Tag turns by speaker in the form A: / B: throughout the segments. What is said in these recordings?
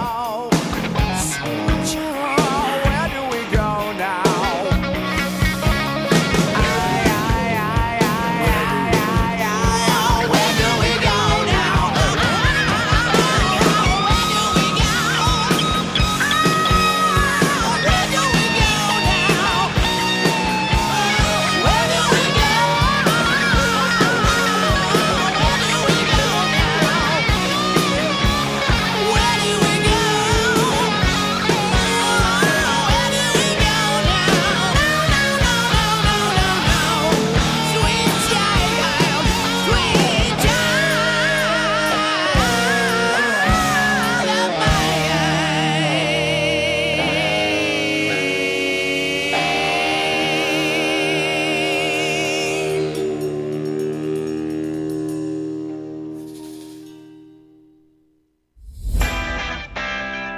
A: Oh,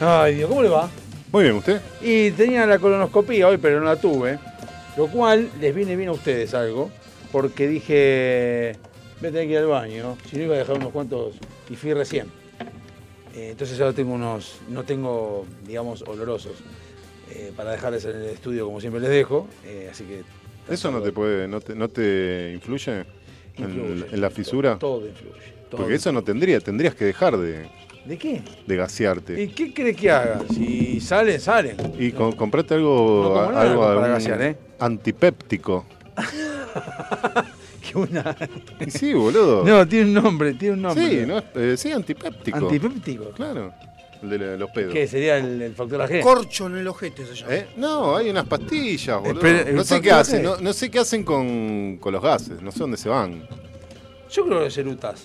B: Ay, Dios, ¿cómo le va?
C: Muy bien, ¿usted?
B: Y tenían la colonoscopía hoy, pero no la tuve. Lo cual les viene bien a ustedes algo, porque dije, voy a tener que ir al baño, si no iba a dejar unos cuantos, y fui recién. Eh, entonces ahora tengo unos, no tengo, digamos, olorosos, eh, para dejarles en el estudio como siempre les dejo, eh, así que...
C: ¿Eso no te puede, no te, no te influye, en-
B: influye,
C: en, la
B: todo,
C: fisura?
B: Todo, influye. todo.
C: Porque eso no tendría, tendrías que dejar de,
B: ¿De qué?
C: de gasearte.
B: ¿Y qué crees que haga? Si salen, salen.
C: Y, con- comprate algo,
B: No como nada
C: algo
B: para
C: algún
B: gasear, ¿eh?
C: antipéptico.
B: Que una...
C: Y sí, boludo.
B: No, tiene un nombre, tiene un nombre.
C: sí, no, es- eh, sí, antipéptico.
B: Antipéptico.
C: Claro, el de la- los pedos.
B: ¿Qué sería el, el factor AG?
D: Corcho en el ojete se llama.
C: ¿Eh? No, hay unas pastillas, boludo.
B: Espera,
C: no sé
B: ¿el
C: qué
B: factor
C: hacen,
B: qué?
C: no, no sé qué hacen con, con los gases, no sé dónde se van.
B: Yo creo que cerutas.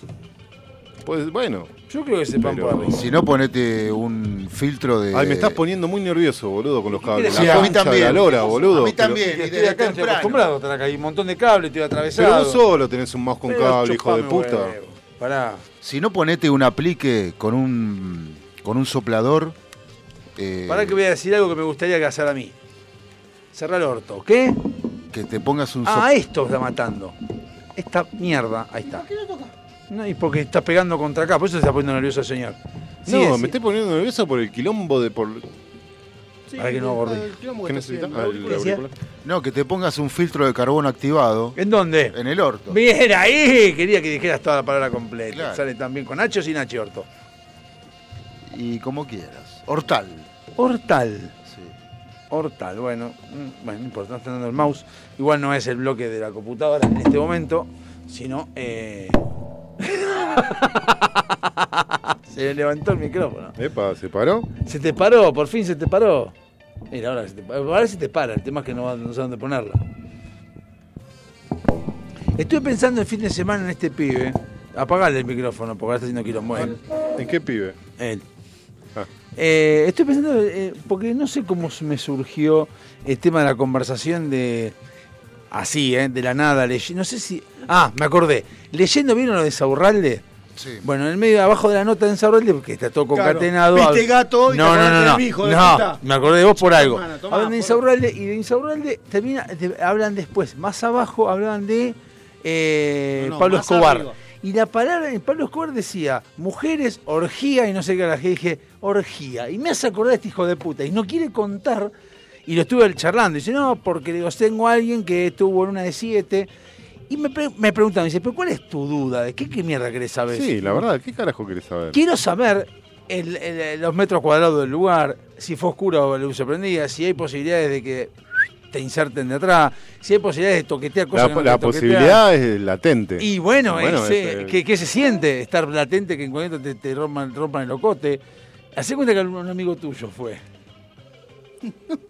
C: Pues bueno,
B: Yo creo que se van
C: Pero-
B: por arriba.
D: Si no, ponete un filtro de.
C: ay, me estás poniendo muy nervioso, boludo, con los cables.
B: Sí,
C: la
B: a
D: mí
C: concha de
D: también.
C: la lora, boludo.
D: A mí también.
B: Y
D: y
B: estoy
D: desde
B: acá, estoy
D: temprano.
B: acostumbrado a estar acá. Hay un montón de cable, estoy
C: Pero
B: atravesado.
C: vos solo tenés un mouse con
B: Pero
C: cable, hijo de
B: chupame
C: puta.
B: huevo. Pará.
D: Si no, ponete un aplique con un. con un soplador. eh,
B: Pará que voy a decir algo que me gustaría que hacer a mí. Cerrar el orto. ¿Qué?
D: que te pongas un
B: Ah,
D: sop-
B: esto está matando. Esta mierda. Ahí está. ¿Por qué no toca? No, y porque está pegando contra acá. Por eso se está poniendo nervioso el señor.
C: no,
B: Sigue,
C: me
B: sigue.
C: estoy poniendo nervioso por el quilombo de por.
B: Para que no gordi.
C: ¿Qué necesitas? Ah, el
B: ¿Qué decía?
C: auricular.
D: No, que te pongas un filtro de carbono activado
B: ¿En dónde?
D: en el orto.
B: Bien, ahí quería que dijeras toda la palabra completa.
D: Claro.
B: Sale también con H o sin H, orto.
D: Y como quieras. Hortal.
B: Hortal.
D: sí.
B: Hortal, bueno, mm, bueno, no importa, no está dando el mouse. Igual no es el bloque de la computadora en este momento, sino. eh, se le levantó el micrófono.
C: Epa, ¿se paró?
B: Se te paró, por fin se te paró. Mira, ahora se te, pa- ahora se te para, el tema es que no, va- no sé dónde ponerla. Estoy pensando el fin de semana en este pibe. Apagale el micrófono porque ahora está haciendo quilombo él.
C: ¿En qué pibe?
B: Él.
C: Ah.
B: Eh, estoy pensando, eh, porque no sé cómo me surgió el tema de la conversación de. Así, eh, de la nada, leyendo. No sé si. Ah, me acordé. Leyendo vieron lo de Saurralde.
D: Sí.
B: Bueno, en el medio abajo de la nota de Saurralde, porque está todo
E: Claro.
B: concatenado.
E: Viste
B: hab-
E: gato y te
B: no, no,
E: acordaste
B: no,
E: de
B: no.
E: mi hijo, de
B: No,
E: puta.
B: me acordé de vos por algo.
E: hermana, tomá,
B: Hablan de
E: por-
B: Insaurralde y de Insaurralde termina, de- hablan después. Más abajo hablan de eh,
E: No, no,
B: Pablo
E: más
B: Escobar.
E: arriba.
B: Y la palabra en Pablo Escobar decía mujeres, orgía, y no sé qué era. que Dije, orgía. Y me hace acordar a este hijo de puta. Y no quiere contar. Y lo estuve charlando. Y dice, no, porque digo, tengo a alguien que estuvo en una de siete. Y me, pre- me preguntan, me dice, ¿pero cuál es tu duda? ¿De qué, qué mierda querés saber?
C: Sí, la verdad, ¿qué carajo querés saber?
B: Quiero saber el- el- los metros cuadrados del lugar, si fue oscuro la luz se prendía, si hay posibilidades de que te inserten de atrás, si hay posibilidades de toquetear
C: La,
B: cosas. que no
C: la
B: te toquetean.
C: posibilidad es latente.
B: Y bueno,
C: Bueno,
B: ese-
C: es, eh,
B: ¿qué, qué se siente estar latente que en cuanto te, te rompan, rompan el locote? Hacé cuenta que un amigo tuyo fue.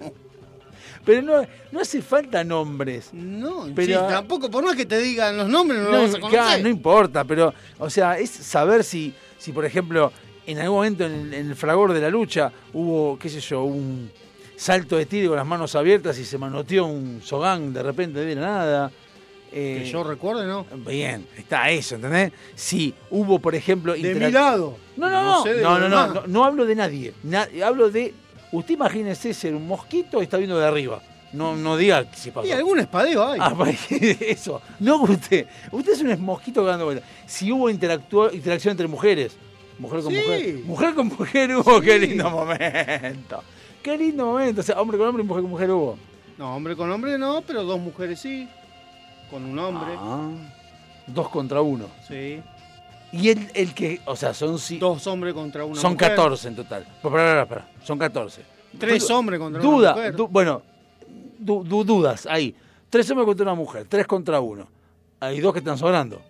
B: Pero no, no hace falta nombres.
E: No,
B: Pero-
E: sí, tampoco, por más que te digan los nombres, no,
B: No,
E: los vas a
B: claro,
E: conocer.
B: no importa, pero, o sea, es saber si, si por ejemplo, en algún momento en, en el fragor de la lucha hubo, qué sé yo, un salto de tiro con las manos abiertas y se manoteó un sogán de repente de la nada. Eh,
E: que yo recuerde, ¿no?
B: Bien, está eso, ¿entendés? Si hubo, por ejemplo...
E: De
B: interac-
E: mi lado.
B: No, no, no,
E: No sé de
B: no, no,
E: los
B: no,
E: demás.
B: no, no hablo de nadie. Na- hablo de, usted imagínese ser un mosquito y está viendo de arriba. No, no diga si pasó.
E: Y algún espadeo hay.
B: Ah, para que- eso. No usted. Usted es un mosquito dando vueltas. Si hubo interactua- interacción entre mujeres, Mujer con
E: Sí.
B: mujer. Mujer con mujer hubo, qué lindo momento. Qué lindo momento. O sea, hombre con hombre y mujer con mujer hubo.
E: No, hombre con hombre no, pero dos mujeres sí. Con un hombre,
B: Ah, dos contra uno.
E: sí.
B: Y el, el que, o sea, son si-
E: Dos hombres contra una
B: son
E: mujer.
B: 14 en total. Pero, pará, pará, pará, son 14.
E: Tres
B: Pero-
E: hombres contra
B: duda,
E: una mujer.
B: du- bueno, du- du- dudas, ahí. Tres hombres contra una mujer, tres contra uno. Hay dos que están sobrando.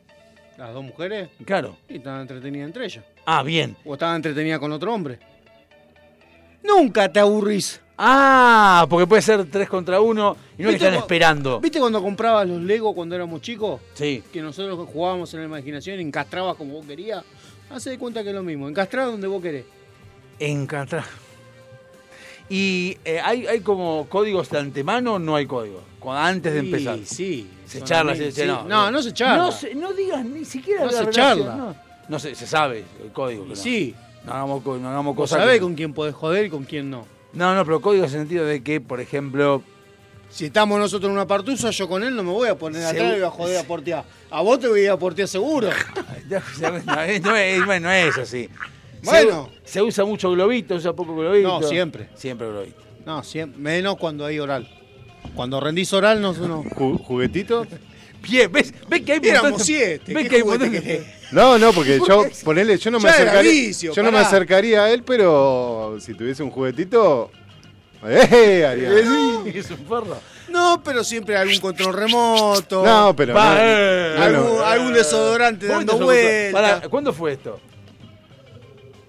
E: Las dos mujeres
B: Claro.
E: y estaban entretenidas entre ellas.
B: Ah, bien.
E: O estaban entretenidas con otro hombre. Nunca te aburrís.
B: Ah, porque puede ser tres contra uno y no es que
E: ¿Viste
B: están
E: cu-
B: esperando.
E: ¿Viste cuando comprabas los Lego cuando éramos chicos?
B: Sí.
E: Que nosotros jugábamos en la imaginación, encastrabas como vos querías. Hace de cuenta que es lo mismo. Encastrás donde vos querés.
B: Encantar. ¿Y eh, ¿hay, hay como códigos de antemano o no hay códigos? Cu- Antes de
E: Sí,
B: empezar.
E: Sí.
B: Se
E: Son
B: charla,
E: amigos,
B: se- se-
E: sí.
B: no.
E: no, no se charla.
B: No, se- no digas ni siquiera
E: No
B: la
E: se
B: relación,
E: charla.
B: No, No se, se sabe el código. pero no.
E: Sí,
B: No hagamos, co- no hagamos
E: vos
B: cosas.
E: sabés
B: que-
E: con quién podés joder y con quién no.
B: No, no, pero código en el sentido de que, por ejemplo,
E: Si estamos nosotros en una partusa, yo con él no me voy a poner atrás
B: Segu-
E: y voy a joder a portear. A vos te voy a ir a portear seguro.
B: no, es- no es, bueno, no es así. Se
E: Bueno.
B: u- Se, usa mucho globito, se usa poco globito.
E: No, siempre.
B: Siempre globito.
E: No, siempre, menos cuando hay oral. Cuando rendís oral, no. no.
C: Ju- ¿Juguetito?
B: Bien, ¿ves, ves que hay un montón
E: Éramos
B: de-
E: siete,
B: ¿Ves
E: ¿qué
B: que hay un
E: juguete
B: montón de-
E: querés?
C: No, no, porque
B: ¿Por
C: yo,
B: qué?
C: ponele, yo no me
E: Ya era
C: acercaría.
E: vicio,
C: yo no me
E: pará.
C: acercaría a él, pero si tuviese un juguetito. ¡Eh! Haría.
B: Es un perro.
E: No, pero siempre algún control remoto.
C: No, pero.
B: Va,
C: no,
B: eh,
C: no, no.
E: algún, algún desodorante
B: ¿Vos
E: dando
B: viste
E: vueltas.
B: eso? Pará, ¿Cuándo fue esto?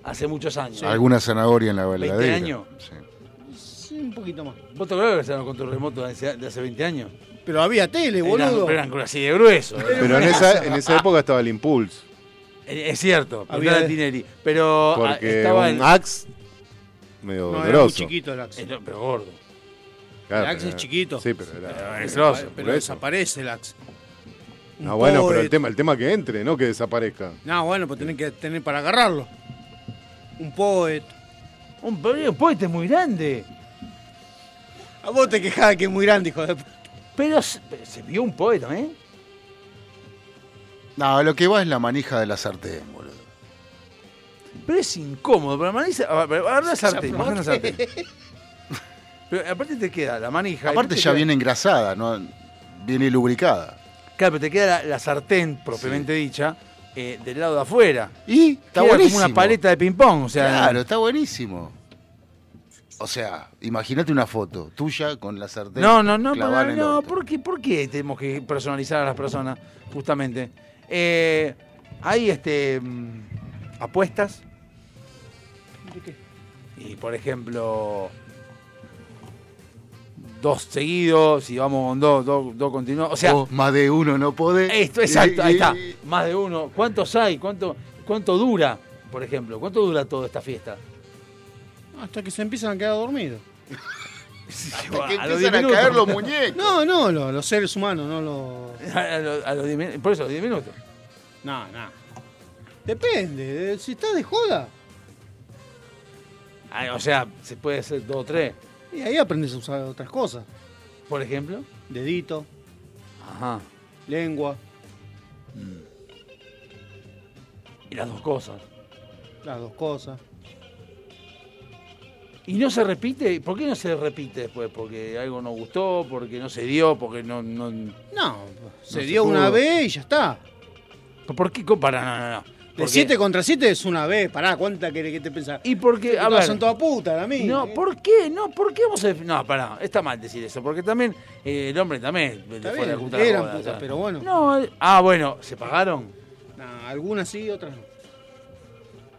B: Hace muchos años.
D: Alguna zanahoria en la veladera.
B: años.
D: Sí.
E: Sí, un poquito más.
B: ¿Vos te acordás que empezaron con tu remoto de hace, de hace 20 años?
E: Pero había tele,
B: Eran,
E: boludo.
B: pero eran así de grueso. ¿eh?
C: Pero en esa, en esa época estaba el Impulse.
B: Eh, Es cierto,
E: Había-
B: había Tinelli. Pero ah,
C: Porque
B: estaba
C: un
B: el.
C: Axe. Medio
E: no, era muy
C: doloroso.
E: chiquito el Axe.
B: Eh, no, pero gordo.
C: Claro,
E: El Axe
C: pero-
E: es chiquito.
C: Sí, pero era.
B: Eh, es
C: era
B: grosso,
E: Pero
C: grueso.
E: desaparece el Axe. Un
C: No, bueno, pero
E: pobre-
C: el tema, el tema que entre, no que desaparezca.
E: No, bueno, pues tenés que tener para agarrarlo. Un poet.
B: Un pero- poeta muy grande.
E: A vos te quejabas que es muy grande, hijo de p-
B: Pero se, pero se vio un poeta, ¿eh?
D: No, lo que va es la manija de la sartén, boludo.
B: Pero es incómodo. Pero la manija.
C: Ah,
B: a ver, Agarra la sartén, imagina la sartén. Pero aparte te queda la manija. y
D: Aparte
B: te
D: ya
B: queda-
D: viene engrasada, ¿no? viene lubricada.
B: Claro, pero te queda la, la sartén propiamente dicha eh, del lado de afuera.
D: Y está
B: Queda
D: buenísimo.
B: como una paleta de ping-pong. O sea,
D: Claro, está buenísimo. O sea, imagínate una foto tuya con la sartén.
B: No, no, no,
D: clavada
B: para-
D: en el
B: no,
D: orto.
B: ¿por qué, por qué tenemos que personalizar a las personas? Justamente. Eh, hay este mm, apuestas. Y por ejemplo, dos seguidos, y vamos con dos, dos, dos continuados. O sea,
D: Vos más de uno no podés.
B: esto, exacto, ahí está. Más de uno. ¿Cuántos hay? ¿Cuánto, cuánto dura? Por ejemplo, ¿cuánto dura toda esta fiesta?
E: Hasta que se empiezan a quedar dormidos.
B: Bueno,
D: Que
B: a los
D: empiezan
B: 10
D: a caer los
B: minutos.
D: muñecos.
E: No, no, lo- los seres humanos, no los.
B: A los- a los 10 min- Por eso, 10 minutos.
E: No, no. Depende, eh, si estás de joda.
B: Ah, O sea, se puede hacer dos o tres,
E: Y ahí aprendes a usar otras cosas.
B: por ejemplo.
E: Dedito,
B: Ajá.
E: lengua,
B: Y las dos cosas.
E: las dos cosas.
B: ¿Y no se repite? ¿Por qué no se repite después? ¿Porque algo no gustó? ¿Porque no se dio? ¿Porque no...? no...
E: No, se
B: se
E: dio una
B: pudo.
E: vez y ya está.
B: ¿Por qué compara? No, no, no.
E: De
B: Porque-
E: 7 contra 7 es una vez, pará, ¿cuánta querés que te pensás?
B: ¿Y por qué? Eh, A
E: Todas
B: ver,
E: son todas putas, la mía.
B: no, ¿por qué? No, ¿por qué vamos a...? def- No, pará, está mal decir eso. Porque también eh, el hombre también le
E: Está
B: fue la
E: bien,
B: puta a la
E: eran
B: joda, o sea.
E: putas, pero bueno.
B: No, eh, ah, bueno, ¿se pagaron?
E: No, algunas sí, otras no.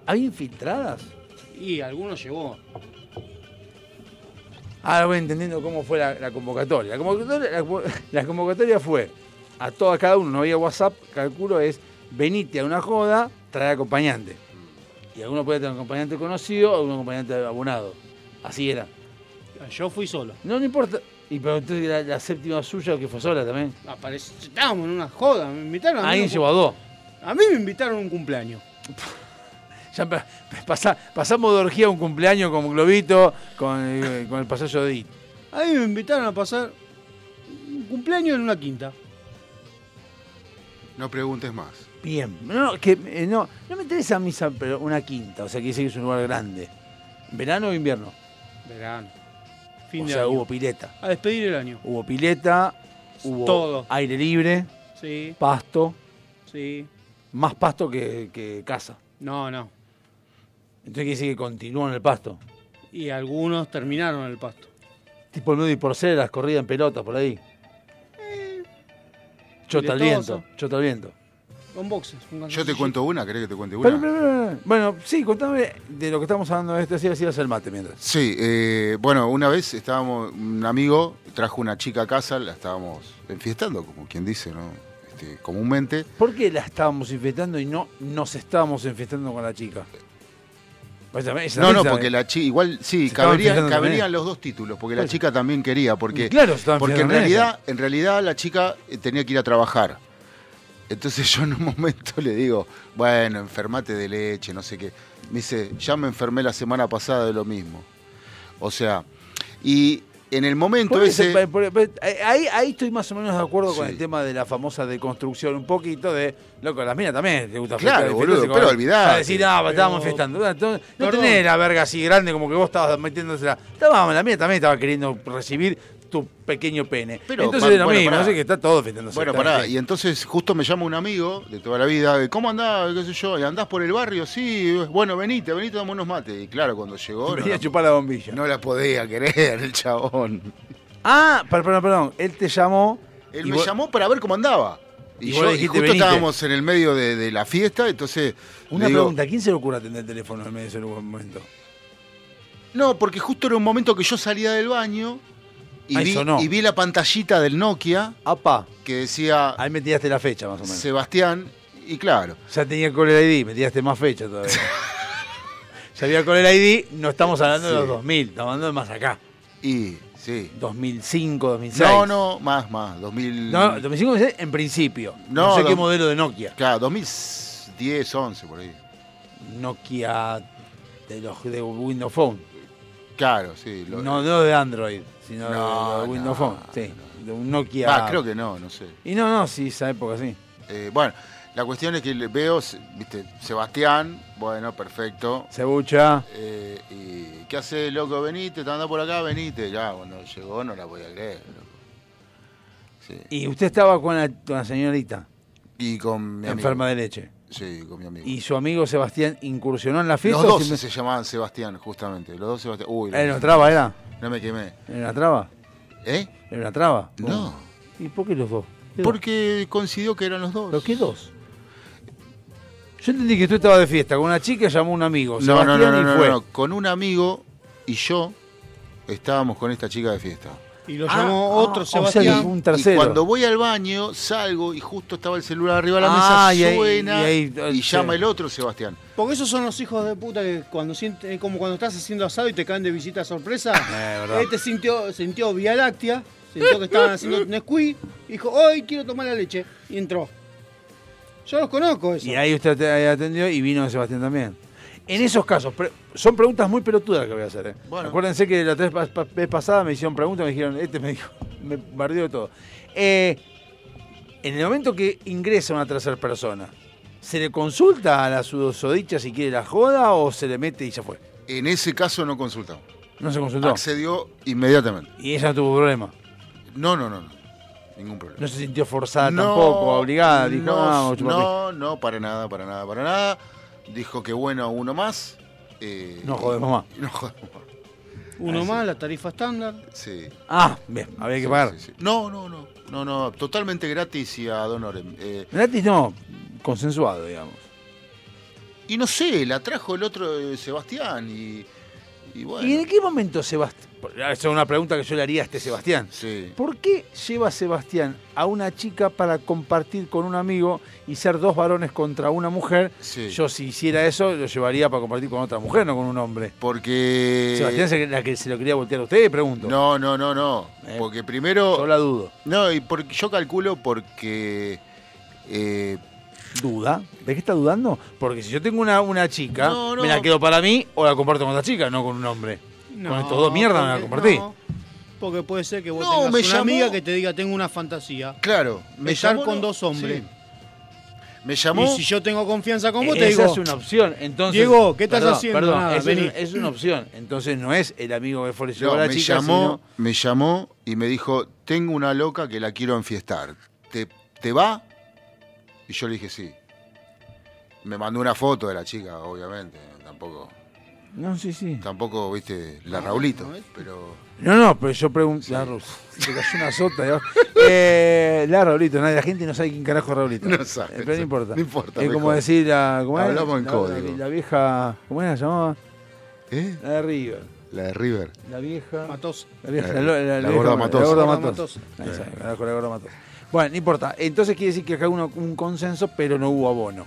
B: ¿Hay infiltradas?
E: Y algunos llegó.
B: Ahora voy entendiendo cómo fue la, la convocatoria. La convocatoria, la convo- la convocatoria fue a todas, cada uno, no había WhatsApp, calculo es venite a una joda, trae acompañante.
E: Mm.
B: Y alguno puede tener un acompañante conocido o un acompañante abonado. Así era.
E: Yo fui solo.
B: No, no importa. Y pero entonces la, la séptima suya que fue sola también.
E: Aparece, estábamos en una joda, me invitaron a mí.
B: Ahí
E: un
B: llevó a dos.
E: cum- A mí me invitaron a un cumpleaños.
B: Ya pa- pasa- pasamos de orgía a un cumpleaños con Globito, con, eh, con el pasallo de Edith.
E: A mí me invitaron a pasar un cumpleaños en una quinta.
D: No preguntes más.
B: Bien. No, no, que, eh, no, no me interesa misa, pero una quinta. O sea, que dice que es un lugar grande. ¿Verano o invierno?
E: Verano. Fin
B: o
E: de
B: sea,
E: año.
B: hubo pileta.
E: A despedir el año.
B: Hubo pileta, hubo
E: Todo.
B: aire libre,
E: Sí,
B: pasto,
E: sí.
B: más pasto que, que casa.
E: No, no.
B: Entonces quiere decir que continúan el pasto.
E: Y algunos terminaron el pasto.
B: Tipo el nudo y porcel, las corridas en pelotas por ahí.
E: Eh,
B: Chota al
E: Piletoso.
B: viento, chota al viento.
E: Con boxes. un calzoncillo.
D: Yo te cuento una, ¿querés que te cuente
B: Pero,
D: una?
B: pero, pero, pero, bueno, sí, contame de lo que estamos hablando de esto, así así el mate mientras.
D: Sí, eh, bueno, una vez estábamos, un amigo trajo una chica a casa, la estábamos enfiestando, como quien dice, ¿no? Este, comúnmente.
B: ¿Por qué la estábamos infestando y no nos estábamos infestando con la chica? Pues, esa- esa
D: No, no,
B: mesa,
D: porque
B: eh.
D: la chica, igual, sí,
B: Se estaban
D: caberían-
B: fijando también.
D: caberían los dos títulos, porque la
B: Pues-
D: chica también quería,
B: Y
D: porque,
B: claro, se estaban
D: porque en
B: fijando en
D: realidad, en realidad la chica eh, tenía que ir a trabajar. Entonces yo en un momento le digo, bueno, enfermate de leche, no sé qué. Me dice, ya me enfermé la semana pasada de lo mismo. O sea, y en el momento
B: Por eso,
D: ese...
B: pa- por- pa- ahí, ahí estoy más o menos de acuerdo con
D: Sí.
B: el tema de la famosa deconstrucción, un poquito de, loco, a las minas también te gusta
D: Claro,
B: fiestar,
D: boludo,
B: fiestarse con-
D: pero olvidate.
B: a decir, ah,
E: Pero-
B: estábamos fiestando. No, no
E: Perdón.
B: tenés la verga así grande como que vos estabas metiéndosela. Estaba, la mía también estaba queriendo recibir tu pequeño pene.
D: Pero,
B: Entonces
D: pa-
B: es lo
D: bueno,
B: mismo,
D: pará.
B: así que está todo fiestándose.
D: Bueno,
B: está
D: pará,
B: bien.
D: y entonces justo me llama un amigo de toda la vida, de, ¿cómo andás? ¿Qué sé yo? ¿Y andás por el barrio? Sí, bueno, venite, venite, dame unos mates. Y claro, cuando llegó, no
B: Venía a
D: la,
B: chupar la bombilla.
D: no la podía querer el chabón.
B: Ah, per- perdón, perdón. Él te llamó.
D: Él
B: y
D: me
B: vos-
D: llamó para ver cómo andaba. Y,
B: Y vos
D: yo,
B: le
D: y
B: dijiste,
D: justo
B: "Venite".
D: estábamos en el medio de, de la fiesta, entonces.
B: Una
D: le digo,
B: pregunta, ¿quién se le ocurre atender el teléfono en medio de ese momento?
D: No, porque justo era un momento que yo salía del baño y,
B: Ah,
D: vi,
B: sonó.
D: y vi la pantallita del Nokia
B: Apa,
D: que decía
B: ahí me tiraste la fecha más o menos.
D: Sebastián, y claro.
B: Ya tenía Call ID, me tiraste más fecha todavía. ya había Call ID, no estamos hablando de los
D: Sí.
B: 2000, estamos hablando de más acá.
D: Y sí.
B: 2005, 2006.
D: No, no, más, más. 2000.
B: No, 2005, 2006 en principio. No,
D: No,
B: sé qué
D: dos-
B: modelo de Nokia.
D: Claro, 2010, 11 por ahí.
B: Nokia de los de Windows Phone.
D: Claro, sí. lo-
B: No, no de Android, sino de-
D: No,
B: de, Windows
D: no,
B: Phone. Sí, de un Nokia.
D: Ah, creo que no, no sé.
B: Y no, no, sí, esa época sí.
D: Eh, bueno, la cuestión es que le veo, se- viste, Sebastián, bueno, perfecto.
B: Cebucha.
D: Eh, y, ¿Qué hace, loco? Venite, te andás por acá, venite. Ya, cuando llegó no la podía creer, loco. Sí.
B: Y usted estaba con la, con la señorita
D: Y con mi
B: enferma
D: amigo.
B: de leche.
D: Sí, con mi amigo.
B: Y su amigo Sebastián incursionó en la fiesta.
D: los
B: o
D: dos
B: simple-
D: se llamaban Sebastián, justamente. Los dos Sebastián. Uy,
B: Era
D: no,
B: una traba, Eh, era.
D: no me quemé.
B: ¿Era una traba?
D: ¿Eh?
B: ¿Era una traba? Oh.
D: No.
B: ¿Y por qué los dos? ¿Qué dos?
D: Porque coincidió que eran los dos.
B: ¿Pero qué dos? Yo entendí que tú estabas de fiesta con una chica, llamó un amigo.
D: No, no, no,
B: Sebastián,
D: no,
B: y
D: no,
B: fue.
D: no. Con un amigo y yo estábamos con esta chica de fiesta.
E: Y lo
B: Ah,
E: llamó
B: ah,
E: otro
B: o sea,
E: Sebastián.
B: que un tercero.
D: Y cuando voy al baño, salgo y justo estaba el celular arriba de la
B: Ah, y
D: mesa,
B: ahí-
D: suena
B: y
D: y,
B: ahí- sí.
D: llama el otro Sebastián.
E: Porque esos son los hijos de puta que cuando sienten, es como cuando estás haciendo asado y te caen de visita sorpresa.
B: Eh, verdad.
E: este sintió, sintió Vía Láctea, sintió que estaban haciendo Nesquí, dijo, hoy quiero tomar la leche. Y entró. Yo los conozco eso.
B: Y ahí usted te- ahí atendió y vino Sebastián también. En esos casos, pre- son preguntas muy pelotudas las que voy a hacer. ¿eh?
D: Bueno.
B: Acuérdense que la tres pas- pa- vez pasada me hicieron preguntas, me dijeron, este me dijo, me bardeó todo. Eh, en el momento que ingresa una tercera persona, ¿se le consulta a la sudosodicha si quiere la joda o se le mete y ya fue?
D: En ese caso no consultamos.
B: No se consultó.
D: Accedió inmediatamente.
B: Y ella no tuvo problema.
D: No, no, no, no. Ningún problema.
B: No se sintió forzada
D: No,
B: tampoco, obligada. Dijo,
D: no,
B: "Ah, vamos a chupar pija".
D: no, no, para nada, para nada, para nada. Dijo que bueno, uno más. eh,
B: No jodemos más.
D: No jodemos más.
E: Uno más, la tarifa estándar.
D: Sí.
B: Ah, bien, había que
D: Sí,
B: pagar.
D: sí, sí. No, no, no. No, no. Totalmente gratis y a Eh, Donorem.
B: Gratis no, consensuado, digamos.
D: y no sé, la trajo el otro eh, Sebastián y, y bueno.
B: ¿Y en qué momento Sebastián? Esa es una pregunta que yo le haría a este Sebastián.
D: Sí.
B: ¿Por qué lleva Sebastián a una chica para compartir con un amigo y ser dos varones contra una mujer?
D: Sí.
B: Yo si hiciera eso lo llevaría para compartir con otra mujer, no con un hombre.
D: Porque.
B: Sebastián se, la que se lo quería voltear a usted, pregunto.
D: No, no, no, no.
B: Eh.
D: Porque primero.
B: Yo la dudo.
D: No, y porque yo calculo porque. eh,
B: ¿Duda? ¿De qué está dudando? Porque si yo tengo una, una chica,
D: No, no.
B: me la quedo para mí o la comparto con otra chica, no con un hombre. con estos dos mierdas me la
E: porque-
B: compartí.
E: no, porque puede ser que vos
D: No,
E: tengas
D: me
E: una
D: llamó-
E: amiga que te diga, tengo una fantasía.
D: Claro,
E: Estar
D: llamó,
E: con
D: ¿no?
E: dos hombres.
D: Sí. Me llamó.
E: Y si yo tengo confianza con vos,
B: E- Esa
E: te digo.
B: es una opción. Entonces,
E: Diego, ¿qué estás
B: Perdón,
E: haciendo?
B: Perdón,
E: Nada,
B: es, una-
E: vení.
B: es una opción. Entonces no es el amigo que ofreció
D: No,
B: a la
D: me
B: chica.
D: llamó, me llamó y me dijo, tengo una loca que la quiero enfiestar. ¿Te, te va? Y yo le dije sí. Me mandó una foto de la chica, obviamente. Tampoco,
B: sino- No, sí, sí.
D: tampoco, viste, la Raulito. Pero
B: No, no, pero yo pregunto. La Rus. Se cayó una sota. ¿no? Eh, la Raulito, nadie- la gente no sabe quién carajo es Raulito.
D: No sabe,
B: Eh, Pero no
D: no-
B: importa.
D: no importa,
B: Es como
D: mejor.
B: decir la. ¿cómo era?
D: Hablamos en
B: La-
D: código.
B: La, la vieja. ¿Cómo era? Llamaba.
D: ¿Eh?
B: La de River.
D: La de River.
B: La vieja.
E: Matos.
B: La, vieja,
D: La-
B: lo-
D: la
B: vieja-
D: gorda matosa.
B: La gorda
E: La gorda
B: matosa. Ahí está, carajo, la gorda matosa. Bueno, no importa. Entonces quiere decir que acá hubo un consenso, pero no hubo abono.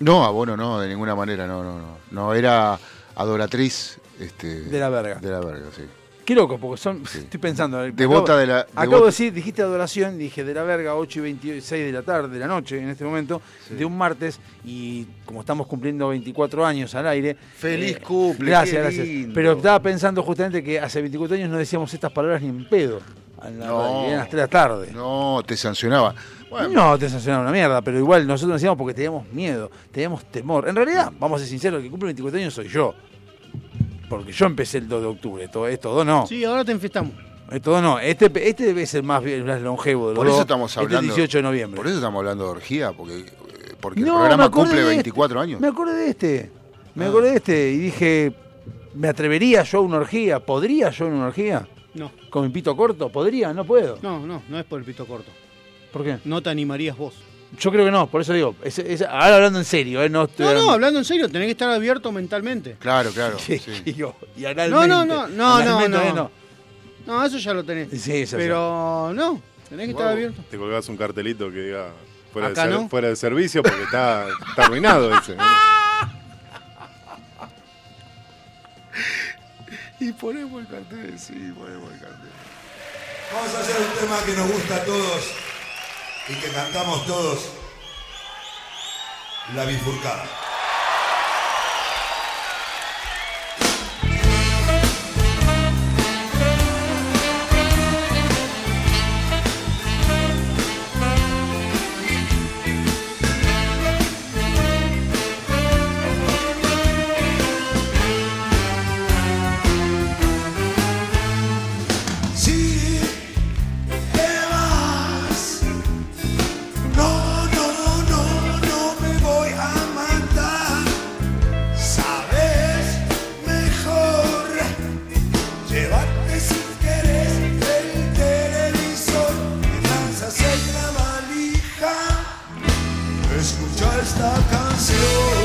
D: No, abono no, de ninguna manera, no, no, no. No, era adoratriz. Este,
B: De la verga.
D: De la verga, sí.
B: Qué loco, porque son. Estoy pensando. eh,
D: De bota de la- de
B: acabo
D: bota-
B: de decir, dijiste adoración, dije de la verga, 8 y 26 de la tarde, de la noche, en este momento, de un martes, y como estamos cumpliendo 24 años al aire. eh,
D: Feliz cumple,
B: Gracias,
D: qué
B: gracias.
D: lindo.
B: Pero estaba pensando justamente que hace 24 años no decíamos estas palabras ni en pedo. A la-
D: No.
B: eran las 3 de la tarde.
D: No, te sancionaba. Bueno,
B: No, te sancionaron una mierda, pero igual nosotros decíamos porque teníamos miedo, teníamos temor. En realidad, vamos a ser sinceros, el que cumple 24 años soy yo. Porque yo empecé el 2 de octubre, todo, estos dos no.
E: Sí, ahora te enfiestamos.
B: Estos dos no. Este, este debe ser más, bien- más longevo de los
D: por eso
B: dos.
D: estamos
B: Este es
D: hablando.
B: 18 de noviembre.
D: Por eso estamos hablando de orgía, porque, eh, porque
B: No,
D: el
B: me
D: programa
B: acordé
D: cumple
B: de este.
D: 24 años. Ah.
B: Me acordé de este. Me acordé de este y dije, ¿me atrevería yo a una orgía? ¿Podría yo a una orgía?
E: No,
B: ¿Con mi pito corto? ¿Podría? No puedo.
E: no, no, no es por el pito corto.
B: ¿Por qué?
E: No te animarías vos.
B: Yo creo que no, por eso digo. es- es- ahora hablando en serio, ¿eh? No, estoy
E: No, no,
B: hablando-
E: hablando en serio, tenés que estar abierto mentalmente.
D: Claro, claro.
B: Sí,
D: sí.
B: digo, y
E: No,
B: analmente.
E: no, no, no,
B: Analmente
E: no,
B: todavía
E: no. No, eso ya lo tenés.
B: Sí, eso
E: Pero no, tenés que estar abierto.
C: Te colgás un cartelito que diga fuera, de,
E: Acá
C: ser-
E: no.
C: fuera de servicio porque está, está arruinado ese. ¿no?
D: Y ponemos el cartel, sí, ponemos el cartel.
A: Vamos a hacer un tema que nos gusta a todos y que cantamos todos. La bifurcada. Si te vas, no, no, no, no me voy a matar. Sabes mejor, llévate si quieres el televisor, lanzas en la valija, escucha esta canción.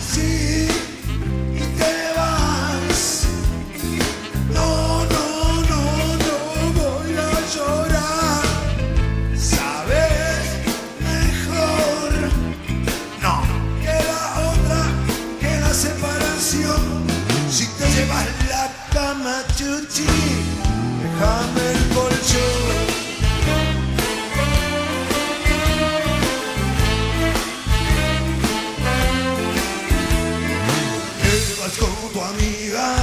A: Sí, y te vas. No, no, no, no voy a llorar. Sabes mejor. No, queda otra que la separación. Si te llevas la cama, chuchi, déjame el colchón. Te vas con tu amiga.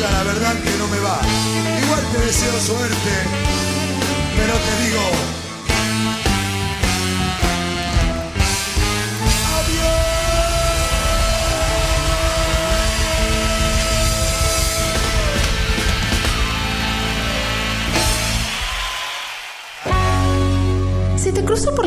A: la verdad que no me va. Igual te deseo suerte, pero te digo. Adiós.
F: ¿Se te cruzó por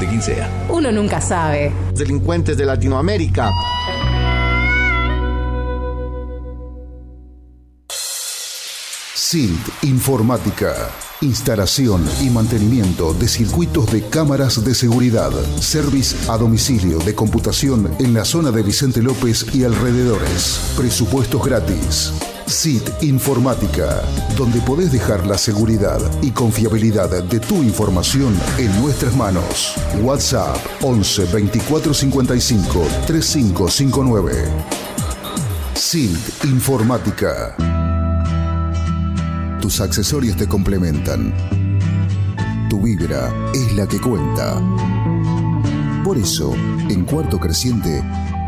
G: de quien sea.
F: uno nunca sabe.
H: Delincuentes de Latinoamérica.
I: SINT Informática. Instalación y mantenimiento de circuitos de cámaras de seguridad. Service a domicilio de computación en la zona de Vicente López y alrededores. Presupuestos gratis. SIT Informática, donde podés dejar la seguridad y confiabilidad de tu información en nuestras manos. WhatsApp 11 24 55 3559. SIT Informática. Tus accesorios te complementan. Tu vibra es la que cuenta. Por eso, en Cuarto Creciente,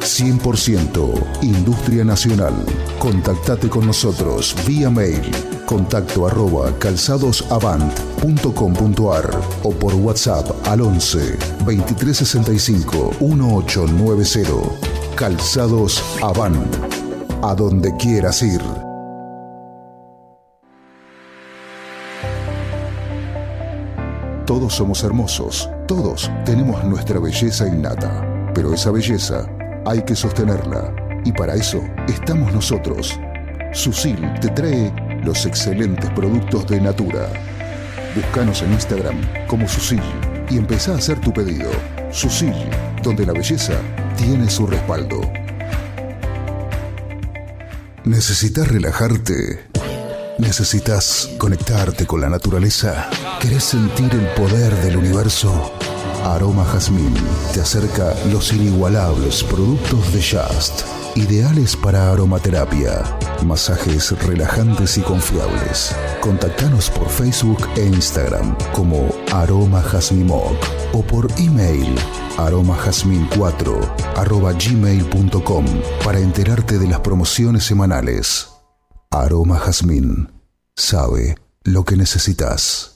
I: 100% Industria Nacional. Contactate con nosotros vía mail contacto arroba calzadosavant.com.ar o por WhatsApp al 11 2365 1890. Calzados Avant. A donde quieras ir. Todos somos hermosos, todos tenemos nuestra belleza innata, pero esa belleza hay que sostenerla y para eso estamos nosotros. Susil te trae los excelentes productos de Natura. Búscanos en Instagram como Susil y empezá a hacer tu pedido. Susil, donde la belleza tiene su respaldo. ¿Necesitas relajarte? ¿Necesitas conectarte con la naturaleza? ¿Querés sentir el poder del universo? Aroma Jazmín te acerca los inigualables productos de Just, ideales para aromaterapia, masajes relajantes y confiables. Contactanos por Facebook e Instagram como Aroma Jazmimoc o por email aromajazmin4 arroba gmail.com para enterarte de las promociones semanales. Aroma Jazmín. Sabe lo que necesitas.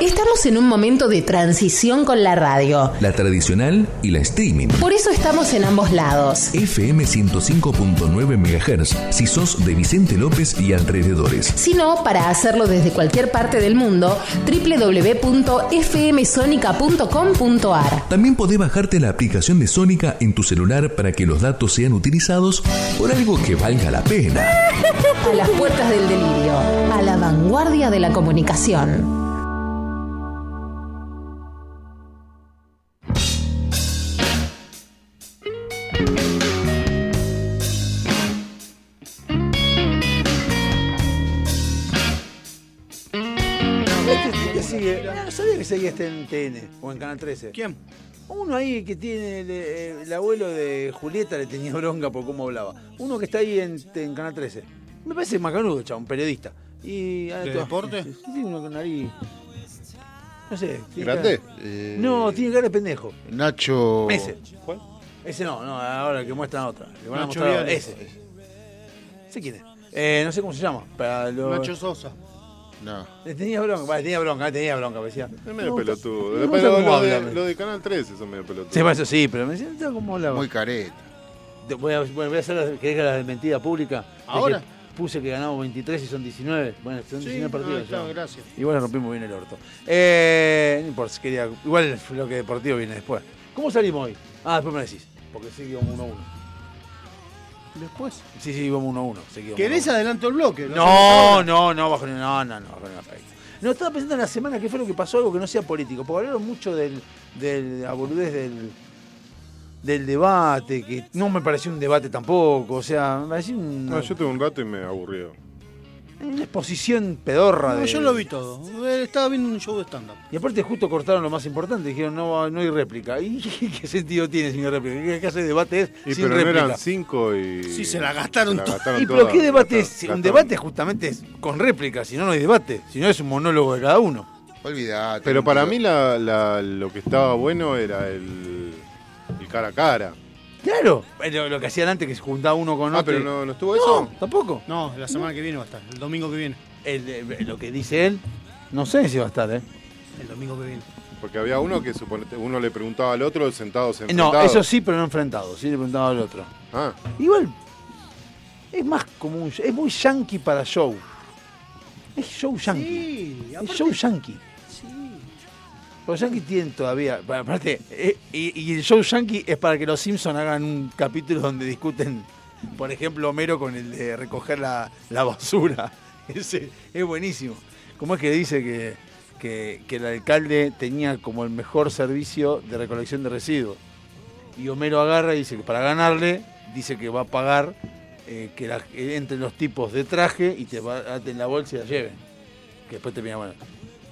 F: Estamos en un momento de transición con la radio.
G: La tradicional y la streaming.
F: Por eso estamos en ambos lados.
G: FM 105.9 MHz si sos de Vicente López y alrededores.
F: Si no, para hacerlo desde cualquier parte del mundo, www.fmsonica.com.ar.
G: También podés bajarte la aplicación de Sónica en tu celular para que los datos sean utilizados por algo que valga la pena.
F: A las puertas del delirio, a la vanguardia de la comunicación.
B: Este que sigue, no, ¿Sabía que seguía este en TN o en Canal 13?
E: ¿Quién?
B: Uno ahí que tiene, el, eh, el abuelo de Julieta le tenía bronca por cómo hablaba. Uno que está ahí en, en Canal 13. Me ah, parece macanudo, chao, un periodista. Y, ¿De
E: deporte?
B: Sí, sí, uno con nariz. No sé. tiene
C: ¿Grande?
B: cara- No, tiene cara de pendejo.
D: Eh, Nacho.
B: Ese. Ese no, no, ahora que muestran otra. Le van a
E: Nacho
B: mostrar
E: Viale.
B: ese. Sé quién es. Eh, no sé cómo se llama. Para los-
E: Nacho Sosa.
D: No.
B: Le tenía bronca, vale, tenía bronca, tenía bronca, me decía.
C: Es medio
B: me gusta-
C: pelotudo.
B: me gusta
C: pero
B: cómo
C: lo
B: habla,
C: de,
B: me-
C: lo de Canal 13 son medio pelotudos.
B: Sí, para eso sí, pero me decía, "No, ¿cómo hablaba?
D: Muy careta.
B: Te- Voy a, bueno, voy a hacer la, ¿querés que la desmentida pública. de
E: ¿Ahora?
B: que puse que ganamos 23 y son 19. Bueno, son 19 partidos.
E: ahí está,
B: ya.
E: gracias.
B: Igual nos rompimos bien el orto. Eh, no importa, si quería, igual lo que deportivo viene después. ¿Cómo salimos hoy? Ah, después me decís. Porque sí que íbamos 1 a 1.
E: Después.
B: Sí, sí, íbamos 1 a 1. sí que íbamos
E: ¿Querés
B: uno a uno.
E: adelanto el bloque? Lo hacemos
B: No,
E: ahora.
B: no, no, bajo, no, no, no, bajo ningún aspecto. No, estaba pensando en la semana que fue lo que pasó, algo que no sea político, porque hablaron mucho del, del la boludez del, del debate, que no me pareció un debate tampoco, o sea, me pareció un-
C: No, yo tuve un rato y me aburrió.
B: una exposición pedorra.
E: No,
B: de-
E: yo lo vi todo. Eh, Estaba viendo un show de stand-up.
B: Y aparte justo cortaron lo más importante, dijeron no, no hay réplica. ¿Y qué sentido tiene sin réplica? ¿Qué clase de debate es
C: Y
B: sin
C: pero no
B: réplica?
C: eran cinco y.
E: Sí, se la gastaron
C: se la
E: to-
C: gastaron
B: ¿Y pero
C: todas,
B: qué debate es?
C: gastaron-
B: Un debate justamente es con réplica, si no, no hay debate, si no es un monólogo de cada uno.
D: Olvidate.
C: Pero para mí la, la- lo que estaba bueno era el, el cara a cara.
B: Claro, pero lo que hacían antes que se juntaba uno con
C: ah,
B: otro.
C: pero
B: y-
C: no, ¿no estuvo eso.
B: No, tampoco.
E: No, la semana que viene va a estar. El domingo que viene.
B: El- el- lo que dice él, no sé si va a estar, ¿eh?
E: El domingo que viene.
C: Porque había uno que suponete, uno le preguntaba al otro sentados en
B: No, eso sí, pero no enfrentado, sí le preguntaba al otro.
C: Ah,
B: Igual, es más como un. Es muy yankee para show. Es show yankee.
E: Sí,
B: es
E: aparte-
B: show yankee.
E: sí.
B: Los yankees tienen todavía. bueno, Aparte, eh, y, y el show yankee es para que los Simpsons hagan un capítulo donde discuten, por ejemplo, Homero con el de recoger la, la basura. Ese es buenísimo. ¿Cómo es que dice que, que- que el alcalde tenía como el mejor servicio de recolección de residuos? Y Homero agarra y dice que para ganarle, dice que va a pagar eh, que la- que entren los tipos de traje y te va- aten la bolsa y la lleven. Que después termina, bueno,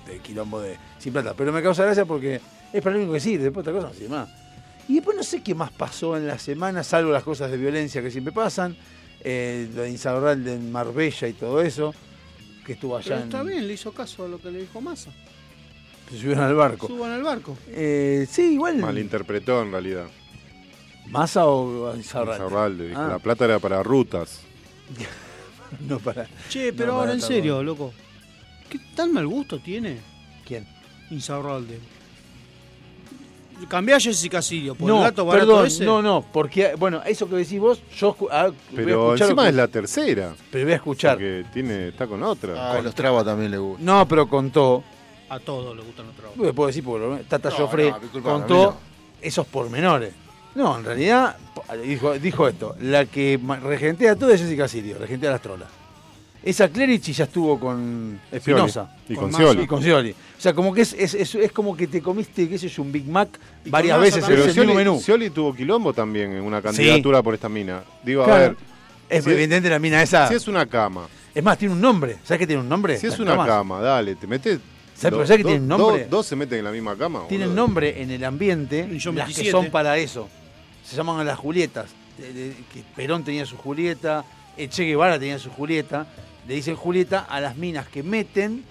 B: de quilombo de sin plata. Pero me causa gracia porque es para lo único que sirve, después otra cosa no sirve más. Y después no sé qué más pasó en la semana, salvo las cosas de violencia que siempre pasan, eh, lo de Insaurral de Marbella y todo eso, que estuvo allá
E: Pero
B: en,
E: está bien, le hizo caso a lo que le dijo Massa.
B: se subieron al barco.
E: Suban al barco.
B: Eh, sí, igual.
C: malinterpretó en realidad.
B: ¿Masa o Insaurral?
C: Insaurralde, dijo,
B: Ah.
C: La plata era para rutas.
B: No, para.
E: Che,
B: No,
E: pero
B: para
E: ahora en
B: tardar.
E: serio, loco. ¿Qué tan mal gusto tiene
B: ¿Quién?
E: Insaurralde? Cambiá a Jessica Sirio por
B: no,
E: el gato barato
B: perdón,
E: ese.
B: no, no, porque, bueno, eso que decís vos, yo escu- ah,
C: Pero
B: voy a escuchar. lo
C: encima
B: que-
C: es la tercera.
B: Pero voy a escuchar.
C: Porque tiene, está con otra.
D: Ah, los trabas también le gusta.
B: No, pero contó
E: A todos le gustan los trabajos.
B: Lo puedo decir porque lo- Tata
D: No,
B: Joffre
D: no, disculpa,
B: contó
D: a mí
B: esos pormenores. No, en realidad po- dijo, dijo esto: la que ma- regentea todo es Jessica Sirio, regentea las trolas. Esa Clerici ya estuvo con Espinosa.
C: Y
E: Con
C: con
E: Massa.
C: Scioli.
B: Y con Scioli. O sea, como que es, es, es- es como que te comiste, qué sé yo, un Big Mac
E: Y
B: varias
E: con
B: veces
E: Massa
B: en
C: Pero
B: ese mismo menú.
C: Scioli, Scioli tuvo quilombo también en una candidatura por esta mina. Digo, a
B: Claro.
C: ver,
B: es
C: si-
B: evidente la mina esa.
C: si es una cama,
B: es más, tiene un nombre. ¿Sabes que tiene un nombre?
C: si es
B: Las
C: una
B: camas.
C: cama, dale, te metes.
B: ¿Sabes,
C: do-
B: pero sabes que
C: do-
B: tienen
C: do-
B: nombre?
C: Dos se meten en la misma cama.
B: Tienen
C: boludo.
B: nombre en el ambiente
E: Y yo
B: las que
E: 27.
B: son para eso. Se llaman las Julietas. De- de- que Perón tenía su Julieta, eh, Che Guevara tenía su Julieta. Le dicen Julieta a las minas que meten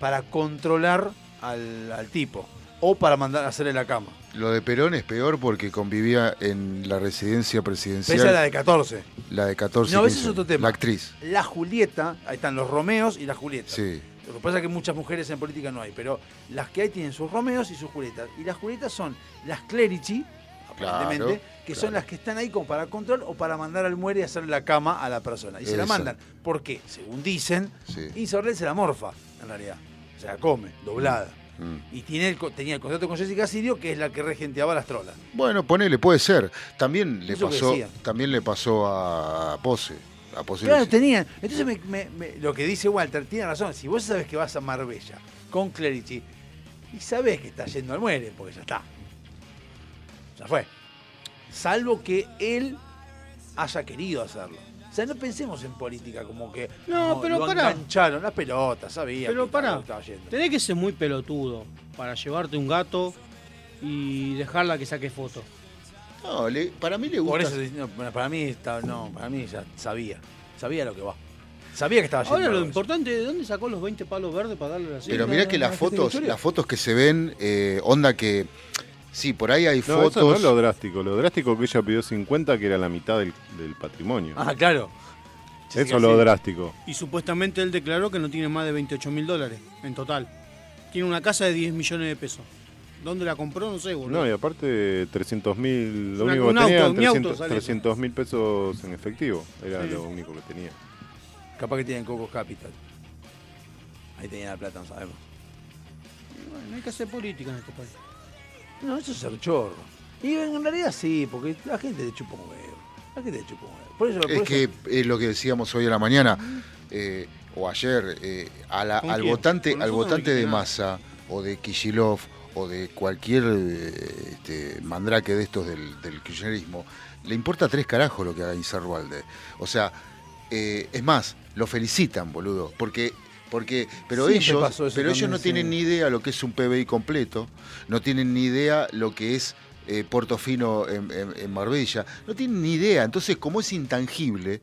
B: para controlar al, al tipo o para mandar a hacerle la cama.
D: Lo de Perón es peor porque convivía en la residencia
B: Pero esa
D: presidencial,
B: es la
D: la de,
B: de 14.
D: 14.
B: No, ese
D: 15,
B: es otro tema.
D: La actriz.
B: La Julieta, ahí están los Romeos y las Julietas.
D: Sí.
B: Lo que pasa es que muchas mujeres en política no hay, pero las que hay tienen sus Romeos y sus Julietas. Y las Julietas son las Clerici, aparentemente, que son
D: claro.
B: las que están ahí como para control o para mandar al muere y hacerle la cama a la persona. Y se la
D: Esa.
B: mandan. ¿Por qué? Según dicen,
D: Sí.
B: Insaurralde se la morfa, en realidad. Se la come, doblada.
D: Mm.
B: Y tiene el co- tenía el contrato con Jessica Sirio, que es la que regenteaba las trolas.
D: Bueno, ponele, puede ser. También le
B: Eso que
D: pasó,
B: decía.
D: también le pasó a Pose. A Pose le
B: Claro,
D: hicieron.
B: tenían. Entonces, me- me- me- lo que dice Walter tiene razón. Si vos sabés que vas a Marbella con Clerici y sabés que está yendo al muere, porque ya está. Ya fue. Salvo que él haya querido hacerlo. O sea, no pensemos en política como que
E: No,
B: como
E: pero
B: lo
E: pará.
B: engancharon las pelotas, sabía.
E: Pero
B: que
E: pará.
B: estaba yendo.
E: Tenés que ser muy pelotudo para llevarte un gato y dejarla que saque fotos.
D: No, le- para mí le
B: Por
D: gusta.
B: eso, no, para mí está- no, para mí ya sabía. Sabía lo que va. Sabía que estaba yendo.
E: Ahora lo
B: algo.
E: importante, ¿de dónde sacó los 20 palos verdes para darle a la
D: Pero
E: señora?
D: mirá que las fotos, las fotos que se ven, eh, onda que. Sí, por ahí hay
C: No, eso no
D: fotos.
C: es lo drástico. Lo drástico que ella pidió 50, que era la mitad del, del patrimonio.
B: Ah, claro.
C: eso es lo drástico.
E: Y supuestamente él declaró que no tiene más de 28 mil dólares en total. Tiene una casa de 10 millones de pesos. ¿Dónde la compró? No sé, boludo.
C: No, y aparte 300 mil, lo
E: Una-
C: único que
E: un
C: tenía
E: auto, mi auto
C: eran
E: sale.
C: 300 mil pesos en efectivo, era
E: Sí.
C: lo único que tenía.
B: Capaz que tienen Coco Capital. Ahí tenían la plata, no sabemos.
E: Bueno, no hay que hacer política en este país.
B: No, eso es ser chorro. Y en realidad sí, porque la gente te chupa un huevo. La gente te chupa un huevo. Por eso, por
D: Es
B: eso-
D: que es lo que decíamos hoy a la mañana eh, o ayer, eh, a la-
E: ¿Con
D: al
E: quién?
D: votante,
E: Con
D: al
E: nosotros no
D: votante de
E: dijiste nada.
D: masa o de Kishilov o de cualquier eh, este, mandrake de estos del, del kirchnerismo, le importa tres carajos lo que haga Incervalde. O sea, eh, es más, lo felicitan, boludo, porque porque pero
B: Siempre
D: ellos
B: pasó eso
D: pero ellos
B: también,
D: no
B: sí.
D: tienen ni idea lo que es un PBI completo, no tienen ni idea lo que es eh, Portofino en, en- en Marbella, no tienen ni idea. Entonces, como es intangible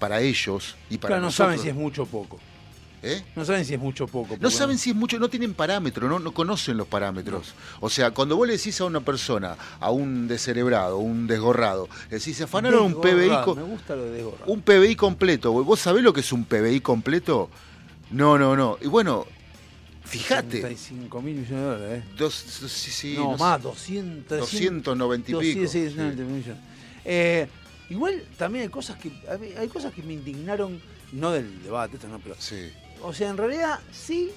D: para ellos y para
B: Claro, no
D: nosotros,
B: saben si es mucho o poco.
D: ¿eh?
B: No saben si es mucho o poco.
D: No
B: porque-
D: saben si es mucho, no tienen parámetro, no, no conocen los parámetros. O sea, cuando vos le decís a una persona, a un descerebrado, un desgorrado, le decís, se afanaron un
B: Desgorrado,
D: PBI, co-
B: Me gusta lo de desgorrado.
D: un PBI completo. güey. ¿Vos sabés lo que es un PBI completo? No, no, no. Y bueno, fíjate.
B: 35 mil millones de dólares, ¿eh?
D: Dos, sí, sí,
B: no,
D: no sé.
B: más, 200.
D: 290 y
B: Sí,
D: pico,
B: sí,
D: sí.
B: 290 millones. Eh, igual también hay cosas que a mí- hay cosas que me indignaron, no del debate, esto no, pero.
D: Sí.
B: O sea, en realidad Ah, sí,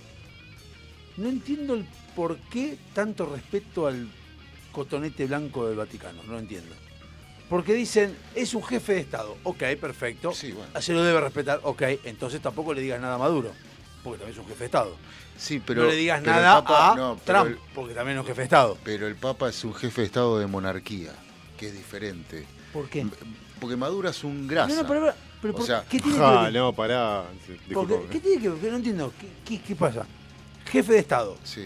B: no entiendo el por qué tanto respeto al cotonete blanco del Vaticano, no lo entiendo. Porque dicen, es un jefe de Estado, ok, perfecto, Ah,
D: Sí, bueno.
B: se lo debe respetar, ok, entonces tampoco le digas nada a Maduro, porque también es un jefe de Estado.
D: Sí, pero.
B: no le digas
D: pero el
B: nada
D: Papa-
B: a
D: no, pero
B: Trump,
D: el-
B: porque también es un jefe de Estado.
D: pero el Papa es un jefe de Estado de monarquía, que es diferente.
B: ¿Por qué?
D: M- Porque Maduro es un grasa.
B: No, no, pero, pero
D: O
B: ¿por
D: sea,
B: ¿qué tiene que
C: Ah,
B: ver?
C: no, pará. ¿eh? Sí,
B: Porque-
C: disculpa.
B: ¿Qué tiene que ver? No entiendo. ¿Qué, qué, qué pasa? Jefe de Estado,
D: Sí.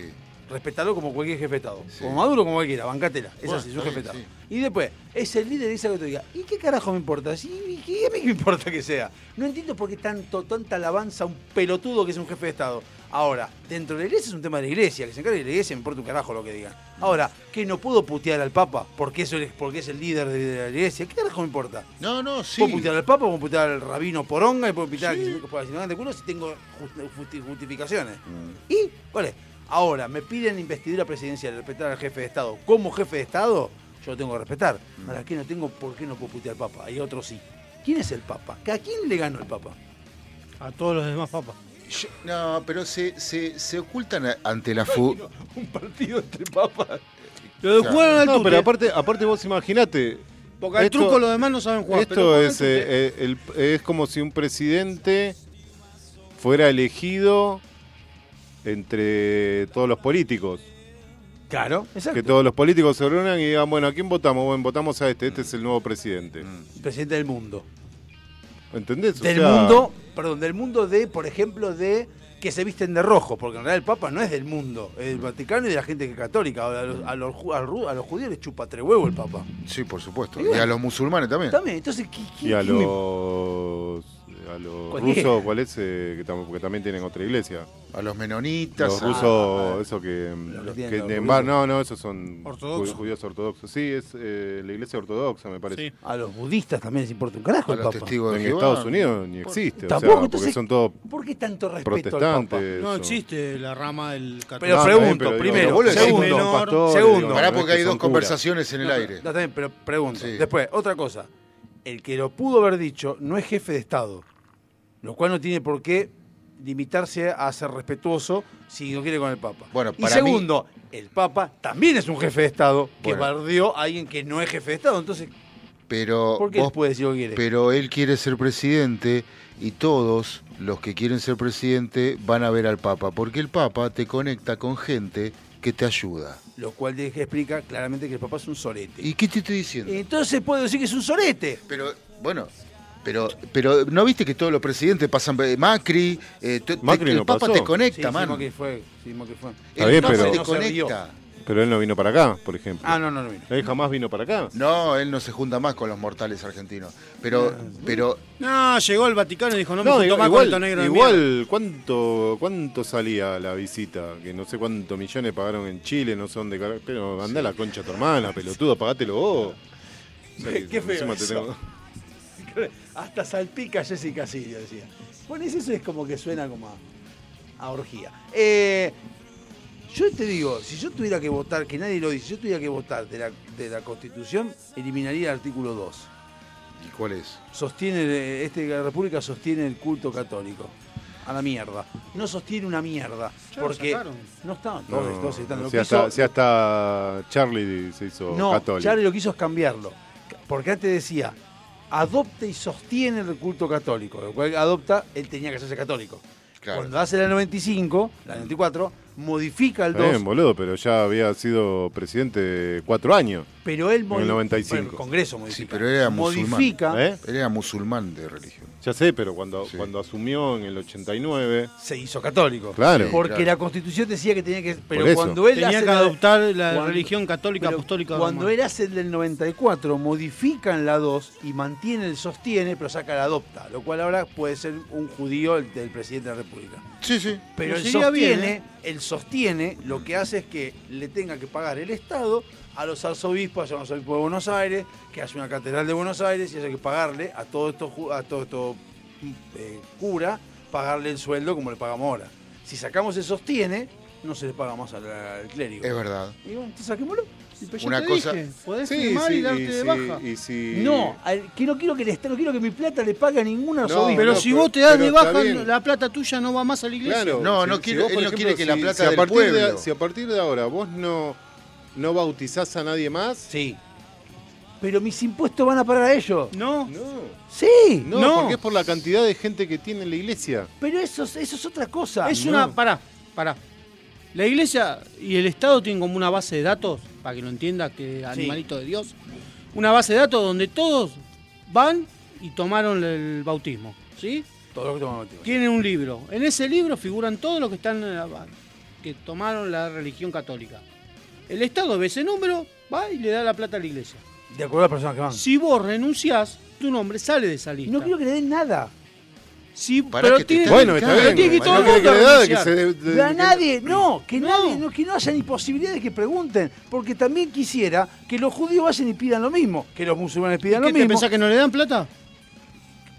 B: respetalo como cualquier jefe de Estado.
D: Sí.
B: Como Maduro, como cualquiera, bancatela. Es
D: Bueno,
B: así, es un
D: está
B: jefe de
D: bien,
B: Estado. Y después, es el líder y dice lo que te diga. ¿Y qué carajo me importa? Sí, ¿y qué a mí qué me importa que sea? No entiendo por qué tanto, tanta alabanza a un pelotudo que es un jefe de Estado. Ahora, dentro de la iglesia es un tema de la iglesia, que se encargue de la iglesia, me importa un carajo lo que digan. Ahora, que no puedo putear al Papa porque, eso es, porque es el líder de, de la iglesia, ¿qué carajo me importa?
D: No, no, sí.
B: Puedo putear al Papa, puedo putear al Rabino Poronga y puedo putear al que pueda de culo si tengo justi- justi- justificaciones. Y, vale, ahora me piden investidura presidencial, respetar al jefe de Estado. Como jefe de Estado, yo lo tengo que respetar.
E: Mm.
B: ¿Para qué no tengo? ¿Por qué no puedo putear al Papa? Hay otro sí. ¿Quién es el Papa? ¿A quién le ganó el Papa?
E: A todos los demás papas.
D: Yo- no, pero se, se, se ocultan a- ante la fu.
B: Un partido entre papas.
E: Lo de
D: Claro.
E: jugar al
C: No,
E: tute,
C: pero aparte, aparte vos imaginate.
E: porque al
C: esto-
E: truco los demás no saben jugar. pero
C: Esto
E: juegan al
C: es,
E: tute.
C: eh, eh, el- es como si un presidente fuera elegido entre todos los políticos.
B: Claro,
C: Que
B: exacto.
C: todos los políticos se reúnan y digan, bueno, ¿a quién votamos? Bueno, votamos a este, este es el nuevo presidente.
B: Presidente del mundo.
C: ¿Entendés? O
B: Del
C: sea,
B: mundo, perdón, del mundo de, por ejemplo, de que se visten de rojo, porque en realidad el Papa no es del mundo, es del Vaticano y de la gente que es católica. A los, a los ju- a los ru- a los judíos les chupa tres huevos el Papa.
D: Sí, por supuesto.
B: Y
D: Y
B: bueno.
D: a los musulmanes también.
B: También, entonces, ¿qué, qué-
C: Y a
B: qué me-
C: los, eh, a los
B: Cualquiera.
C: rusos, ¿cuál es? Eh, que tam- porque también tienen otra iglesia.
D: A los menonitas.
C: Los
D: a-
C: rusos, eso que... mm,
B: Los
C: que-
B: que tienen los
C: va-
B: rusos.
C: no, no, esos son
E: Ortodoxos.
C: ju- judíos ortodoxos. Sí, es eh, la iglesia ortodoxa, me parece.
E: Sí.
B: a los budistas también les importa un carajo
D: A
B: el
D: los
B: Papa.
D: testigos de
C: En
D: Jehová.
C: Estados Unidos ni existe, o sea,
B: Tampoco,
C: porque
B: entonces-
C: son todos
B: ¿Por qué tanto respeto al Papa?
C: protestantes.
E: No
C: son-
E: existe la rama del
B: Pero
E: catolicismo.
C: está bien,
B: pregunto,
C: pero digo,
B: primero,
D: vos lo decís
B: segundo,
E: como
C: pastores,
B: segundo.
C: digo,
D: Pará,
C: no es
D: porque
C: que
D: hay
C: son
D: dos
C: curas.
D: conversaciones en el aire.
B: No, también, pero pregunto.
D: Sí.
B: Después, otra cosa. El que lo pudo haber dicho no es jefe de Estado, lo cual no tiene por qué limitarse a ser respetuoso si no quiere con el Papa.
D: Bueno,
B: y
D: para
B: segundo, el Papa también es un jefe de Estado que
D: Bueno.
B: bardeó a alguien que no es jefe de Estado. Entonces,
D: Pero
B: ¿por qué
D: vos
B: él puede decir lo que quiere?
D: Pero él quiere ser presidente y todos los que quieren ser presidente van a ver al Papa, porque el Papa te conecta con gente que te ayuda.
B: Lo cual de- explica claramente que el Papa es un sorete.
D: ¿Y qué te estoy diciendo?
B: Entonces puedo decir que es un sorete.
D: Pero, bueno, pero, pero ¿no viste que todos los presidentes pasan? eh, Macri, eh, te- te-
C: Macri
D: el
C: no
D: Papa
C: pasó.
D: te
B: Sí,
D: conecta,
B: sí,
D: mano.
B: Macri fue, sí, Macri fue.
C: Está bien,
D: el Papa
C: pero-
D: te
B: No se rió.
D: conecta.
C: Pero él no vino para acá, por ejemplo.
B: Ah, no, no, no vino.
C: Él jamás vino para acá.
D: No, él no se junta más con los mortales argentinos.
B: Ah.
D: Pero, pero
E: No, llegó el Vaticano y dijo, no, me
C: No,
E: junto más con
C: igual,
E: estos negros de mierda.
C: igual ¿cuánto, ¿cuánto salía la visita? Que no sé cuántos millones pagaron en Chile, no sé dónde. carajo, Pero anda la concha a tu hermana, pelotudo, pagátelo vos. O sea, que
B: Qué feo
C: encima te
B: eso.
C: tengo-
B: Hasta salpica Jessica Silvia, decía. Bueno, eso es como que suena como a, a orgía. Eh, yo te digo, si yo tuviera que votar, que nadie lo dice, si yo tuviera que votar de la, de la Constitución, eliminaría el artículo 2.
D: ¿y cuál es?
B: Sostiene, eh, este, la República sostiene el culto católico. A la mierda. No sostiene una mierda.
E: Ya lo
B: porque
E: sacaron.
B: no estaban
C: No,
B: todos, todos están. Lo
C: si,
B: que
C: hasta,
B: hizo-
C: si hasta Charlie se hizo
B: no,
C: católico.
B: Charlie lo que hizo es cambiarlo. Porque antes decía, adopta y sostiene el culto católico. Lo cual adopta, él tenía que hacerse católico.
D: Claro.
B: Cuando hace la 95, la 94, modifica el
C: Está
B: 2,
C: bien, boludo, pero ya había sido presidente cuatro años.
B: pero él
C: el
B: modifica.
C: 95.
B: el Congreso modifica.
D: Sí, pero era musulmán.
B: Modifica,
C: ¿Eh?
D: Él era musulmán de religión.
C: Ya sé, pero cuando,
D: Sí.
C: cuando asumió en el 89.
B: se hizo católico.
C: Claro.
B: Porque
D: claro.
B: la Constitución decía que tenía que. Pero
C: Por eso.
B: cuando él
E: Tenía
B: hace
E: que
B: la-
E: adoptar la
B: cuando-
E: religión católica
B: Pero
E: apostólica
B: Cuando
E: romana.
B: él hace el del 94, modifican la 2 y mantiene el sostiene, pero saca la adopta, lo cual ahora puede ser un judío el del presidente de la República.
D: Sí, sí.
E: Pero
B: Pero el
E: sería
B: sostiene,
E: bien,
D: ¿eh?
B: el sostiene lo que hace es que le tenga que pagar el Estado a los arzobispos, a los arzobispos de Buenos Aires, que hace una catedral de Buenos Aires y haya que pagarle a todo esto, ju- a todo esto eh, cura, pagarle el sueldo como le pagamos ahora. Si sacamos el sostiene, no se le paga más al, al clérigo.
C: Eh,
D: Es verdad.
B: Y bueno, entonces saquémoslo.
E: Pero yo
D: Una
E: te
D: cosa-
E: dije, podés
C: Sí,
E: firmar
C: sí,
E: y darte
C: y
E: de
C: sí,
E: baja.
C: y sí.
B: No, al- que no quiero que el Estado, no quiero que mi plata le pague a ningún arzobispo.
E: Pero
C: no,
E: si
C: pero-
E: vos te das
C: pero
E: de
C: está
E: baja,
C: bien.
E: la plata tuya no va más a la iglesia.
C: Claro.
D: No, no quiere-
C: por
D: él no quiere que la plata
C: a
D: del
C: partir de-
D: pueblo.
C: si a partir de ahora vos no, no bautizás a nadie más.
B: Sí. Pero mis impuestos van a parar a ellos.
E: No,
C: No,
B: Sí.
C: no,
E: No.
C: porque es por la cantidad de gente que tiene en la iglesia.
B: Pero eso, es- eso es otra cosa.
E: es
B: No.
E: una. Pará, pará. La iglesia y el Estado tienen como una base de datos, para que lo entienda, que animalito de Dios. Una base de datos donde todos van y tomaron el bautismo. ¿Sí?
B: Todo lo que tomamos motivo.
E: Tienen un libro. En ese libro figuran todos los que están eh, que tomaron la religión católica. El Estado ve ese número, va y le da la plata a la iglesia.
B: De acuerdo a las personas que van.
E: Si vos renunciás, tu nombre sale de esa lista.
B: No quiero que le den nada.
E: Sí,
D: Pará
E: pero
D: que te
E: tiene,
D: están-
C: Bueno,
E: pero
C: está bien.
E: tiene que ir todo
C: no
E: el
C: quiere
E: mundo
C: que
E: a
C: le da de que
E: renunciar.
C: se- de- de-
B: a
C: que-
B: nadie, no, que
E: No.
B: nadie, no, que no haya ni posibilidades que pregunten, porque también quisiera que los judíos vayan y pidan lo mismo, que los musulmanes
E: ¿Qué
B: pidan lo
E: te
B: mismo,
E: pensás que no le dan plata?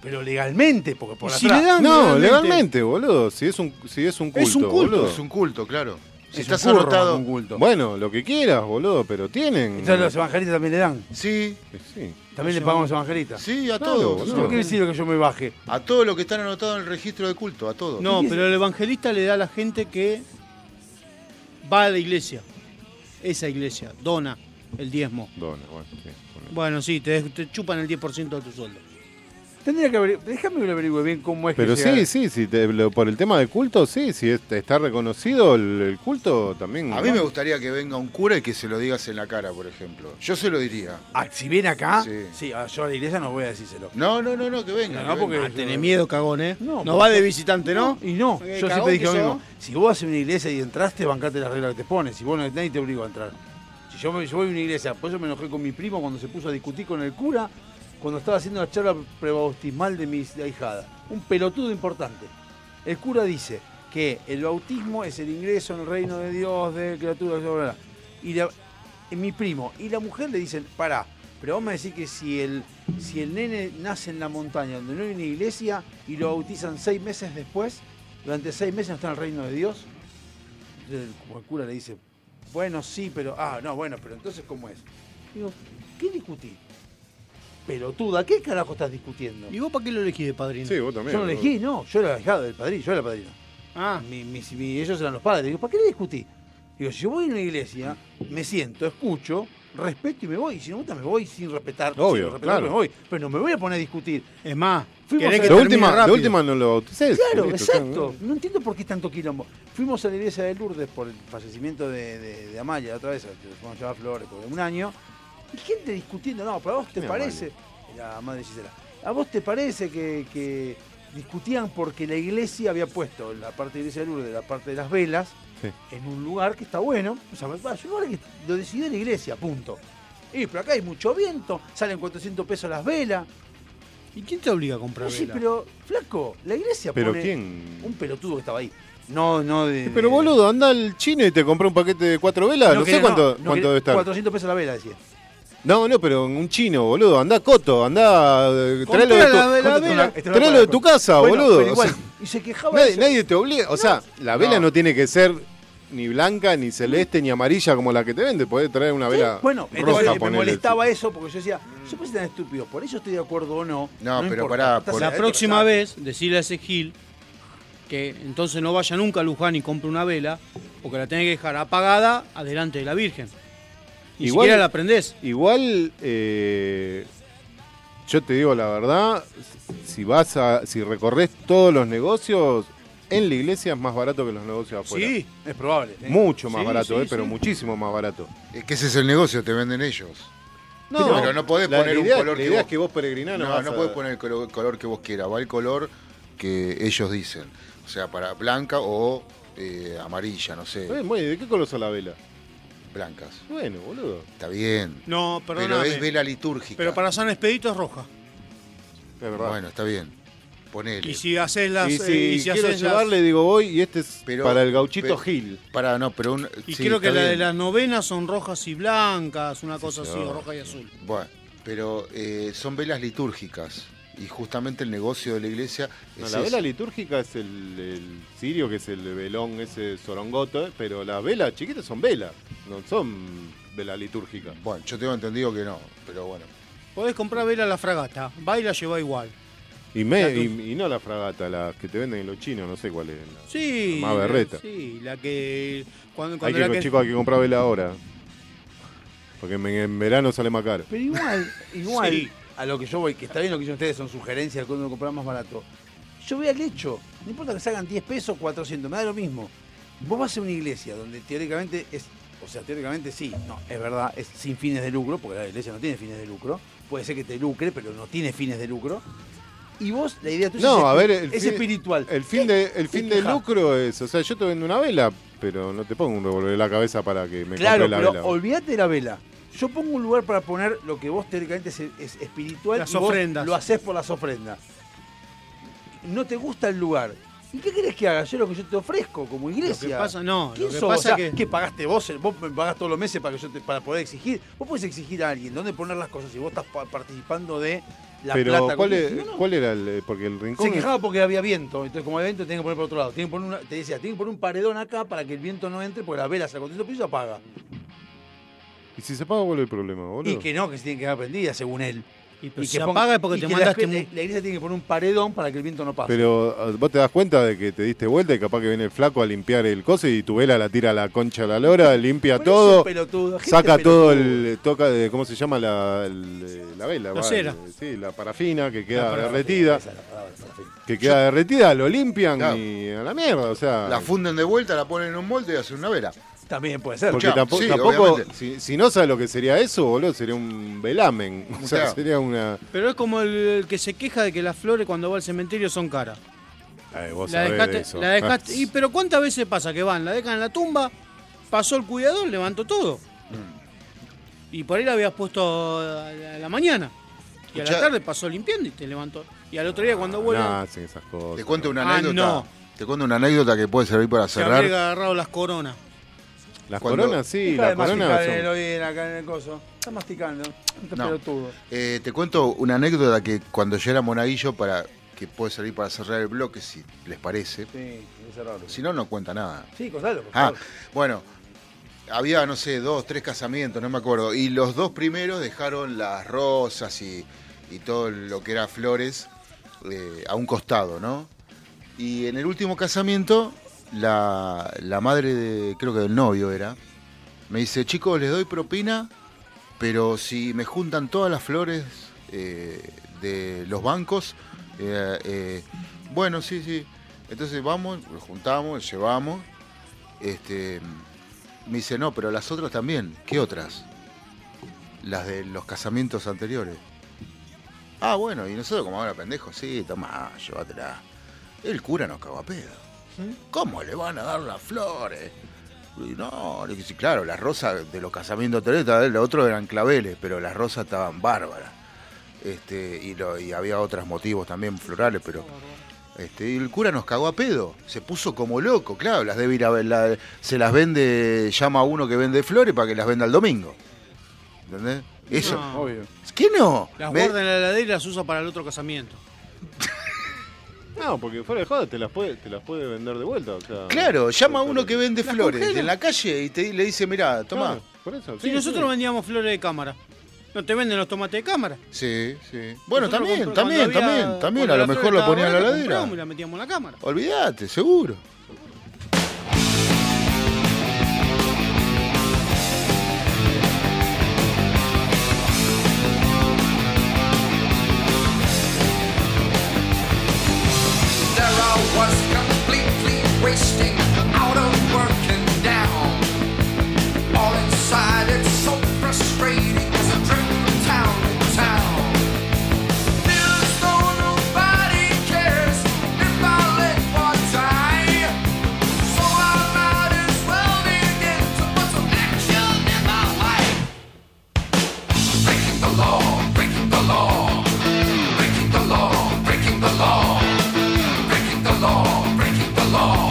B: pero legalmente, porque por
E: Y
B: atrás.
E: si le dan
C: No, legalmente, boludo. Si es un, si es un culto,
E: Es un culto,
C: boludo.
D: Es un culto, claro. Si
B: Es un
D: estás
B: curro,
D: anotado.
B: un culto.
C: Bueno, lo que quieras, boludo, pero tienen.
B: Entonces los evangelistas también le dan,
D: Sí,
C: Eh, Sí.
B: también le pagamos a los evangelistas.
D: sí, a
C: Claro,
D: todos.
C: boludo.
B: ¿Por qué decirlo que yo me baje?
D: A todos los que están anotados en el registro de culto, a todos.
E: No, pero el evangelista le da a la gente que va a la iglesia. Esa iglesia, dona el diezmo.
C: Dona, bueno, sí, ponele.
E: Bueno, sí, te, te chupan el 10% de tu sueldo.
B: Tendría que averiguar, déjame que lo averigüe bien cómo es
C: Pero
B: que llega-
C: sí, sí, sí te- lo- por el tema del culto, sí, si es- está reconocido el, el culto también.
D: A mí me gustaría que venga un cura y que se lo digas en la cara, por ejemplo. Yo se lo diría.
B: Ah, si viene acá, sí.
D: Sí.
B: ah, yo a la iglesia no voy a decírselo.
D: No, no, no, no, que venga.
B: No, no,
D: que
B: porque-
D: venga.
E: Ah, tenés miedo, cagón, ¿eh? No,
B: No, por-
E: va de visitante, ¿no?
B: Y no,
E: Porque
B: yo
E: cagón
B: siempre dije lo
E: que
B: mismo. Si vos vas a una iglesia y entraste, bancate las reglas que te pones. Si vos no, nadie te obligó a entrar. Si yo, me- yo voy a una iglesia, por eso me enojé con mi primo cuando se puso a discutir con el cura, cuando estaba haciendo la charla prebautismal de mi ahijada. Un pelotudo importante. El cura dice que el bautismo es el ingreso en el reino de Dios, de criaturas, bla, bla, bla. Y la- y mi primo y la mujer le dicen, pará, pero vamos a decir que si el, si el nene nace en la montaña donde no hay una iglesia y lo bautizan seis meses después, durante seis meses no está en el reino de Dios. Entonces el, como el cura le dice, bueno, sí, pero, ah, no, bueno, pero entonces ¿cómo es? Digo, ¿qué discutí? Pelotuda, ¿qué carajo estás discutiendo?
E: ¿Y vos para qué lo elegís de padrino?
C: Sí, vos también.
B: Yo no
C: boludo.
B: elegí, no, yo era alejado del padrino, yo era el padrino.
E: Ah,
B: Mi- mis- mi- ellos eran los padres. Digo, ¿para qué le discutí? Digo, si yo voy a una iglesia, me siento, escucho, respeto y me voy. Y si no me gusta, me voy sin respetar.
C: Obvio,
B: sin respetar,
C: claro.
B: me voy. Pero no me voy a poner a discutir.
E: es más,
B: Fuimos
E: querés
B: a-
E: que
C: De
E: termine
C: última, de
E: rápido.
C: última no lo bauticés.
B: Claro,
C: listo,
B: exacto.
C: claro.
B: No entiendo por qué tanto quilombo. Fuimos a la iglesia de Lourdes por el fallecimiento de, de- de Amaya la otra vez, que le fuimos a llevar flores por un año. Y gente discutiendo, no, pero a vos te
C: Mira,
B: parece. La madre Gisela. ¿A vos te parece que, que, discutían porque la iglesia había puesto la parte de iglesia de Lourdes, la parte de las velas,
C: Sí.
B: en un lugar que está bueno. O sea, bueno, es un lugar que lo decidió la iglesia, punto. Y pero acá hay mucho viento, salen 400 pesos las velas.
E: ¿Y quién te obliga a comprar
B: Sí,
E: vela?
B: pero flaco, la iglesia
C: ¿Pero
B: pone
C: quién?
B: un pelotudo que estaba ahí. No, no de.
C: Pero
B: de-
C: boludo, anda al chino y te compró un paquete de cuatro velas. No,
B: quería-
C: sé cuánto,
B: no
C: cuánto
B: quería-
C: debe estar.
B: 400 pesos la vela, decía.
C: No, no, pero un chino, boludo. Anda a Coto, anda. eh, Traelo de tu,
E: la- la
C: Coto,
E: vela.
C: tra- traelo de tu casa,
B: Bueno,
C: boludo.
B: pero
C: O
B: igual,
C: sea,
B: y se quejaba. de
C: nadie,
B: eso.
C: nadie te obliga. O sea, la vela no. tiene que ser ni blanca, ni celeste, ni amarilla como la que te vende. Podés traer una
B: Sí,
C: vela
B: Bueno,
C: roja,
B: entonces me
C: ponele.
B: molestaba eso porque yo decía, se parecen tan estúpidos, por eso estoy de acuerdo o no.
D: No, pero
B: importa,
D: pará,
B: estás
D: por-
B: en
E: La
B: derecho,
E: próxima
B: está.
E: vez, decirle a ese Gil que entonces no vaya nunca a Luján y compre una vela, porque la tenés que dejar apagada adelante de la Virgen. Ni
C: Igual-
E: siquiera la prendés.
C: Igual, eh, yo te digo la verdad, si vas a, si recorres todos los negocios, en la iglesia es más barato que los negocios afuera.
B: Sí, es probable. ¿eh?
C: Mucho más
E: Sí,
C: barato,
E: sí,
C: eh, pero
E: sí.
C: muchísimo más barato.
D: Es que ese es el negocio, te venden ellos.
C: No,
D: pero no podés poner un
C: idea-
D: color
C: La
D: que
C: idea
D: vos-
C: es que vos peregrinás
D: No,
C: no, vas
D: no
C: a-
D: puedes poner el colo- color, que vos quieras, va el color que ellos dicen. O sea, para blanca o eh, amarilla, no
C: Eh,
D: sé,
C: bueno, ¿De qué color son la vela?
D: blancas.
C: Bueno, boludo.
D: Está bien.
E: No,
D: Pero es vela litúrgica.
E: Pero para San Expedito es roja.
C: Es verdad.
D: Bueno, está bien. Ponele.
E: Y si haces las.
C: y
E: eh,
C: si,
E: y si
C: quiero
E: haces las-
C: llevarle, digo, voy, y este es
D: Pero-
C: para el gauchito
D: pero-
C: Gil.
D: Para, no, pero un.
E: Y
D: sí,
E: creo que
D: está
E: la de
D: bien.
E: las novenas son rojas y blancas, una cosa así,
D: señor.
E: o roja y azul.
D: Bueno, pero eh, son velas litúrgicas. Y justamente el negocio de la iglesia
C: No,
D: es
C: la vela
D: ese.
C: litúrgica es el, el sirio, que es el velón, ese sorongoto, eh, pero las velas chiquitas son velas, no son vela litúrgica.
D: Bueno, yo tengo entendido que no, pero bueno.
E: Podés comprar vela a la fragata, va y la lleva igual.
C: Y, me- y- y no la fragata, las que te venden en los chinos, no sé cuál es. la-
E: Sí.
C: Más berreta.
E: Sí, la que. Cuando,
C: Hay
E: cuando
C: que,
E: la que-
C: chicos, hay que comprar vela ahora. Porque en, en verano sale más caro.
B: Pero igual, igual,
E: Sí.
B: a lo que yo voy, que está bien lo que dicen ustedes, son sugerencias de cuando comprar más barato. Yo voy al hecho, no importa que salgan 10 pesos, 400, me da lo mismo. Vos vas a una iglesia donde teóricamente es, o sea, teóricamente sí, no, es verdad, es sin fines de lucro, porque la iglesia no tiene fines de lucro. Puede ser que te lucre, pero no tiene fines de lucro. Y vos, la idea tuya
C: No,
B: es,
C: a ver, el
B: es
C: fin-
B: espiritual.
C: El fin de, el fin
B: Te
C: de
B: queja.
C: lucro es, o sea, yo te vendo una vela, pero no te pongo un revólver en la cabeza para que me
B: Claro,
C: compre la
B: pero
C: vela.
B: olvídate de la vela. Yo pongo un lugar para poner lo que vos teóricamente es, es espiritual
E: Las
B: y vos
E: ofrendas.
B: lo haces por las ofrendas. No te gusta el lugar. ¿Y qué querés que haga? Yo lo que yo te ofrezco como iglesia.
E: Lo que pasa- no,
B: ¿Quién
E: lo que
B: sos?
E: pasa
B: O sea,
E: que-
B: ¿Qué pagaste vos? Vos me pagás todos los meses para, que yo te- para poder exigir. Vos podés exigir a alguien dónde poner las cosas y vos estás pa- participando de la plata.
C: pero
B: con-
C: ¿cuál, es-
B: No, no.
C: ¿cuál era el...? eh, Porque el rincón...
B: Se quejaba porque había viento, entonces como había viento tenía que poner por otro lado. Tienen que poner una- te decía, tienen que poner un paredón acá para que el viento no entre porque la vela se la contento piso apaga.
C: ¿Y si se paga cuál es el problema, boludo?
B: Y que no, que se tienen que quedar prendidas, según él.
E: Y, pero
B: Y
E: se
B: que ponga-
E: apaga es porque
B: y
E: te
B: que la
E: mandaste.
B: gente- La,
E: mu-
B: iglesia tiene que poner un paredón para que el viento no pase.
C: Pero ah, vos te das cuenta de que te diste vuelta y capaz que viene el flaco a limpiar el coso y tu vela la tira a la concha de la lora,
B: Pero
C: limpia
B: es un
C: todo,
B: pelotudo, gente
C: saca todo
B: pelotuda.
C: el... toca de, ¿Cómo se llama la, el- la vela?
E: La
C: va,
E: cera.
C: el- sí, la parafina que queda
E: parafina,
C: derretida.
B: Esa es la palabra, esa es la
C: Que queda derretida, lo limpian
D: Claro.
C: y a la mierda, o sea...
D: La funden de vuelta, la ponen en un molde y hacen una vela.
B: fe. También puede ser.
C: Porque
D: Chao,
C: tampo-
D: sí,
C: tampoco,
D: obviamente.
C: si, si no sabes lo que sería eso, boludo, sería un velamen. O sea,
D: Claro.
C: sería una.
E: Pero es como el, el que se queja de que las flores cuando va al cementerio son caras.
C: Ay, eh, vos
E: La
C: sabés de
E: dejaste,
C: eso. Ah.
E: la dejaste-
D: Ah.
E: y, pero ¿cuántas veces pasa que van? La dejan en la tumba, pasó el cuidador, levantó todo.
D: Mm.
E: Y por ahí la habías puesto a la, a la mañana. Y a la
D: Escuchá.
E: tarde pasó limpiando y te levantó. Y al otro día cuando vuelve,
C: Nah, hacen esas cosas.
D: Te cuento una
E: Ah,
D: anécdota.
E: no.
D: Te cuento una anécdota que puede servir para
E: se habría
D: cerrar.
E: agarrado las coronas.
C: Las
D: cuando-
C: coronas, Ah, sí,
B: Deja
C: las
B: de
C: coronas.
B: masticar
C: son-
B: en el oído, acá en el coso. Está masticando. Está
D: No.
B: pelotudo.
D: Eh, te cuento una anécdota que cuando yo era monaguillo para que puede servir para cerrar el bloque si les parece.
B: Sí, es raro.
D: Si no, no cuenta nada.
B: Sí, contalo, por
D: Ah,
B: favor.
D: bueno, había, no sé, dos, tres casamientos, no me acuerdo. Y los dos primeros dejaron las rosas y, y todo lo que era flores eh, a un costado, ¿no? Y en el último casamiento, la, la madre de, creo que del novio era, me dice, chicos, les doy propina, pero si me juntan todas las flores eh, de los bancos, eh, eh, bueno, sí, sí. Entonces vamos, lo juntamos, llevamos. Este, me dice, no, pero las otras también. ¿Qué otras? Las de los casamientos anteriores. Ah, bueno, y nosotros como ahora pendejos, sí, toma, llévatela. El cura nos cagó a pedo. ¿Cómo le van a dar las flores? Y no, le dije, sí, claro, las rosas de los casamientos teretas, los otros eran claveles, pero las rosas estaban bárbaras. Este, y, lo- y había otros motivos también florales, pero. Este, y el cura nos cagó a pedo, se puso como loco, claro, las debe ir a ver, la- se las vende, llama a uno que vende flores para que las venda el domingo. ¿Entendés? Eso.
J: Obvio.
D: ¿Qué no?
E: Las
D: Me-
E: guarda en la heladera y las usa para el otro casamiento.
C: No, porque fuera de joda te las puede, te las puede vender de vuelta. o sea-
D: Claro, llama a uno que vende
E: Las
D: flores
E: congela.
D: en la calle y te, le dice, mirá, toma.
C: Claro, por eso.
E: Si
C: sí,
E: nosotros
C: sí.
E: vendíamos flores de cámara. No te venden los tomates de cámara.
D: Sí, sí. Bueno,
E: Nosotros
D: también,
E: compro-
D: también,
E: cuando había-
D: también, también.
E: cuando
D: A
E: la
D: lo
E: flor
D: mejor lo
E: estaba
D: ponía en la
E: barata,
D: heladera.
E: comprábamos Y la metíamos en la cámara.
D: Olvídate, seguro.
A: There I was completely wasting out of work and down. All inside, it's so frustrating as I drift from town to town. Feels as though nobody cares if I let one die. So I might as well begin to put some action in my life. Breaking the law, breaking the law, breaking the law, breaking the law. Breaking the law, breaking the law,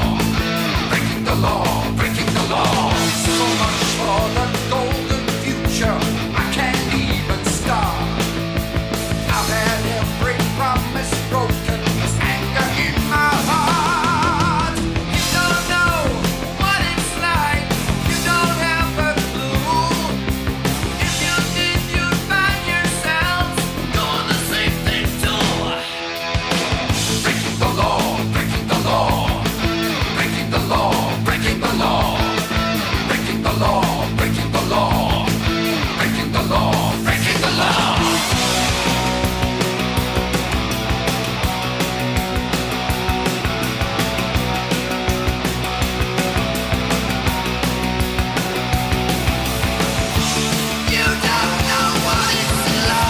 A: breaking the law, breaking the law. So much for the golden future, I can't even start. I've had every promise broken, there's anger in my heart. You don't know what it's like, you don't have a clue. If you did, you'd find yourselves doing the same thing too. Breaking the law, breaking the law, breaking the law, breaking the law, breaking the law, breaking the law, breaking the law, breaking the law. You don't know what it's like.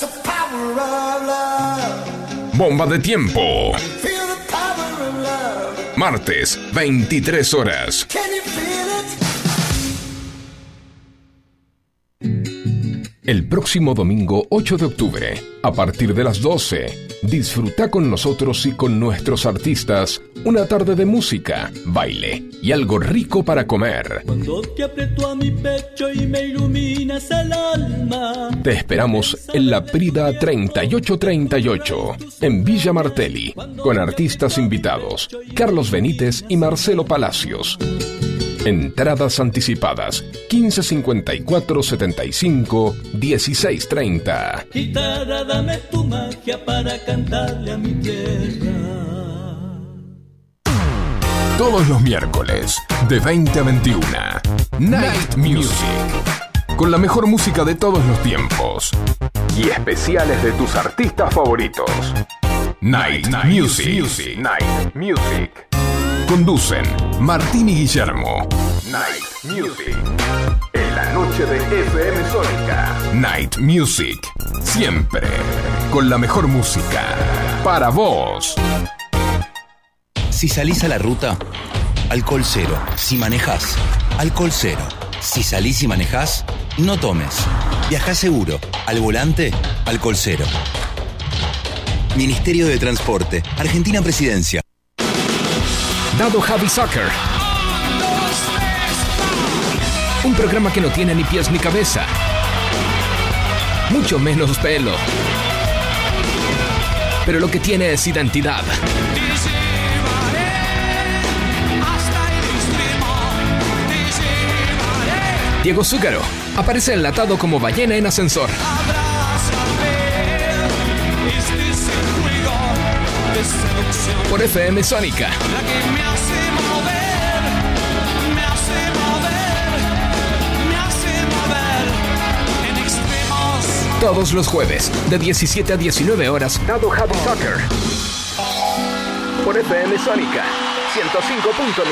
K: Bomba de tiempo. Martes, 23 horas. El próximo domingo 8 de octubre, a partir de las 12, disfruta con nosotros y con nuestros artistas una tarde de música, baile y algo rico para comer.
L: Cuando te apretó a mi pecho y me iluminas el alma.
K: Te esperamos en la Prida 3838, en Villa Martelli, con artistas invitados, Carlos Benítez y Marcelo Palacios. Entradas anticipadas 1554 75 1630.
M: Guitarra, dame tu magia para cantarle a mi tierra.
K: Todos los miércoles, de 20 a 21, Night Music. Con la mejor música de todos los tiempos. Y especiales de tus artistas favoritos. Night, Music. Night Music. Conducen Martín y Guillermo. Night Music. En la noche de FM Sónica. Night Music. Siempre. Con la mejor música. Para vos.
N: Si salís a la ruta, alcohol cero. Si manejás, alcohol cero. Si salís y manejás, no tomes. Viajá seguro. Al volante, alcohol cero. Ministerio de Transporte, Argentina Presidencia.
O: Dado Javi Soccer. Un programa que no tiene ni pies ni cabeza. Mucho menos pelo. Pero lo que tiene es identidad. Diego Zúcaro aparece enlatado como ballena en ascensor.
A: Este
O: Por FM Sónica. Todos los jueves, de 17 a 19 horas. Dado Javi Soccer.
K: Por FM Sónica 105.9.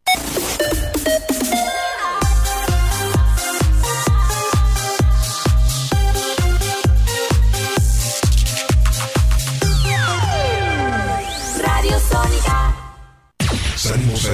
A: Radio Sónica.
P: Salimos a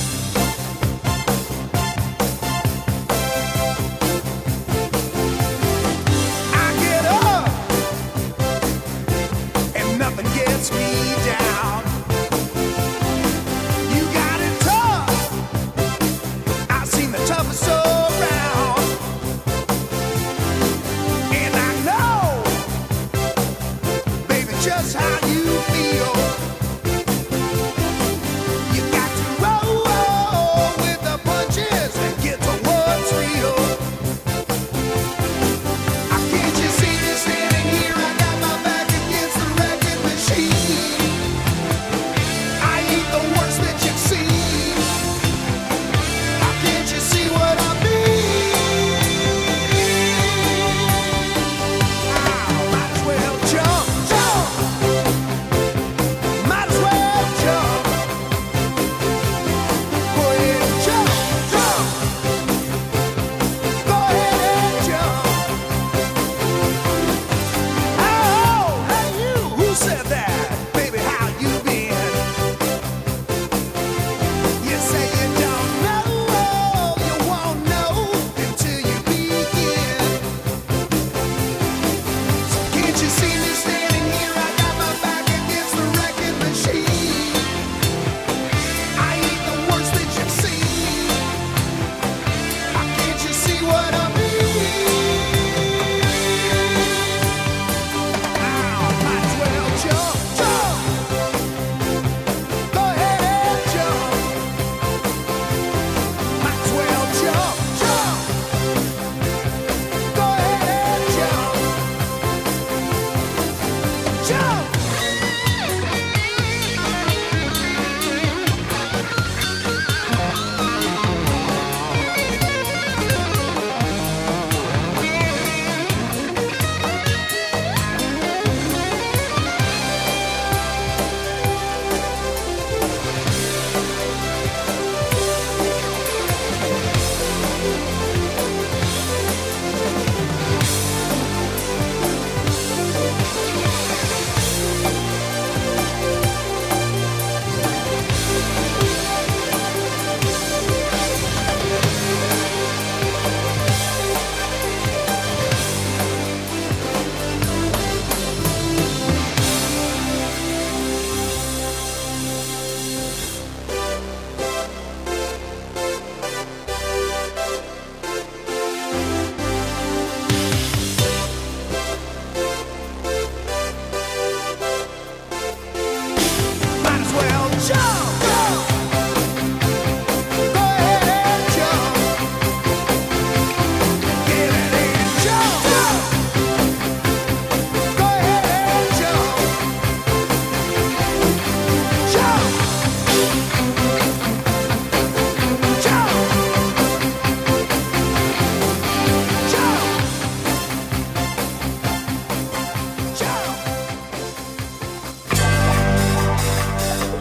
A: I get up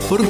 N: mejor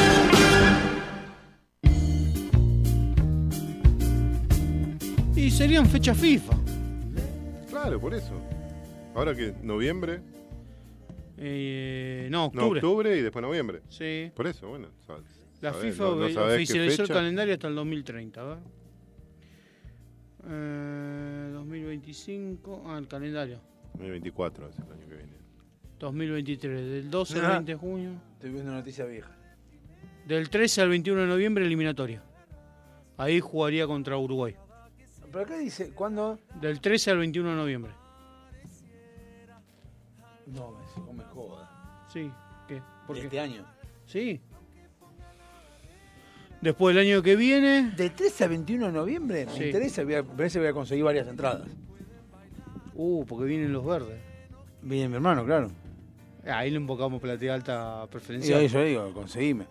E: Y serían fecha FIFA.
C: Claro, por eso. Ahora que noviembre,
E: Eh, no,
C: no,
E: octubre.
C: octubre y después noviembre.
E: Sí.
C: Por eso, bueno. sabes-
E: La
C: sabés,
E: FIFA
C: no- no
E: obe-
C: sabés qué
E: oficializó el
C: fecha.
E: calendario hasta el 2030, ¿verdad? Eh, 2025, ah, el calendario.
C: 2024 es el año que viene.
E: 2023, del 12 al
B: Ah.
E: 20 de junio.
B: Estoy viendo noticia vieja.
E: Del 13 al 21 de noviembre, eliminatoria. Ahí jugaría contra Uruguay.
B: Pero acá dice, ¿cuándo?
E: Del 13 al 21 de noviembre.
B: No, me, no me joda.
E: Sí, ¿qué? ¿Por
B: ¿Este año?
E: Sí. Después del año que viene.
B: ¿De 13 a 21 de noviembre? Me
E: Sí.
B: interesa, voy a, parece que voy a conseguir varias entradas.
E: Uh, porque vienen los verdes.
B: Viene mi hermano, claro.
E: Ahí le invocamos platea alta
B: Y
E: preferencial.
B: ahí yo digo, conseguime.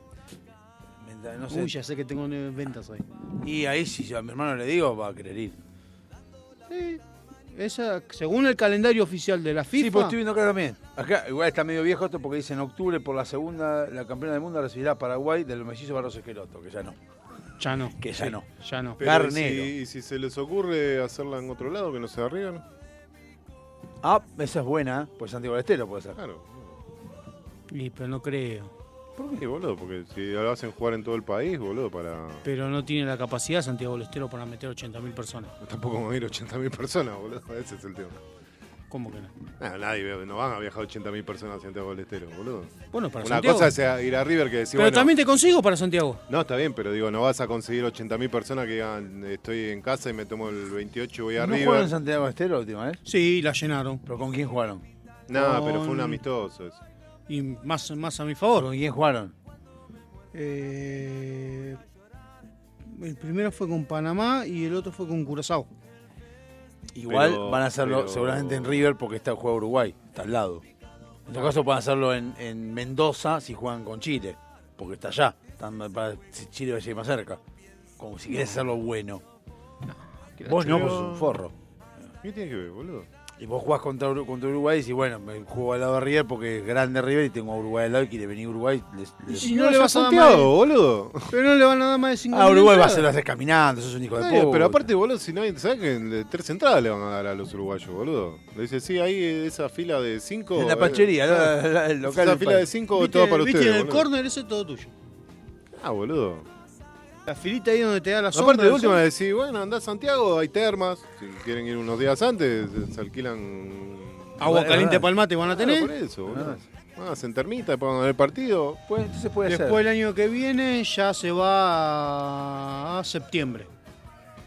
B: Mientras No sé.
E: Uy, ya sé que tengo nueve ventas hoy.
B: Y ahí si yo a mi hermano le digo, va a querer ir.
E: Sí, esa, según el calendario oficial de la FIFA.
B: Sí, pues estoy viendo acá también. Acá igual está medio viejo esto porque dice en octubre por la segunda, la campeona del mundo recibirá a Paraguay del mellizo Barros Esqueloto, que ya no.
E: Ya no.
B: Que ya no.
E: Ya no.
C: Pero
B: Carnero.
C: ¿y si- ¿Y si se les ocurre hacerla en otro lado que no sea arriba? no?
B: Ah, esa es buena, ¿eh? pues Santiago del Estero puede ser.
C: Claro.
E: Y, pero no creo.
C: ¿Por qué, boludo? Porque si lo hacen jugar en todo el país, boludo, para.
E: Pero no tiene la capacidad Santiago del Estero para meter 80.000 personas.
C: Tampoco van a ir 80.000 personas, boludo. Ese es el tema.
E: ¿Cómo que no?
C: No, Ah, nadie, ve- no van a viajar 80.000 personas a Santiago del Estero, boludo.
E: Bueno, para
C: Una
E: Santiago.
C: cosa es a- ir a River que decir,
E: pero
C: bueno,
E: también te consigo para Santiago.
C: No, está bien, pero digo, no vas a conseguir 80.000 personas que digan, estoy en casa y me tomo el 28 y voy a
B: ¿No
C: River.
B: jugaron en Santiago del Estero la última vez?
E: Sí, la llenaron.
B: ¿Pero con quién jugaron?
C: No,
E: Con-
C: pero fue un amistoso eso.
E: Y más, más a mi favor.
B: ¿Con quién jugaron?
E: Eh, el primero fue con Panamá y el otro fue con Curazao.
B: Igual
E: Pero-
B: van a hacerlo
E: pero-
B: seguramente en River porque está juega Uruguay, está al lado. En todo caso, pueden hacerlo en, en Mendoza si juegan con Chile, porque está allá. Están más- para- si Chile va a llegar más cerca. Como si quieres hacerlo bueno. vos no, vos sos un forro.
C: ¿Qué tiene que ver, boludo?
B: Y vos jugás contra, Uru- contra Uruguay y decís, bueno, me juego al lado de River porque es grande River y tengo a Uruguay al lado y quiere venir Uruguay. les- les-
E: si no le vas a dar
C: Santiago,
E: más de-
C: boludo.
E: Pero no le van a dar más de 5
B: A Ah, Uruguay va a hacer las haces caminando, sos un hijo de
C: Está
B: puta.
C: bien, pero aparte, boludo, si no hay, ¿sabes que de tres entradas le van a dar a los uruguayos, boludo? Le dice, sí, ahí esa fila de cinco. eh,
B: En la panchería, ¿no? La- la- el local
C: Esa
B: del
C: fila
B: pan.
C: de cinco,
E: Viste-
C: todo para
E: viste
C: ustedes.
E: en el
C: boludo.
E: córner, eso es todo tuyo.
C: Ah, boludo.
E: La filita ahí donde te da la sombra.
C: Aparte de
E: el
C: última
E: sol.
C: decís, bueno, andá a Santiago, hay termas. Si quieren ir unos días antes, se, se alquilan.
E: Agua caliente para el mate van a
C: Claro,
E: tener.
C: por eso, boludo. Ah, hacen termita, después van a ver el partido.
B: Pues, entonces puede
E: Después el año que viene ya se va a septiembre.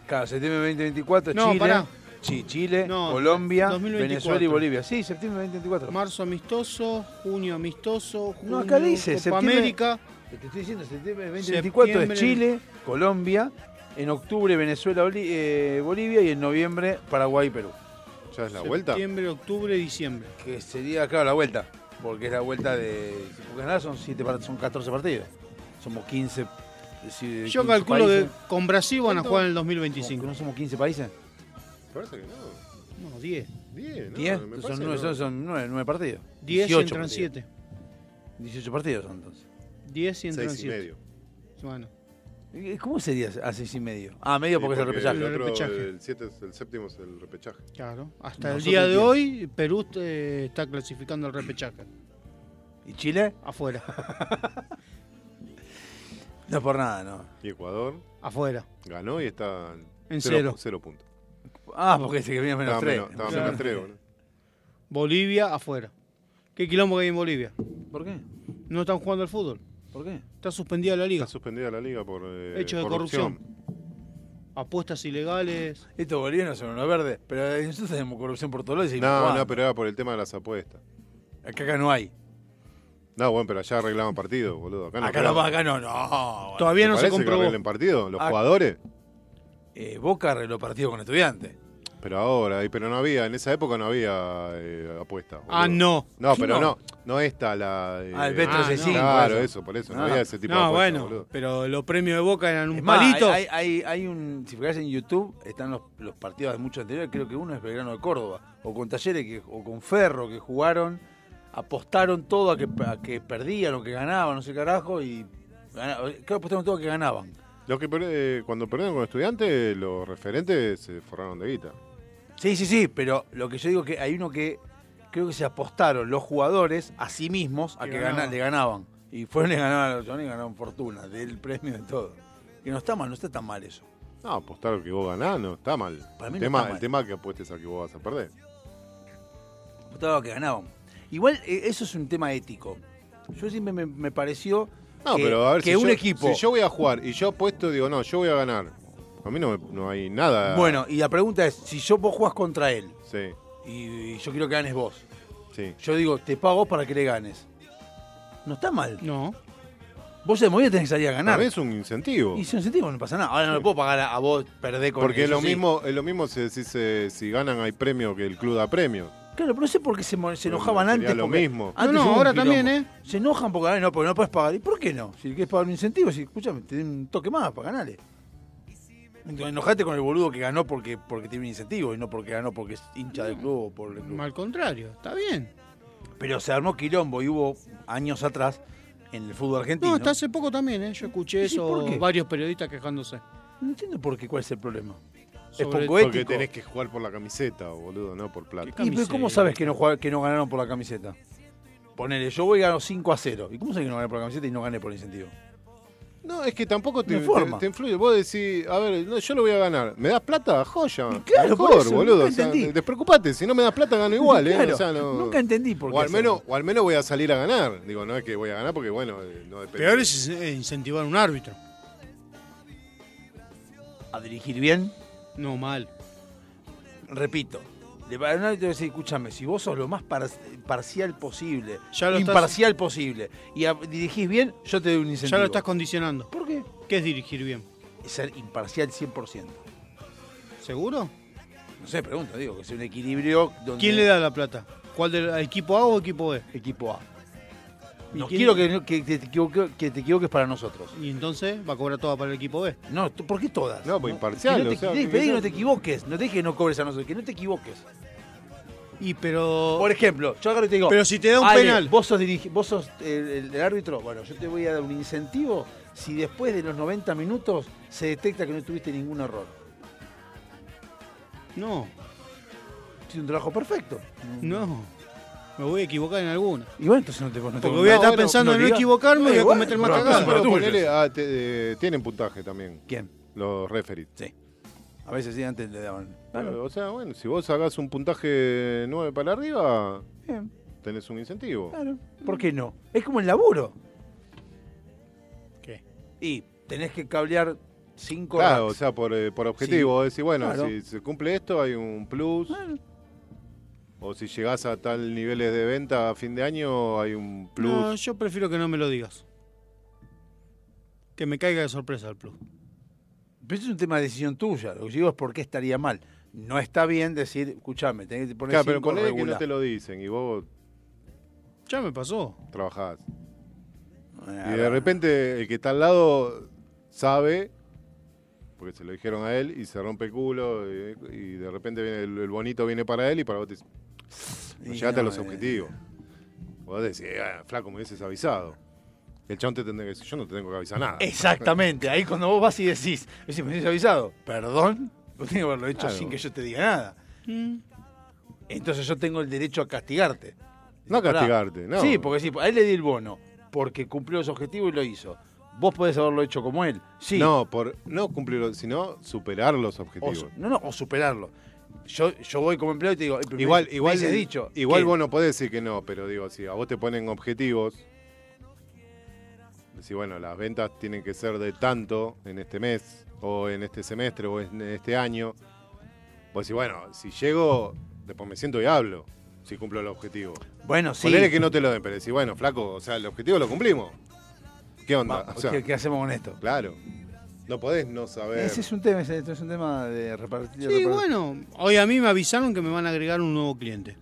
B: Claro, septiembre 2024,
E: No,
B: Chile.
E: pará.
B: Sí, Chile,
E: No,
B: Colombia,
E: 2024.
B: Venezuela y Bolivia. Sí, septiembre 2024.
E: Marzo amistoso, junio amistoso, junio
B: No, acá dice,
E: Copa
B: septiembre-
E: América.
B: Te estoy diciendo, septiembre 2024 es Chile, Colombia, en octubre Venezuela, Oli- eh, Bolivia y en noviembre Paraguay y Perú.
C: ¿Ya es la
E: Septiembre, octubre, diciembre.
B: Que sería, claro, la vuelta. Porque es la vuelta de. Si puedes ganar, son, siete par- son 14 partidos. Somos 15. es decir,
E: Yo
B: 15
E: calculo
B: países.
E: que con Brasil van a
B: ¿Cuánto?
E: jugar en el 2025.
B: ¿No somos 15 países?
C: Parece que no.
E: No, 10.
C: 10, ¿no?
B: 10.
C: me
B: son
C: parece
B: 9,
C: que no.
B: son 9, partidos.
E: 10
B: 18
E: entran
B: partidos.
E: 7.
B: 18 partidos son entonces.
E: 10 y entran
C: Seis y
E: 7.
C: medio.
E: Bueno,
B: ¿Y ¿Cómo sería a 6 y medio? Ah, medio
C: Sí,
B: porque, es el repechaje.
C: El, otro,
E: repechaje.
C: el siete es- el séptimo es el repechaje.
E: claro. Hasta el
B: Nosotros
E: día de
B: bien.
E: hoy, Perú eh, está clasificando al repechaje.
B: ¿Y Chile?
E: Afuera.
B: No por nada, no.
C: Y Ecuador
E: Afuera.
C: ganó y está
E: En cero.
C: cero puntos.
B: Ah, porque se que venía menos
C: Estaba
B: 3.
C: menos- estaba
E: Claro.
C: menos tres, boludo.
E: Bolivia, afuera. ¿Qué quilombo que hay en Bolivia?
B: ¿Por qué?
E: No están jugando al fútbol.
B: ¿Por qué?
E: Está suspendida la liga.
C: Está suspendida la liga por eh,
E: Hechos de corrupción. Apuestas ilegales.
B: Estos bolivianos son unos verdes, pero nosotros tenemos corrupción por todos lados. y
C: No,
B: jugamos.
C: no, pero era por el tema de las apuestas.
B: Acá, acá no hay.
C: No, bueno, pero allá arreglaban partidos, boludo. Acá no.
B: Acá no,
C: arreglaban.
B: acá no, no.
E: Todavía
C: ¿Te
E: no se
C: parece que
E: comprobó.
C: arreglen partidos? ¿Los
B: Ah.
C: jugadores?
B: eh, Boca arregló partido con Estudiantes.
C: Pero ahora, y- pero no había, en esa época no había eh, apuesta. boludo.
E: Ah, no.
C: No, pero
E: No.
C: no, no esta la. eh,
B: Ah, el B365,
C: Claro,
B: eso.
C: eso, por eso, no,
B: Ah.
C: había ese tipo
E: no,
C: de apuesta.
E: bueno,
C: boludo.
E: pero los premios de Boca eran un
B: Es más,
E: palito.
B: Hay, hay- hay un. Si fijás en YouTube, están los, los partidos de mucho anteriores. Creo que uno es Belgrano de Córdoba. O con Talleres que, o con Ferro que jugaron. Apostaron todo a que, a que perdían o que ganaban, no sé qué carajo. Y gana- creo que apostaron todo a que ganaban.
C: Los que per- eh, cuando perdieron con estudiantes, los referentes se forraron de guita.
B: Sí, sí, sí. Pero lo que yo digo que hay uno que. Creo que se apostaron los jugadores a sí mismos a
E: Que
B: que, gana-
E: ganaban.
B: le ganaban. Y fueron y le ganaban a los Johnny y ganaron fortuna, del premio de todo. Y no está mal, no está tan mal eso.
C: No, apostar al que vos ganás no está mal.
B: Para mí
C: el,
B: no
C: tema,
B: está mal.
C: el tema es que apuestes al que vos vas a perder.
B: apostaba que ganaban. Igual eh, eso es un tema ético. Yo siempre me, me pareció
C: No,
B: que,
C: pero a ver
B: que
C: si
B: un
C: yo,
B: equipo.
C: Si yo voy a jugar y yo apuesto, digo, no, yo voy a ganar. A mí no, me- no hay nada.
B: Bueno, y la pregunta es, si yo vos jugás contra él
C: eh, Sí,
B: y, y yo quiero que ganes vos,
C: sí.
B: yo digo, te pago para que le ganes. No está mal. No. Vos de movida tenés que salir a ganar.
C: Para mí es un incentivo.
B: Y si incentivo no pasa nada. Ahora no le puedo pagar a, a vos perder con
C: Porque es
B: eso,
C: lo
B: sí.
C: mismo, es lo mismo si decís eh, si ganan hay premio que el club da premio.
B: Claro, pero no sé por qué se, mo- se enojaban
C: Sería
B: antes.
C: lo
B: porque
C: mismo.
B: antes
C: No, no,
B: hubo un
C: ahora
B: quilombo.
C: también, ¿eh?
B: Se enojan porque, "Ay, no, porque no puedes pagar. ¿Y por qué no? Si quieres pagar un incentivo, si, escúchame, te den un toque más para ganarle. Entonces, enojate con el boludo que ganó porque, porque tiene un incentivo y no porque ganó porque es hincha del club o por el club.
E: Al contrario, está bien.
B: Pero se armó quilombo y hubo años atrás en el fútbol argentino.
E: No, hasta hace poco también, ¿eh? yo escuché
B: ¿Y sí,
E: eso,
B: por qué?
E: varios periodistas quejándose.
B: No entiendo por qué, cuál es el problema. es
E: Sobre-
B: poco
C: Porque
B: ético.
C: tenés que jugar por la camiseta, boludo, no por plata.
B: ¿Y pero cómo sabes que no, jugaba- que no ganaron por la camiseta? Ponele, yo voy y gano 5 a 0. ¿Y cómo sabes que no gané por la camiseta y no gané por el incentivo?
C: No, es que tampoco te,
B: No hay forma.
C: te- te influye. Vos decís, a ver, no, yo lo voy a ganar. ¿Me das plata? Joya.
B: claro,
C: Mejor,
B: por eso,
C: boludo.
B: nunca
C: O sea,
B: entendí.
C: despreocupate, si no me das plata gano igual, ¿eh?
B: Claro,
C: O sea, no-
B: Nunca entendí por qué.
C: o al,
B: hacerlo.
C: menos, o al menos voy a salir a ganar. Digo, no es que voy a ganar porque, bueno, eh, no depende.
E: Peor es eh, incentivar a un árbitro.
B: a dirigir bien.
E: No, mal.
B: Repito, de para un árbitro decir, escúchame, si vos sos lo más par- parcial posible,
E: Ya lo estás-
B: imparcial posible, y a- dirigís bien, yo te doy un
E: Ya
B: incentivo.
E: lo estás condicionando.
B: ¿Por qué?
E: ¿Qué es dirigir bien?
B: Ser imparcial 100%.
E: ¿Seguro?
B: No sé, pregunta, digo, que es un equilibrio donde...
E: ¿Quién le da la plata? ¿Cuál del equipo A o equipo B?
B: Equipo A.
E: ¿Y
B: No
E: quién-
B: quiero que, que te equivoque- que te equivoques para nosotros.
E: Y entonces va a cobrar toda para el equipo B.
B: No, t- ¿por qué todas?
C: No, pues
B: Que
C: imparcial.
B: no
C: o
B: te,
C: sea,
B: pedí
C: que-
B: pedí que no te equivoques, no te dije que no cobres a nosotros, que no te equivoques.
E: Y pero.
B: Por ejemplo, yo agarro y te digo.
E: Pero si te da un
B: "Ale,
E: penal".
B: Vos sos, dirigi- vos sos el, el- el árbitro. Bueno, yo te voy a dar un incentivo si después de los 90 minutos se detecta que no tuviste ningún error.
E: No,
B: Hiciste un trabajo perfecto.
E: no. Me voy a equivocar en alguna.
B: Y bueno, entonces no te no te-
E: Porque voy a
B: no,
E: estar
B: bueno,
E: pensando en no
B: digas-
E: equivocarme y voy a
B: Eh, bueno,
E: cometer más
B: pero-
E: cagadas.
C: Pero
B: pero
C: ponele,
B: ponele-
C: ah, te- eh, tienen puntaje también.
B: ¿Quién?
C: Los referees.
B: A veces sí, antes le daban.
C: O sea, bueno, si vos sacás un puntaje 9 para arriba,
B: Bien.
C: tenés un incentivo.
B: Claro. ¿Por qué no? Es como el laburo.
E: ¿Qué?
B: Y tenés que cablear 5
C: Claro, o sea, por, eh, por objetivo.
B: Sí.
C: Vos decís, bueno,
B: Claro.
C: si se cumple esto, hay un plus. O si llegás a tal niveles de venta a fin de año, hay un plus.
E: No, yo prefiero que no me lo digas. Que me caiga de sorpresa el plus.
B: Pero eso es un tema de decisión tuya. Lo que yo digo es por qué estaría mal. No está bien decir, escúchame, tenés que poner
C: Claro, pero
B: cinco,
C: ponele que no
B: regulá".
C: te lo dicen y vos
E: Ya me pasó.
C: trabajás. Y de repente el que está al lado sabe, porque se lo dijeron a él, y se rompe el culo, y, y de repente viene el, el bonito viene para él y para vos te dice, no
B: Y
C: llegaste a
B: no,
C: los
B: eh.
C: objetivos. Vos decís, "Ah, flaco, me hubieses avisado. El chabón te tendría que decir, yo no te tengo que avisar nada.
B: Exactamente. Ahí cuando vos vas y decís, decís, me habías avisado, perdón, vos tenés que haberlo hecho
C: Claro.
B: sin que yo te diga nada. Entonces yo tengo el derecho a castigarte.
C: No
B: Pará.
C: castigarte, no.
B: Sí, porque sí, a él le di el bono, porque cumplió su objetivo y lo hizo. Vos podés haberlo hecho como él. Sí.
C: No, por no cumplirlo, sino superar los
B: O,
C: objetivos.
B: su- no, no, o superarlo. Yo, yo voy como empleado y te digo, "Eh, pero me-
C: Igual,
B: me
C: igual,
B: hubieses dicho.
C: igual
B: que-
C: vos no podés decir que no, pero digo, si a vos te ponen objetivos, decís, bueno, las ventas tienen que ser de tanto en este mes, o en este semestre, o en este año. Vos decís, bueno, si llego, después me siento y hablo, si cumplo el objetivo.
B: Bueno, sí.
C: Ponele que no te lo den, pero decís, bueno, flaco, o sea, el objetivo lo cumplimos. ¿Qué onda?
B: Va,
C: O sea,
B: ¿qué, qué hacemos con esto?
C: Claro. No podés no saber.
B: Ese es un tema, ese es un tema de repartir.
E: Sí,
B: repartir.
E: bueno, hoy a mí me avisaron que me van a agregar un nuevo cliente.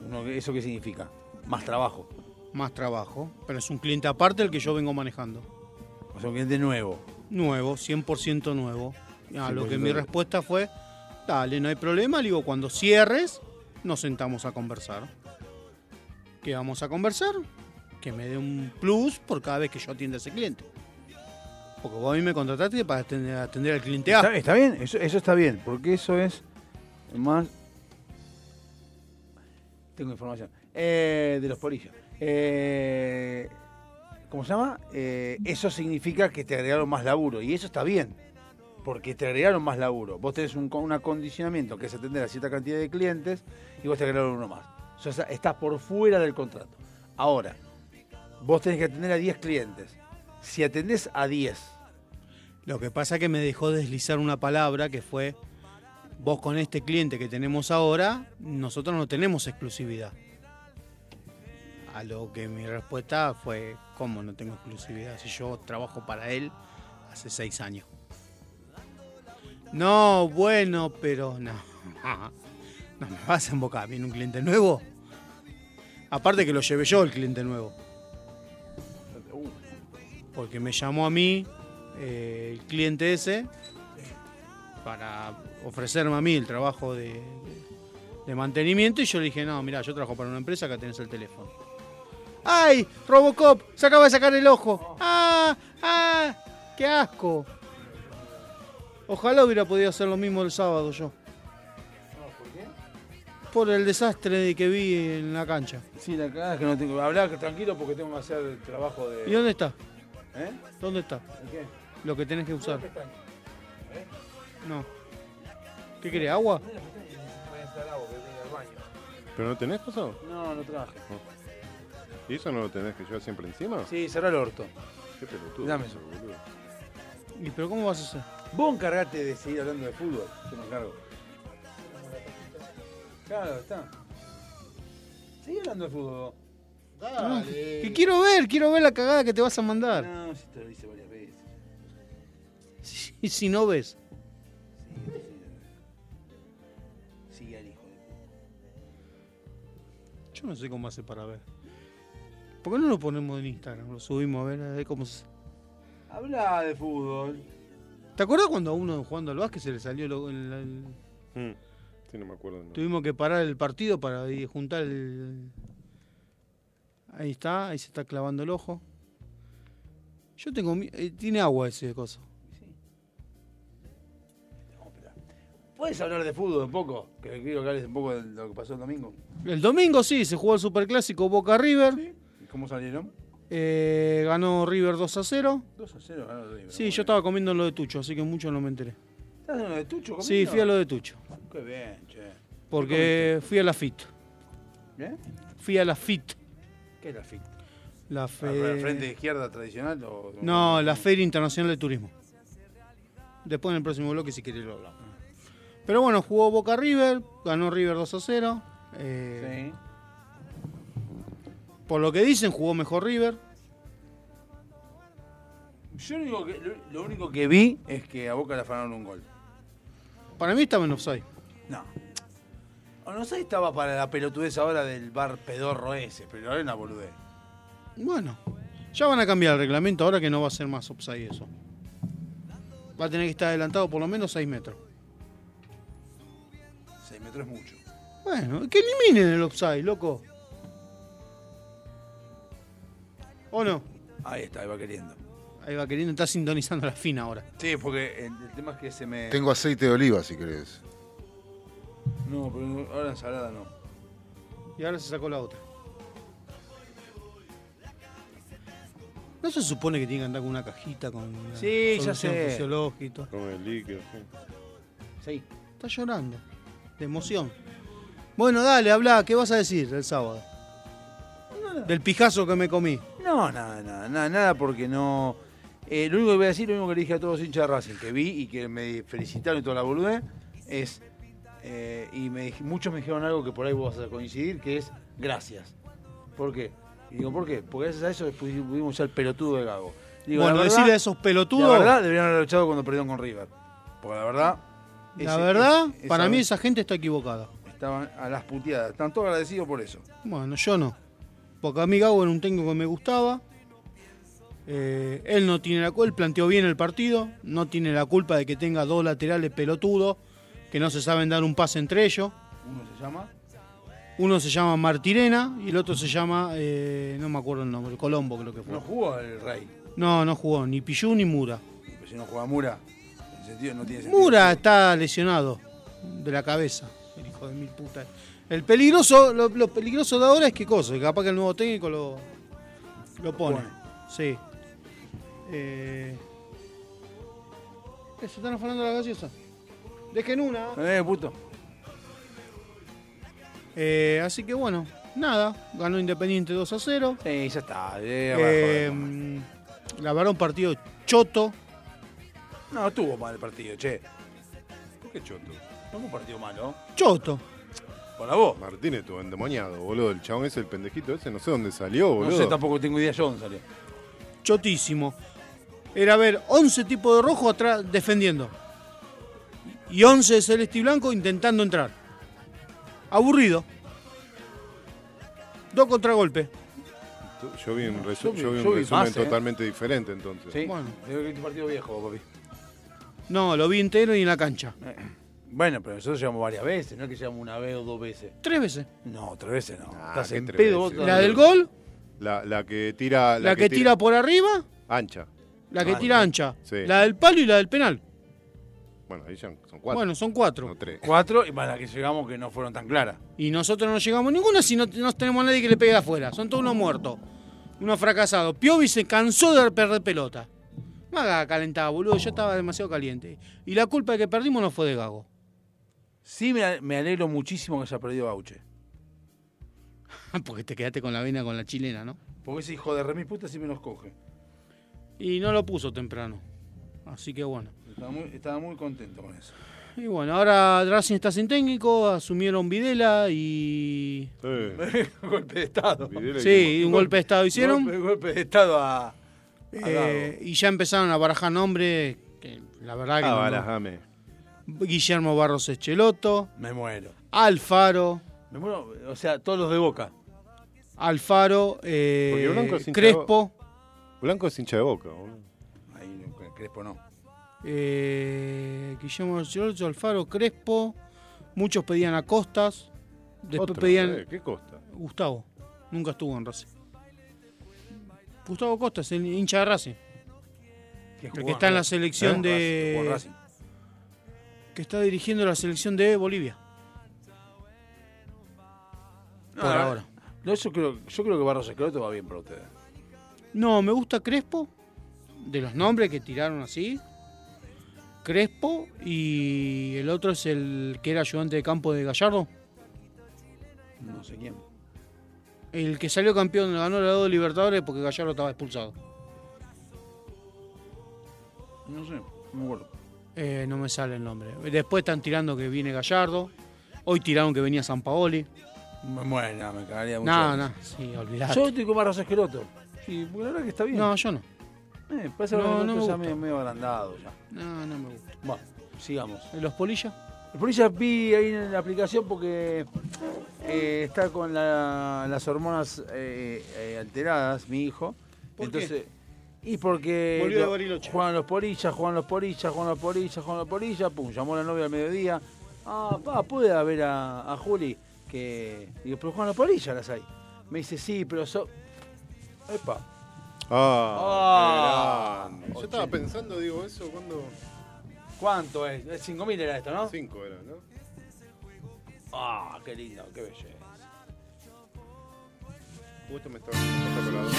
B: Uno, ¿Eso qué significa? Más trabajo.
E: Más trabajo, pero es un cliente aparte el que yo vengo manejando.
B: O sea, un cliente nuevo.
E: Nuevo, 100% nuevo. A lo que
B: 100%
E: mi
B: nuevo.
E: respuesta fue, dale, no hay problema. Le digo, cuando cierres, nos sentamos a conversar. ¿Qué vamos a conversar? Que me dé un plus por cada vez que yo atienda a ese cliente. Porque vos a mí me contrataste para atender, atender al cliente A.
B: Está, está bien, eso, eso está bien, porque eso es más. Tengo información. Eh, de los polillos. Eh, ¿Cómo se llama? Eh, eso significa que te agregaron más laburo, y eso está bien, porque te agregaron más laburo. Vos tenés un, co- un acondicionamiento que es atender a cierta cantidad de clientes y vos te agregaron uno más. Eso está, está por fuera del contrato. Ahora, vos tenés que atender a 10 clientes. Si atendés a 10,
E: Lo que pasa que me dejó deslizar una palabra que fue, vos con este cliente que tenemos ahora, nosotros no tenemos exclusividad. A lo que mi respuesta fue, ¿cómo no tengo exclusividad? Si yo trabajo para él hace seis años. No, bueno, pero no. No me vas a embocar, viene un cliente nuevo. Aparte que lo llevé yo el cliente nuevo. Porque me llamó a mí eh, el cliente ese para ofrecerme a mí el trabajo de, de- de mantenimiento y yo le dije, no, mira, yo trabajo para una empresa, acá tenés el teléfono. ¡Ay! Robocop, se acaba de sacar el ojo. ¡Ah! ¡Ah! ¡Qué asco! Ojalá hubiera podido hacer lo mismo el sábado yo. ¿Por el desastre que vi en la cancha.
B: Sí, la cagada es Ah, que no tengo. Hablá que tranquilo porque tengo que hacer el trabajo de.
E: ¿Y dónde está?
B: ¿Eh?
E: ¿Dónde está?
B: ¿En qué?
E: Lo que tenés que usar.
B: ¿Dónde están? ¿Eh?
E: No. ¿Qué querés, agua?
C: ¿Pero no tenés coso?
B: No, no trabaje.
C: ¿Y eso no lo tenés que llevar siempre encima?
B: Sí, cerrá el orto.
C: Qué pelotudo.
B: Dame eso.
C: boludo.
E: ¿Y pero cómo vas a hacer?
B: Vos encargate de seguir hablando de fútbol. Yo me encargo. Claro, está. Sigue hablando de fútbol.
E: Que quiero ver, quiero ver la cagada que te vas a mandar.
B: No, si te lo hice varias veces.
E: Y si no ves.
B: Sigue al hijo de
E: Yo no sé cómo hace para ver. ¿Por qué no lo ponemos en Instagram? Lo subimos a ver, a ver cómo se...
B: Habla de fútbol.
E: ¿Te acuerdas cuando a uno jugando al básquet se le salió lo- el- el-
C: Mm. Sí, no me acuerdo. el nombre.
E: Tuvimos que parar el partido para ir- juntar el... Ahí está, ahí se está clavando el ojo. Yo tengo... mi- eh, tiene agua ese coso.
B: ¿Puedes hablar de fútbol un poco? Que quiero que hables un poco de lo que pasó el domingo.
E: El domingo sí, se jugó el Superclásico Boca River.
B: ¿Y ¿Cómo salieron?
E: Eh, ganó River 2 a 0.
B: 2 a 0 ganó el River.
E: Sí, yo estaba comiendo lo de Tucho, así que mucho no me enteré.
B: ¿Estás en lo de Tucho?
E: Sí,
B: comiendo?
E: fui a lo de Tucho.
B: Qué bien, che. ¿Eh?
E: Porque fui a la FIT.
B: ¿Bien?
E: Fui a la FIT.
B: ¿Qué es la FIC?
E: La
B: ¿La
E: fe...
B: Ah, frente de izquierda tradicional o.?
E: No, la Feria Internacional de Turismo. Después en el próximo bloque, si querés, lo hablamos. Pero bueno, jugó Boca River, ganó River 2 a 0. Eh, Por lo que dicen, jugó mejor River.
B: Yo lo, único que, lo- lo único que vi es que a Boca le afanaron un gol.
E: Para mí estaba en offside.
B: No. O no sé, estaba para la pelotudez ahora del bar pedorro ese, pero ahora es una boludez.
E: Bueno, ya van a cambiar el reglamento ahora que no va a ser más offside eso. Va a tener que estar adelantado por lo menos 6 metros.
B: 6 metros es mucho.
E: Bueno, que eliminen el offside, loco. ¿O no?
B: Ahí está, ahí va queriendo.
E: Ahí va queriendo, está sintonizando la fina ahora.
B: Sí, porque eh, el, el tema es que se me.
D: Tengo aceite de oliva, si querés.
B: No, pero no- ahora ensalada no.
E: Y ahora se sacó la otra. ¿No se supone que tiene que andar con una cajita con una
B: Sí, ya
E: solución
B: sé.
E: fisiológica y todo?
C: Con el líquido. sí.
B: Sí.
E: Está llorando. De emoción. Bueno, dale, habla, ¿qué vas a decir el sábado? Del pijazo que me comí.
B: No, nada, nada, nada, nada, porque no. eh, lo único que voy a decir, lo único que le dije a todos los hinchas de Racing, que vi y que me felicitaron y toda la boludez, es. eh, y me, dij- muchos me dijeron algo que por ahí vos vas a coincidir, que es gracias. ¿Por qué? Y digo, ¿por qué? Porque gracias a eso pudi- pudimos usar el pelotudo de Gago. Digo,
E: bueno,
B: la verdad-
E: decirle a esos pelotudos.
B: La verdad, deberían haber luchado cuando perdieron con River. Porque la verdad.
E: La
B: ese-
E: verdad,
B: ese-
E: para
B: esa-
E: mí esa gente está equivocada.
B: Estaban a las puteadas. Están todos agradecidos por eso.
E: Bueno, yo no. Porque a mí Gago era un técnico que me gustaba. Eh, él no tiene la culpa, él planteó bien el partido. No tiene la culpa de que tenga dos laterales pelotudos que no se saben dar un pase entre ellos.
B: Uno se llama.
E: Uno se llama Martirena y el otro se llama, eh, no me acuerdo el nombre, Colombo creo que fue.
B: No jugó el Rey.
E: No, no jugó, ni Pillú ni Mura.
B: Pero si no juega Mura, en sentido no tiene sentido.
E: Mura está lesionado de la cabeza, el hijo de mil putas. El peligroso, lo, lo peligroso de ahora es qué cosa, que capaz que el nuevo técnico lo, lo pone. Sí. Eh, ¿Se están afanando la gaseosa? Dejen una.
B: Eh, puto.
E: Eh, así que bueno, nada, ganó Independiente 2 a 0.
B: Sí, ya está. eh,
E: Eh, la verdad, un partido choto.
B: No, estuvo mal el partido, che. ¿Por qué choto? No fue un partido malo.
E: Choto.
B: Por la voz.
C: Martínez, tu endemoniado, boludo. El chabón ese, el pendejito ese, no sé dónde salió,
B: No
C: boludo.
B: sé, tampoco tengo idea yo dónde salió.
E: chotísimo. Era ver 11 tipos de rojo atrás defendiendo. Y 11 de celeste y blanco intentando entrar. Aburrido. Dos contragolpes.
C: Yo vi un, resu-
B: Yo vi-
C: yo vi un
B: yo vi
C: resumen
B: más, eh.
C: totalmente diferente entonces.
B: Sí.
E: Bueno.
B: Creo que es un partido viejo, papi.
E: No, lo vi entero y en la cancha.
C: Eh.
B: Bueno, pero nosotros llegamos varias veces, no es que llegamos una vez o dos veces.
E: Tres veces.
B: No, tres veces no. Estás
C: Ah, qué
B: en
C: tres
B: pedo vos
C: veces.
E: La
B: todavía.
E: del gol,
C: La, la que tira.
E: la, que, tira por arriba,
C: Ancha.
E: la que
C: Ah,
E: tira ancha,
C: Sí.
E: la del palo y la del penal.
C: Bueno, ahí ya son cuatro.
E: Bueno, son cuatro.
C: No, tres.
B: Cuatro, y para las que llegamos que no fueron tan claras.
E: Y nosotros no llegamos a ninguna si no, no tenemos a nadie que le pegue de afuera. Son todos unos muertos. Unos fracasados. Piovi se cansó de perder pelota. Me haga calentar, boludo. Yo estaba demasiado caliente. Y la culpa de que perdimos no fue de Gago.
B: Sí, me, me alegro muchísimo que haya perdido Bauche.
E: Porque te quedaste con la vena con la chilena, ¿no?
B: Porque ese hijo de remis puta sí me los coge.
E: Y no lo puso temprano. Así que bueno.
B: Estaba muy, estaba muy contento con eso.
E: Y bueno, ahora Racing está sin técnico. Asumieron Videla y.
B: Un golpe de estado.
E: Sí, un golpe de estado hicieron.
B: Golpe, golpe de estado a. a
E: Eh, y ya empezaron a barajar nombres. Que la verdad que.
C: Ah,
E: no-
C: barajame.
E: Guillermo Barros Echeloto.
B: Gago. Me muero.
E: Alfaro.
B: Me muero. O sea, todos los de boca.
E: Alfaro, eh,
C: Porque Blanco es hincha de
E: Crespo,
C: Blanco es hincha de boca, boludo.
B: Ahí no, Crespo no.
E: eh, Guillermo Barcelona, Alfaro, Crespo. Muchos pedían a Costas. Después
C: Otro,
E: pedían
C: eh, ¿Qué costa?
E: Gustavo. Nunca estuvo en Racing. Gustavo Costas, el hincha de Racing. El
B: jugó
E: que
B: en
E: está en la
B: Racing.
E: selección
B: ¿Eh? Racing, jugó en
E: de.
B: Racing.
E: que está dirigiendo la selección de Bolivia.
B: No,
E: Por
C: Ah.
B: la-
E: ahora.
B: No, yo creo, yo creo que Barros Escroto va bien para ustedes.
E: No, me gusta Crespo. De los nombres que tiraron así. Crespo y el otro es el que era ayudante de campo de Gallardo.
B: No sé quién.
E: El que salió campeón ganó la dos Libertadores porque Gallardo estaba expulsado.
B: No sé, no me acuerdo.
E: Eh, no me sale el nombre. Después están tirando que viene Gallardo. Hoy tiraron que venía San Paoli.
B: Me muero, me cagaría mucho.
E: No, no, sí, olvidate.
B: Yo estoy con Barros Esqueroto. Sí, porque la verdad que está bien.
E: No, yo no.
B: Eh, parece que
E: No, no
B: Barros
E: me
B: Esqueroto ya
E: gusta.
B: medio, medio agrandado ya.
E: No, no me gusta.
B: Bueno, sigamos.
E: ¿Los polillas?
B: El policía vi ahí en la aplicación porque eh, está con la- las hormonas eh, eh, alteradas, mi hijo.
E: ¿Por qué?
B: Entonces, Y porque
E: Volvió de
B: lo-
E: Bariloche.
B: juegan los porillas, juegan los porillas, juegan los porillas, juegan los porillas, pum, llamó la novia al mediodía. Ah, pa, pude a ver a, a Juli, que digo, pero juegan los porillas las hay. Me dice, sí, pero so. Epa.
C: Ah, qué grande. Yo estaba
B: Ochenta.
C: pensando, digo, eso cuando.
B: ¿Cuánto es? Es 5.000 era esto, ¿no?
C: Cinco era, ¿no?
B: Ah, qué lindo, qué belleza.
C: Justo me estaba me estaba colado.
B: Sí,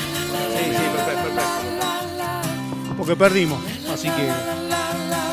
B: sí, perfecto, perfecto.
E: Porque perdimos. Así que.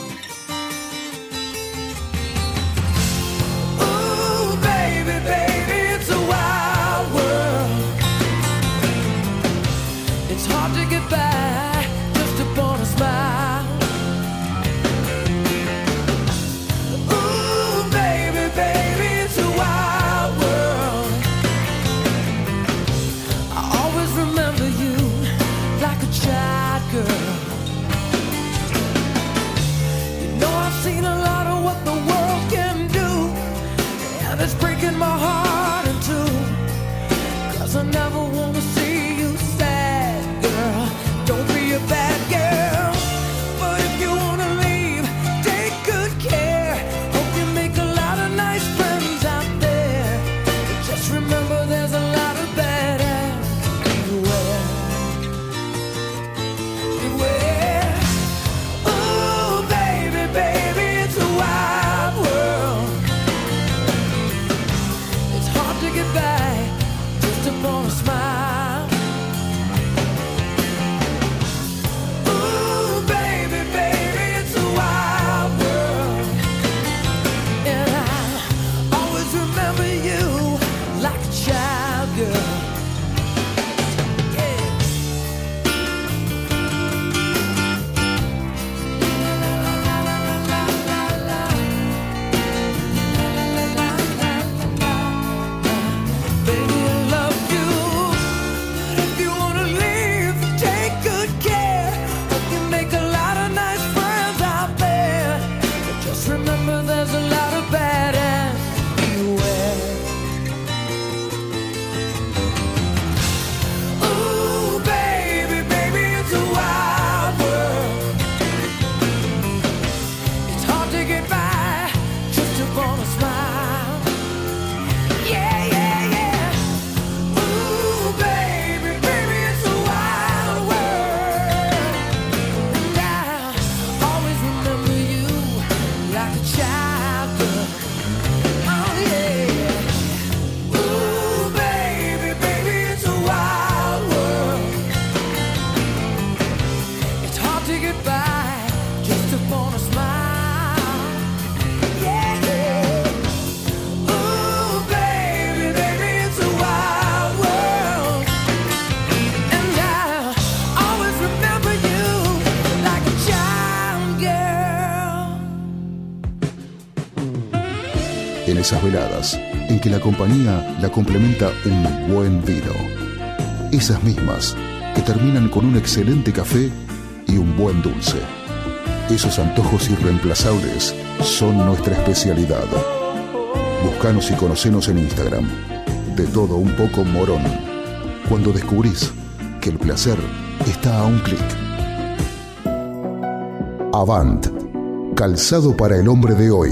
Q: there's a lot of bad and beware. Ooh, baby, baby, it's a wild world. It's hard to get by just upon a smile. Yeah, yeah, yeah. Ooh, baby, baby, it's a wild world. And I always remember you like a child. girl. Oh, yeah. Ooh, baby, baby, it's a wild world. It's hard to get by just upon a smile. Yeah, yeah. Ooh, baby, baby, it's a wild world. And I always remember you like a child girl.
I: En esas veladas en que la compañía la complementa un buen vino. Esas mismas que terminan con un excelente café y un buen dulce. Esos antojos irreemplazables son nuestra especialidad. Buscanos y conocenos en Instagram. De todo un poco morón. Cuando descubrís que el placer está a un clic. Avant. Calzado para el hombre de hoy.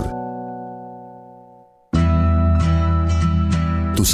I: Tus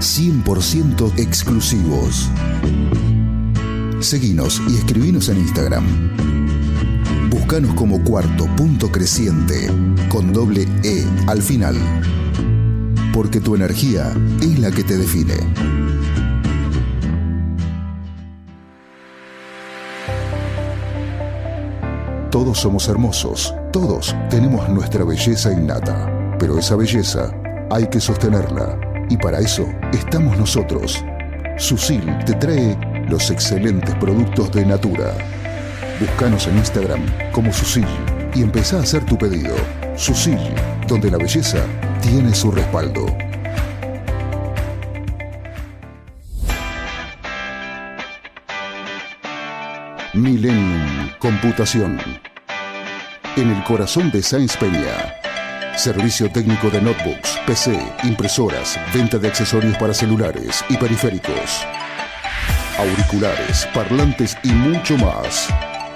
I: 100% exclusivos. Seguinos y escribinos en Instagram. Buscanos como cuarto punto creciente con doble E al final. Porque tu energía es la que te define. Todos somos hermosos, todos tenemos nuestra belleza innata, pero esa belleza hay que sostenerla y para eso estamos nosotros. Susil te trae los excelentes productos de Natura. Búscanos en Instagram como Susil y empezá a hacer tu pedido. Susil, donde la belleza tiene su respaldo. Millennium Computación. En el corazón de Sáenz Peña. Servicio técnico de notebooks, PC, impresoras, venta de accesorios para celulares y periféricos auriculares, parlantes y mucho más.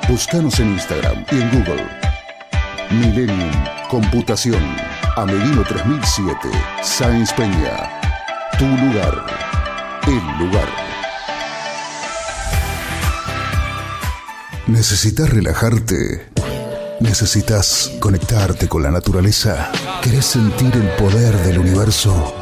I: Búscanos en Instagram y en Google. Millennium Computación, Amelino 3007, Sáenz Peña. Tu lugar, el lugar. ¿Necesitas relajarte? ¿Necesitas conectarte con la naturaleza? ¿Querés sentir el poder del universo?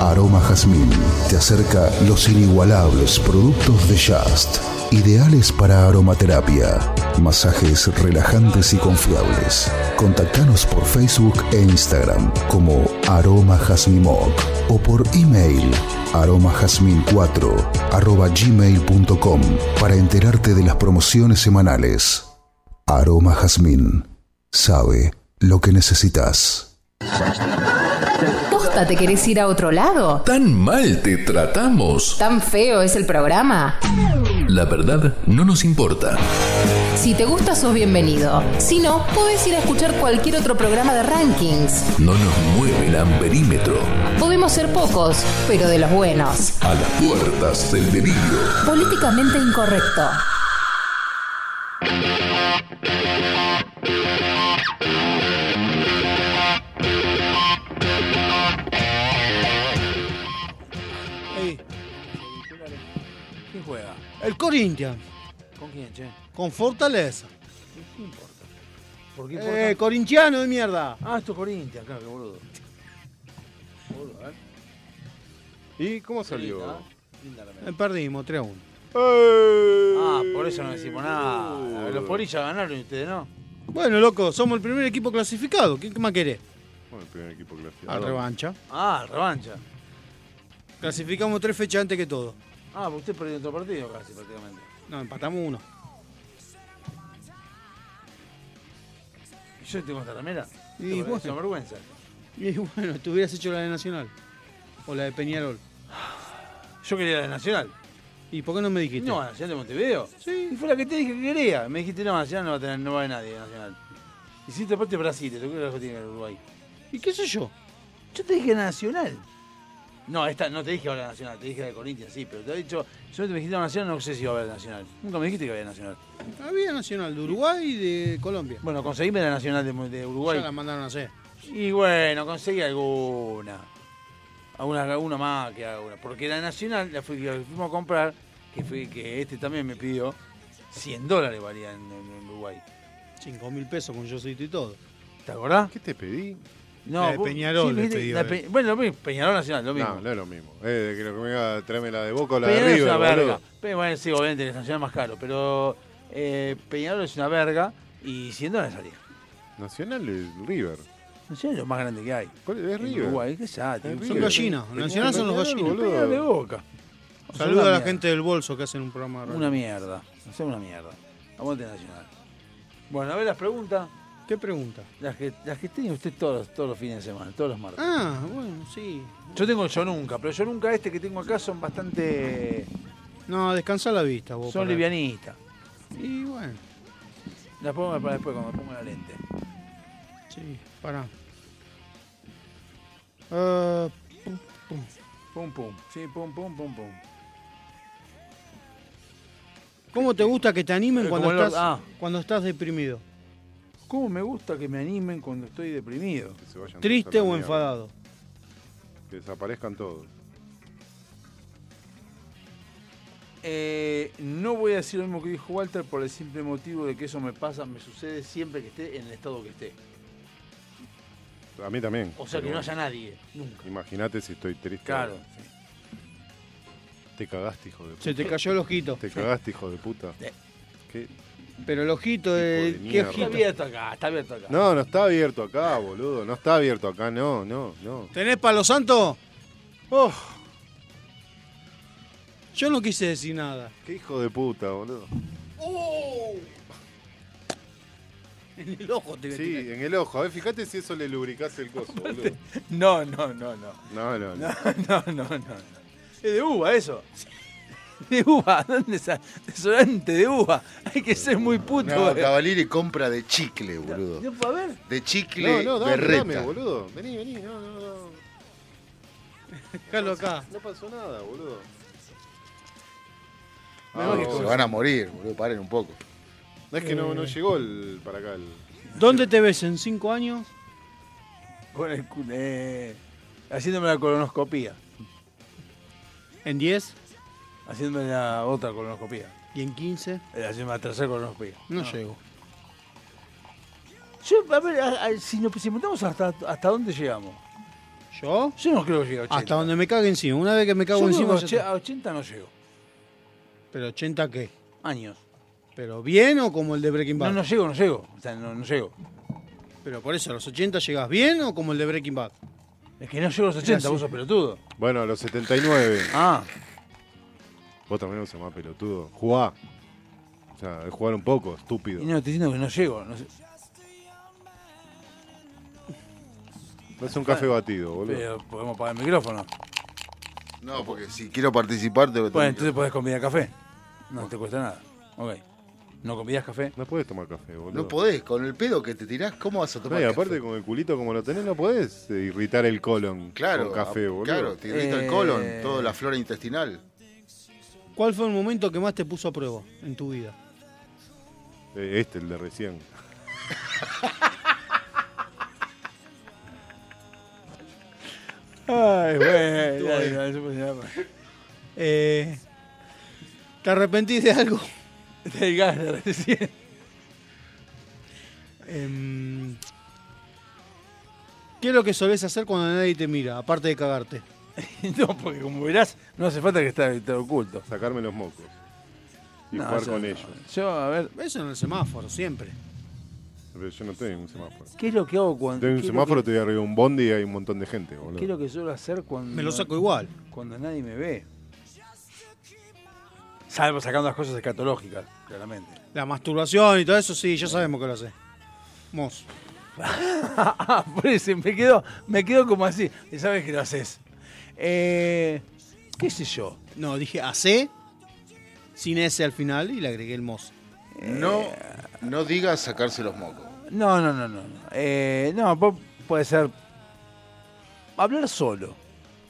I: Aroma Jazmín te acerca los inigualables productos de Just, ideales para aromaterapia, masajes relajantes y confiables. Contactanos por Facebook e Instagram como Aroma Jazmimoc o por email aromajazmin4 arroba gmail.com para enterarte de las promociones semanales. Aroma Jazmín sabe lo que necesitas.
F: ¿Posta te querés ir a otro lado?
N: Tan mal te tratamos.
F: ¿Tan feo es el programa?
N: La verdad no nos importa.
F: Si te gusta, sos bienvenido. Si no, podés ir a escuchar cualquier otro programa de rankings.
N: No nos mueve el amperímetro.
F: Podemos ser pocos, pero de los buenos.
N: A las puertas del delirio.
F: Políticamente incorrecto.
B: juega?
E: El Corinthians,
B: ¿Con quién, che?
E: con fortaleza.
B: ¿Qué importa? ¿Por qué importa?
E: Eh, corintiano de mierda.
B: Ah, esto es Corinthians, claro, qué boludo. Boludo,
C: ¿eh?
B: a ver.
C: ¿Y cómo salió?
B: Linda la
E: Eh, Perdimos 3 a 1.
B: Ah, por eso no decimos
E: Uh.
B: nada. Los porillas ganaron y ustedes no.
E: Bueno, loco, somos el primer equipo clasificado. ¿Qué qué más querés?
C: Bueno, el primer equipo
E: A
C: clasificado.
E: revancha.
B: Ah, revancha.
E: Clasificamos tres fechas antes que todo.
B: Ah, porque usted perdió otro partido casi prácticamente.
E: No, empatamos uno.
B: ¿Y yo tengo esta remera?
E: Y
B: Tengo-
E: bueno.
B: Es una vergüenza.
E: Y bueno, te hubieras hecho la de Nacional. O la de Peñarol.
B: Yo quería la de Nacional.
E: ¿Y por qué no me dijiste?
B: No, Nacional de Montevideo. Sí. Y fue la que te dije que quería. Me dijiste, no, Nacional no va a tener, no va a haber nadie Nacional. Hiciste parte de Brasil, te tocó la que tiene el Uruguay.
E: ¿Y qué sé yo?
B: Yo te dije Nacional. No, esta no te dije ahora Nacional, te dije la de Corinthians, sí, pero te he dicho, yo te me dijiste Nacional, no sé si va a haber Nacional. Nunca me dijiste que había Nacional.
E: Había Nacional de Uruguay y de Colombia.
B: Bueno, conseguíme la Nacional de, de Uruguay.
E: Ya la mandaron a hacer.
B: Y bueno, conseguí alguna. Alguna, alguna más que alguna. Porque la Nacional la, fui, la fuimos a comprar, que, fue, que este también me pidió, 100 dólares valía en, en- en Uruguay.
E: 5 mil pesos con yo soy y todo.
B: ¿Te acordás?
C: ¿Qué te pedí?
E: La de
B: vos-
E: Peñarol le
B: me dijiste-
E: pedí,
B: la
E: vale.
B: Pe- bueno, lo mismo, Peñarol Nacional, lo mismo.
C: eh. No, no es lo mismo. Eh, que lo que me haga, tráeme la de Boca o la
B: Peñarol
C: de
B: es
C: River.
B: una
C: boludo.
B: verga. Pero bueno, sí, obviamente, el Nacional es más caro. Pero eh, Peñarol es una verga y 100 dólares salía.
C: Nacional es River.
B: Nacional es lo más grande que hay.
C: ¿Cuál es
B: En
C: River?
B: Uruguay, qué sátil.
C: Es
E: Son
C: River.
E: gallinas. Nacional son los
C: Peñarol,
E: gallinas.
C: boludo.
B: Peñarol de boca.
E: Saludo a la
B: Una
E: gente del bolso que hacen un programa de radio.
B: Una mierda. Hacemos una mierda. Aguante Nacional. Bueno, a ver las preguntas.
E: ¿Qué pregunta?
B: Las que, las que tiene usted todos los, todos los fines de semana, todos los martes.
E: Ah, bueno, sí.
B: Yo tengo el yo nunca, pero yo nunca este que tengo acá son bastante.
E: No, descansa la vista vos.
B: son
E: para-
B: livianistas.
E: Y bueno,
B: Las pongo para después cuando me pongo la lente.
E: sí, pará. Ah, pum, pum.
B: Pum, pum. Sí, pum, pum, pum, pum.
E: ¿Cómo te gusta que te animen
B: Eh,
E: cuando
B: como el-
E: estás,
B: ah.
E: cuando estás deprimido?
B: ¿Cómo me gusta que me animen cuando estoy deprimido?
C: Que se vayan
E: ¿Triste
C: todos a
E: o
C: la mierda.
E: enfadado?
C: Que desaparezcan todos.
B: Eh, no voy a decir lo mismo que dijo Walter por el simple motivo de que eso me pasa, me sucede siempre que esté en el estado que esté.
C: A mí también.
B: O sea,
C: Pero
B: que no
C: bueno,
B: haya nadie, nunca.
C: Imagínate si estoy triste.
B: Claro.
C: Te cagaste, hijo de puta.
E: Se te cayó el ojito.
C: Te cagaste, hijo de puta.
B: Sí.
C: ¿Qué?
E: Pero el ojito, eh,
C: Hijo de
E: ¿qué
C: mierda.
B: Está
E: ojito?
B: abierto acá, Ah, está abierto acá.
C: No, no está abierto acá, boludo. No está abierto acá, no, no, no.
E: ¿Tenés palo santo?
C: Oh,
E: Yo no quise decir nada.
C: qué hijo de puta, boludo.
B: Oh,
E: En el ojo te
C: Sí, en el ojo. A ver, fíjate si eso le lubricase el coso, boludo.
B: No, no, no, no.
C: No, no, no.
B: No, no, no, no. no. Es de uva eso. De uva, ¿dónde sale? Desodorante de uva. Hay que ser muy puto.
D: No,
B: eh.
D: Cavalieri compra de chicle, boludo.
B: Yo, a ver.
D: De chicle
C: No, no, dame,
D: berreta.
C: dame, boludo. Vení, vení, no, no, no.
E: Déjalo
B: Ah.
E: acá.
C: No pasó nada, boludo.
D: No,
C: Menos que
D: se
C: con-
D: van a morir, boludo. Paren un poco.
C: No es que no,
B: Eh.
C: no llegó el, para acá el.
E: ¿Dónde te ves en cinco años?
B: Con el cu- eh, haciéndome la colonoscopía.
E: ¿En 10?
B: Haciéndome la otra colonoscopía.
E: ¿Y en 15?
B: Eh, Haciéndome la tercera colonoscopía.
E: No, llego.
B: Yo, a ver, a- a- pues si nos preguntamos hasta, hasta dónde llegamos.
E: ¿Yo?
B: Yo no creo que llegue a 80.
E: Hasta donde me cague encima. Una vez que me cago
B: Yo creo
E: encima.
B: que
E: ya
B: a
E: está.
B: 80 no llego.
E: ¿Pero 80 qué?
B: Años.
E: ¿Pero bien o como el de Breaking Bad?
B: No, no llego, no llego. O sea, no, no llego.
E: Pero por eso, ¿a los 80 llegas bien o como el de Breaking Bad?
B: Es que no llego a los 80, vos sos pelotudo.
C: Bueno, los 79.
B: Ah,
C: Vos también sos más pelotudo. Jugá. O sea, jugar un poco, estúpido.
B: y no, te diciendo que no llego. No sé.
C: Es un café batido, boludo.
B: Pero podemos pagar el micrófono.
D: No, porque si quiero participar, te
B: Bueno, entonces pues. podés convidar café. No te cuesta nada. Ok. ¿No convidás café?
C: No podés tomar café, boludo.
D: No podés, con el pedo que te tirás, ¿cómo vas a
C: No,
D: tomar
C: y
D: café?
C: aparte con el culito como lo tenés no podés eh, irritar el colon
D: claro,
C: con café,
D: a-
C: boludo.
D: Claro, te irrita
B: Eh.
D: el colon, toda la flora intestinal.
E: ¿Cuál fue el momento que más te puso a prueba en tu vida?
C: Eh, Este, el de recién.
B: Ay, bueno. ya, ya, ya, ya, ya.
E: Eh, ¿Te arrepentís de algo?
B: Del gas de recién.
E: Em, ¿Qué es lo que solés hacer cuando nadie te mira, aparte de cagarte?
B: no, porque como verás, no hace falta que esté esté oculto.
C: Sacarme los mocos. Y
B: No,
C: jugar
B: eso
C: con
B: no.
C: ellos.
B: Yo, a ver.
E: Eso en el semáforo, siempre.
C: Pero yo no tengo un semáforo.
B: ¿Qué es lo que hago cuando.?
C: Tengo un
B: qué es lo
C: semáforo,
B: que-
C: estoy arriba de un bondi y hay un montón de gente, boludo.
B: ¿Qué es lo que suelo hacer cuando.
E: Me lo saco igual.
B: Cuando nadie me ve. Salvo sacando las cosas escatológicas, claramente.
E: La masturbación y todo eso, sí, ya sabemos que lo haces. Mos.
B: Por eso me quedo, me quedo como así. Y sabes que lo haces. Eh, ¿Qué sé yo?
E: No, dije AC, sin S al final y le agregué el mos.
D: No, no digas sacarse los mocos.
B: Eh, No, no, no, no. no. Eh, no, po- puede ser. Hablar solo.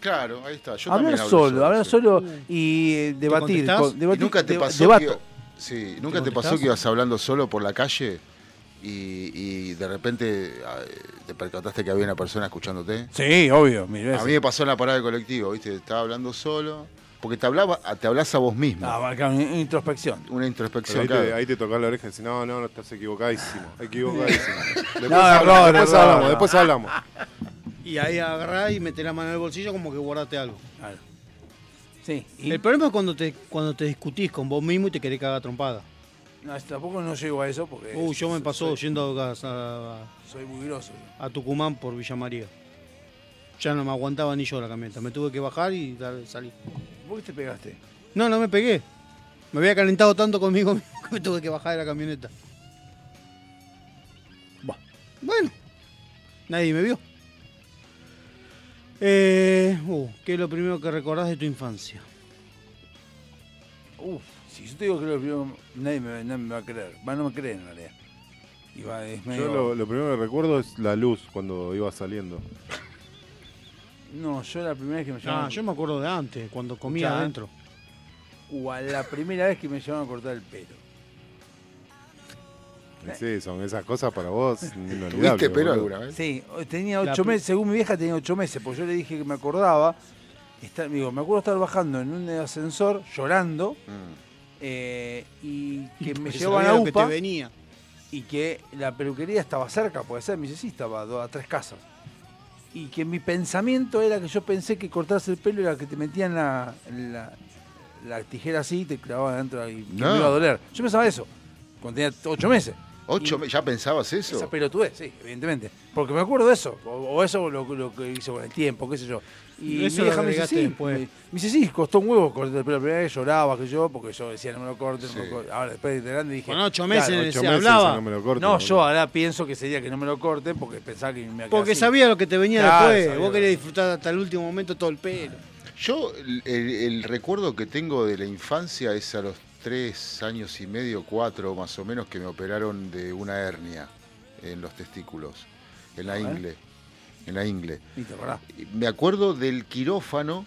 D: Claro, ahí está. Yo
B: hablar
D: también hablo
B: solo, hablar
D: sí.
B: solo y eh, debatir.
D: contestás?
B: con- debatir-
D: ¿Y nunca te
B: de-
D: pasó
B: debato.
D: que- Sí, ¿nunca
B: ¿Te
D: te, pasó
B: contestás?
D: que ibas hablando solo por la calle y, y de repente ah, eh, te percataste que había una persona escuchándote?
B: Sí, obvio, mil
D: A
B: veces.
D: mí me pasó en la parada del colectivo, ¿viste? Estaba hablando solo. Porque te, hablaba, te hablas a vos mismo.
B: Ah, marca una introspección.
D: Una
C: Pero
D: introspección,
C: ahí, te,
D: claro.
C: ahí te tocás la oreja y decís, no, no, no, estás equivocadísimo. Equivocadísimo. Después,
B: No,
C: hablamos,
B: error,
C: después
B: error,
C: hablamos,
B: no.
C: después hablamos.
E: Y ahí agarrás y metés la mano en el bolsillo como que guardate algo.
B: Sí.
E: El problema es cuando te, cuando te discutís con vos mismo y te querés cagar trompada.
B: No, tampoco no llego a eso porque.
E: Uy, yo me pasó
B: Soy,
E: yendo a, a-
B: soy muy groso.
E: a Tucumán por Villa María. Ya no me aguantaba ni yo la camioneta. Me tuve que bajar y dar- salir.
B: ¿Vos qué te pegaste?
E: No, no me pegué. Me había calentado tanto conmigo mismo que me tuve que bajar de la camioneta. Bueno, nadie me vio. Eh, uh, ¿Qué es lo primero que recordás de tu infancia?
B: Uf, si yo te digo que lo primero, nadie me, nadie me va a creer. Va, no me creen en realidad. Y va, es medio-
C: Yo lo, lo primero que recuerdo es la luz cuando iba saliendo.
B: Eh. No, yo la primera vez que me llamaron.
E: Ah, yo me acuerdo de antes, cuando comía
B: Escuchá,
E: adentro.
B: o a la primera vez que me llamaron a cortar el pelo.
C: Sí, son esas cosas para vos.
D: ¿Tuviste pelo alguna vez?
B: Sí, o- tenía
D: La
B: ocho
D: pri-
B: meses, según mi vieja tenía ocho meses, porque yo le dije que me acordaba. Está, digo, me acuerdo estar bajando en un ascensor, llorando,
D: Mm.
B: eh, y que me
E: Porque
B: llevaban a
E: sabía lo que
B: UPA
E: te venía.
B: y que la peluquería estaba cerca, puede ser, me dice, sí, estaba a, dos- a tres casas. Y que mi pensamiento era que yo pensé que cortarse el pelo era que te metían la, la- la tijera así y te clavaban adentro y
D: No.
B: me iba a doler. Yo pensaba eso, cuando tenía ocho meses.
D: ¿Ocho
B: Y-
D: me- ¿Ya pensabas eso?
B: esa pelotudez, sí, evidentemente. Porque me acuerdo de eso. O, o eso lo, lo que hice con el tiempo, qué sé yo. Y
E: Eso
B: mi
E: lo
B: vieja me dice,
E: agregaste
B: sí.
E: después.
B: Me, me dice, sí, costó un huevo cortar el pelo. La primera vez lloraba, que yo, porque yo decía, no me lo cortes, no me lo cortes. Ahora, después de este grande dije...
E: Con ocho meses
C: ocho
E: se
C: meses
E: hablaba.
C: ya no me lo corto,
B: No,
C: boludo.
B: yo ahora pienso que sería que no me lo corten porque pensaba que me iba a quedar
E: Porque
B: así.
E: sabía lo que te venía
B: Claro,
E: después.
B: sabía
E: Vos
B: lo que-
E: querés disfrutar hasta el último momento todo el pelo.
D: Yo, el, el- el recuerdo que tengo de la infancia es a los tres años y medio, cuatro más o menos, que me operaron de una hernia en los testículos, en la
B: Ah, ¿eh?
D: ingle. En la ingle.
B: Y te acordás.
D: Me acuerdo del quirófano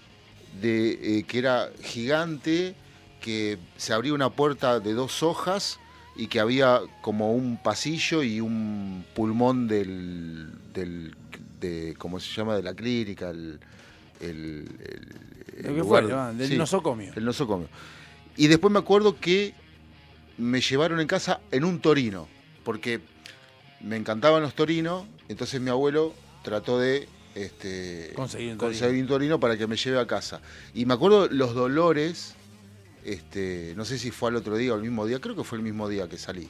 D: de, eh, que era gigante, que se abría una puerta de dos hojas y que había como un pasillo y un pulmón del, del de, ¿cómo se llama? De la clínica, el, el, el- el
B: Lo que
D: lugar.
B: fuera, va, del
D: Sí,
B: nosocomio.
D: El nosocomio. Y después me acuerdo que me llevaron en casa en un torino, porque me encantaban los torinos, entonces mi abuelo trató de este,
B: Conseguir un
D: conseguir un torino para que me lleve a casa. Y me acuerdo los dolores, este, no sé si fue al otro día o al mismo día, creo que fue el mismo día que salí.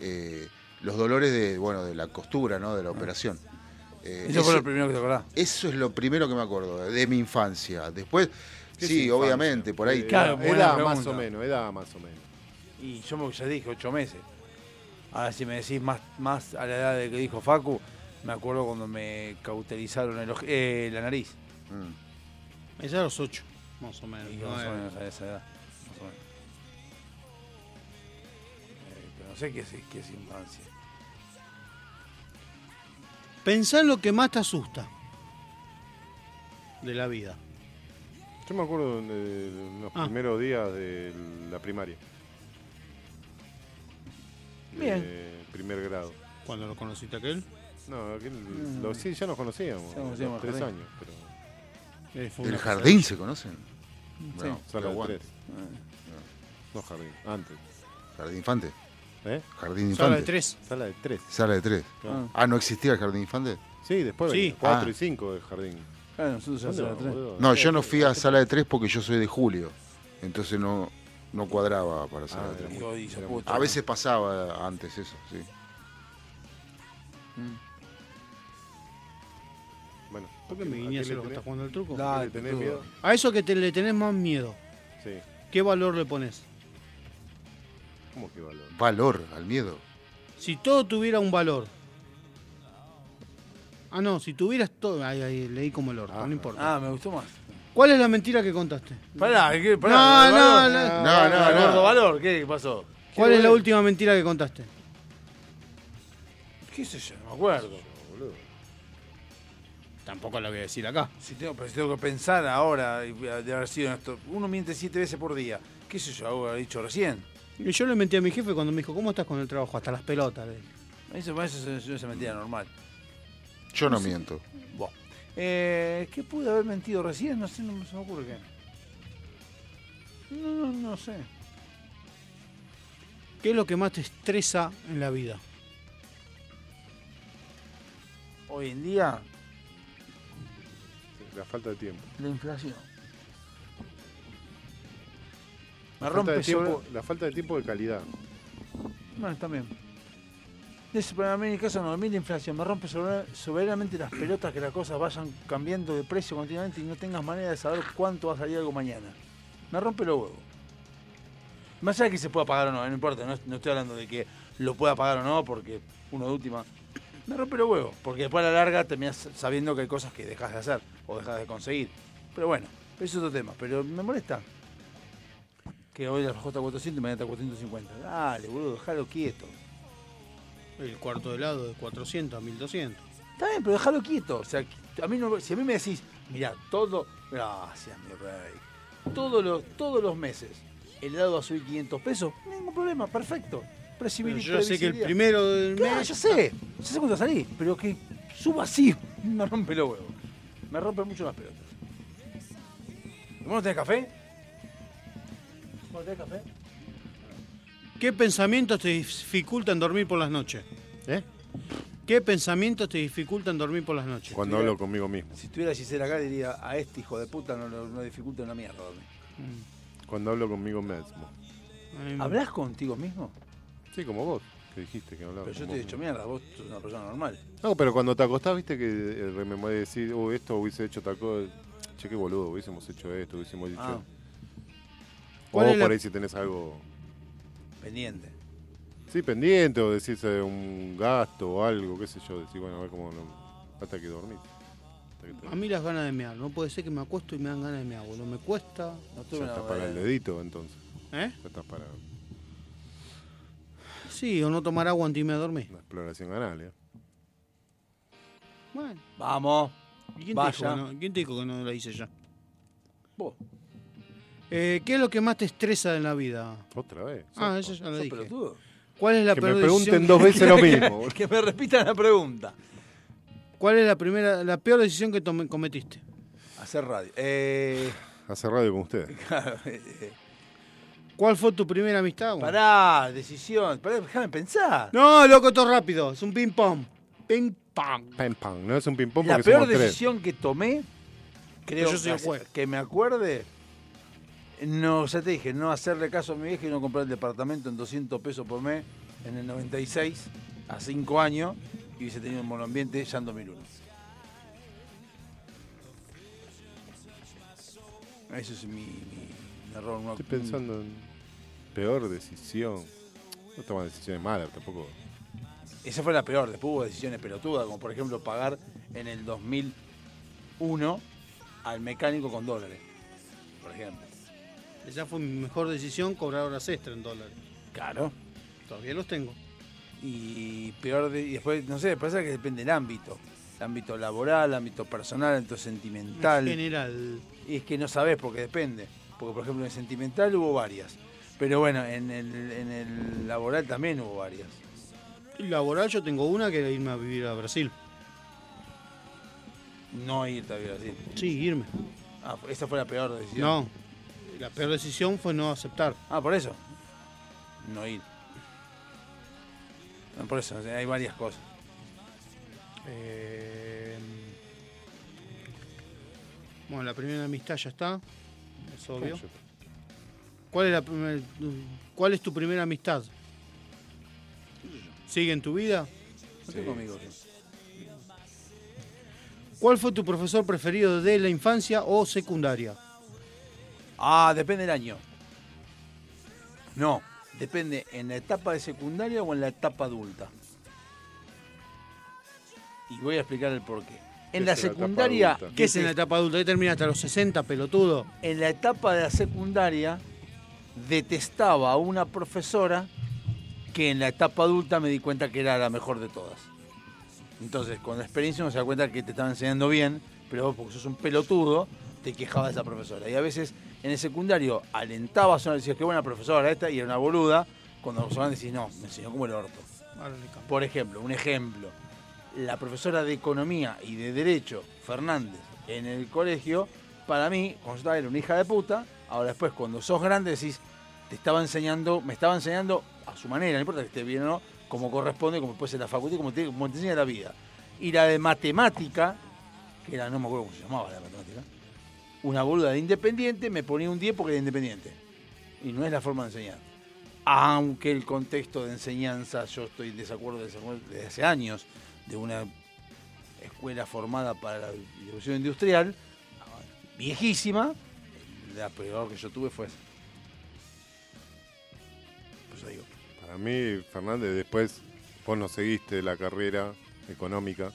D: Eh, los dolores de, bueno, de la costura, ¿no? De la operación. Eh,
B: Eso fue lo primero que te acordás.
D: eso es lo primero que me acuerdo, de mi infancia. Después,
C: ¿Qué
D: sí,
C: es infancia?
D: obviamente, por ahí.
C: Eh,
B: Claro, buena
C: edad más
B: pregunta.
C: o menos, edad más o menos.
B: Y yo me- ya dije ocho meses. Ahora, si me decís más, más a la edad de que dijo Facu, me acuerdo cuando me cauterizaron el oje- eh, la nariz.
E: Es a los ocho, más o menos.
B: Y más o
E: nueve.
B: menos a esa edad. más o menos. Eh, pero no sé qué es, qué es infancia.
E: Pensá en lo que más te asusta de la vida.
C: Yo me acuerdo de- de los
E: Ah.
C: primeros días de la primaria.
B: Bien.
C: De primer grado.
E: ¿Cuándo lo conociste aquel?
C: No, aquel- lo- sí, ya nos conocíamos.
B: Mm. Ya nos conocíamos,
C: los tres
B: jardín.
C: años, pero.
E: Eh, fue
D: ¿Del
E: una
D: jardín se conocen?
B: Sí.
D: Bueno,
C: Solo
D: pero
C: los
D: aguante.
C: tres.
B: Ah.
C: No, jardín, antes.
D: Jardín Infante.
C: ¿Eh?
D: Jardín Infante.
C: Sala de tres. Sala de tres.
D: Sala de tres.
C: Claro.
D: Ah, ¿no existía el Jardín Infante?
C: Sí, después
D: Sí.
C: sí. 4
D: Ah.
C: y 5 de jardín.
B: Ah, nosotros ya
C: ¿Dónde
B: sala
C: vamos,
B: tres.
C: boludo?
D: No, yo no fui a Sala de tres porque yo soy de Julio. Entonces no, no cuadraba para Sala
C: Ah,
D: de
C: era muy-
D: tres.
C: era muy-
D: A veces pasaba antes eso, sí.
C: Bueno,
E: ¿Por qué me guiñás a lo que está jugando el truco?
C: Dale, ¿Le tenés miedo?
E: A eso que te, le tenés más miedo,
C: Sí.
E: ¿qué valor le pones?
C: ¿Cómo que valor?
D: Valor al miedo.
E: Si todo tuviera un valor. Ah, no, si tuvieras todo. Ahí, ahí, leí como el orto, no importa.
B: Ah, me gustó más.
E: ¿Cuál es la mentira que contaste?
B: Pará, ¿qué? Pará,
E: No, no,
B: valor.
E: no.
B: Gordo valor, ¿qué pasó?
E: ¿Cuál es la
B: Quiero ver-
E: última mentira que contaste?
B: ¿Qué sé yo? No me acuerdo.
E: Tampoco la voy a decir acá.
B: Si tengo, pero si tengo que pensar ahora y de haber sido en esto. Uno miente siete veces por día. ¿Qué sé yo? Algo he dicho recién.
E: Y yo le mentí a mi jefe cuando me dijo, ¿cómo estás con el trabajo? Hasta las pelotas. le dije.
B: Eso, eso es una mentira normal.
D: Yo no miento.
B: Eh, ¿Qué pude haber mentido recién? No sé, no se me ocurre qué. No, no, no sé.
E: ¿Qué es lo que más te estresa en la vida?
B: Hoy en día,
C: La falta de tiempo.
B: la inflación. Me
C: La falta,
B: rompe
C: de tiempo,
B: sobre-
C: la falta de tiempo de calidad.
B: Bueno, también. Ese para mí en el caso no, a mí la inflación me rompe sober- soberanamente las pelotas que las cosas vayan cambiando de precio continuamente y no tengas manera de saber cuánto va a salir algo mañana. Me rompe los huevos. Más allá de que se pueda pagar o no, no importa, no, no estoy hablando de que lo pueda pagar o no, porque uno de última. Me rompe los huevos, porque después a la larga terminas sabiendo que hay cosas que dejas de hacer o dejas de conseguir. Pero bueno, eso es otro tema, pero me molesta. Que hoy la bajó hasta 400 y mañana está 450. Dale, boludo, déjalo quieto.
E: El cuarto de helado de 400 a 1200.
B: Está bien, pero déjalo quieto. O sea, que- a mí no- si a mí me decís, mirá, todo. Gracias, mi rey. Todos los, todos los meses el helado va a subir 500 pesos, ningún problema, perfecto. Previsibil-
E: Yo ya sé que el
B: previsibilidad.
E: primero del
B: Claro,
E: mes-
B: ya sé, ya sé cuánto salí, pero que suba así, me rompe los huevos. Me rompe mucho las pelotas. ¿Vos no tenés café? ¿Vos no tenés café?
E: ¿Qué pensamientos te dificultan dormir por las noches?
C: ¿Eh?
E: ¿Qué pensamientos te dificultan dormir por las noches?
C: Cuando hablo conmigo mismo.
B: Si estuviera Gisela acá diría, a este hijo de puta no, lo- no dificulta una mierda. dormir".
C: Cuando hablo conmigo mismo.
B: ¿Hablas contigo mismo?
C: Sí, como vos, que dijiste que hablaba.
B: Pero yo
C: con
B: te he
C: vos
B: dicho
C: mismo.
B: mierda, vos sos una persona normal.
C: No, pero cuando te acostás, viste que eh, rememoré decir, oh, esto hubiese hecho tal cosa. Che, qué boludo, hubiésemos hecho esto, hubiésemos dicho.
B: Ah.
C: O
B: ¿Cuál
C: por
B: es la-
C: ahí si tenés algo.
B: Pendiente.
C: Sí, pendiente, o decís eh, un gasto o algo, qué sé yo. Decís, bueno, a ver cómo. lo- hasta que dormís. Hasta que te-
E: A mí las ganas de mear. No puede ser que me acuesto y me dan ganas de mear, boludo. Me cuesta.
C: Ya estás para el dedito, entonces.
E: ¿Eh?
C: Ya estás para una
E: Sí, o no tomar agua antes de irme a dormir.
C: exploración anal, ¿eh?
E: Bueno.
B: Vamos.
E: ¿Y ¿Quién,
B: Vaya.
E: Te dijo que no, ¿Quién te dijo que no la hice ya?
B: Vos.
E: Eh, ¿Qué es lo que más te estresa en la vida?
C: Otra vez.
E: Ah, eso ya lo
B: ¿Sos
E: dije.
B: pelotudo?
E: ¿Cuál es la
B: Que me
E: peor
B: pregunten
E: decisión
B: dos veces lo
E: que-
B: mismo, boludo. Que me repitan la pregunta.
E: ¿Cuál es la primera, la peor decisión que tome- cometiste?
B: Hacer radio. Eh,
C: Hace radio con ustedes.
B: claro, eh,
E: ¿Cuál fue tu primera amistad? güey?
B: pará, decisión. Pará, déjame pensar.
E: No, loco, todo rápido. Es un ping pong. Ping pong.
C: Pam, pam. No es un ping-pong
B: La
C: porque
B: peor
C: somos tres.
B: decisión que tomé, creo
E: Pues Yo soy
B: que,
E: el juez.
B: que me acuerde, no, ya te dije, no hacerle caso a mi vieja y no comprar el departamento en 200 pesos por mes en el 96, a 5 años, y hubiese tenido un monoambiente ya en 2001. Eso es mi, mi error. no-
C: Estoy pensando en peor decisión. No tomas decisiones malas tampoco.
B: Esa fue la peor. Después hubo decisiones pelotudas, como por ejemplo pagar en el 2001 al mecánico con dólares, por ejemplo.
E: Esa fue mi mejor decisión, cobrar horas extra en dólares.
B: Claro.
E: Todavía los tengo.
B: y peor de- y después no sé pasa que depende del ámbito el ámbito laboral el ámbito personal el ámbito sentimental
E: En general.
B: y es que no sabes porque depende porque por ejemplo en el sentimental hubo varias pero bueno en el, en el laboral también hubo varias
E: Y Laboral yo tengo una que era irme a vivir a Brasil.
B: no irte a Brasil
E: Sí, irme.
B: ah, esa fue la peor decisión
E: No, La peor decisión fue no aceptar.
B: Ah, por eso. No ir. No, por eso, o sea, hay varias cosas.
E: Eh, Bueno, la primera amistad ya está. Es obvio. ¿Cuál es, la primer- ¿Cuál es tu primera amistad? ¿Sigue en tu vida?
B: No tengo amigos.
E: ¿Cuál fue tu profesor preferido de la infancia o secundaria?
B: Ah, depende del año. No, depende en la etapa de secundaria o en la etapa adulta. Y voy a explicar el porqué. En la secundaria, Eh,
E: ¿Qué es en la etapa adulta? Ahí termina hasta los 60, pelotudo.
B: En la etapa de la secundaria detestaba a una profesora que en la etapa adulta me di cuenta que era la mejor de todas. Entonces, con la experiencia uno se da cuenta que te estaba enseñando bien, pero vos porque sos un pelotudo, te quejabas de esa profesora. Y a veces en el secundario alentabas a una y decías, qué buena profesora esta, y era una boluda. Cuando la profesora decís, no, me enseñó como el orto. Por ejemplo, un ejemplo, la profesora de Economía y de Derecho, Fernández, en el colegio, para mí, cuando yo estaba era una hija de puta, ahora después cuando sos grande decís, te estaba enseñando, me estaba enseñando a su manera, no importa que esté bien o no, como corresponde, como puede ser la facultad, como te, como te enseña la vida. Y la de matemática, que era, no me acuerdo cómo se llamaba la de matemática, una boluda de independiente, me ponía un 10 porque era independiente. Y no es la forma de enseñar. Aunque el contexto de enseñanza, yo estoy en desacuerdo desde hace- desde hace años, de una escuela formada para la distribución industrial, viejísima, la peor que yo tuve fue esa. Por eso digo,
C: Para mí, Fernández, después vos no seguiste la carrera económica.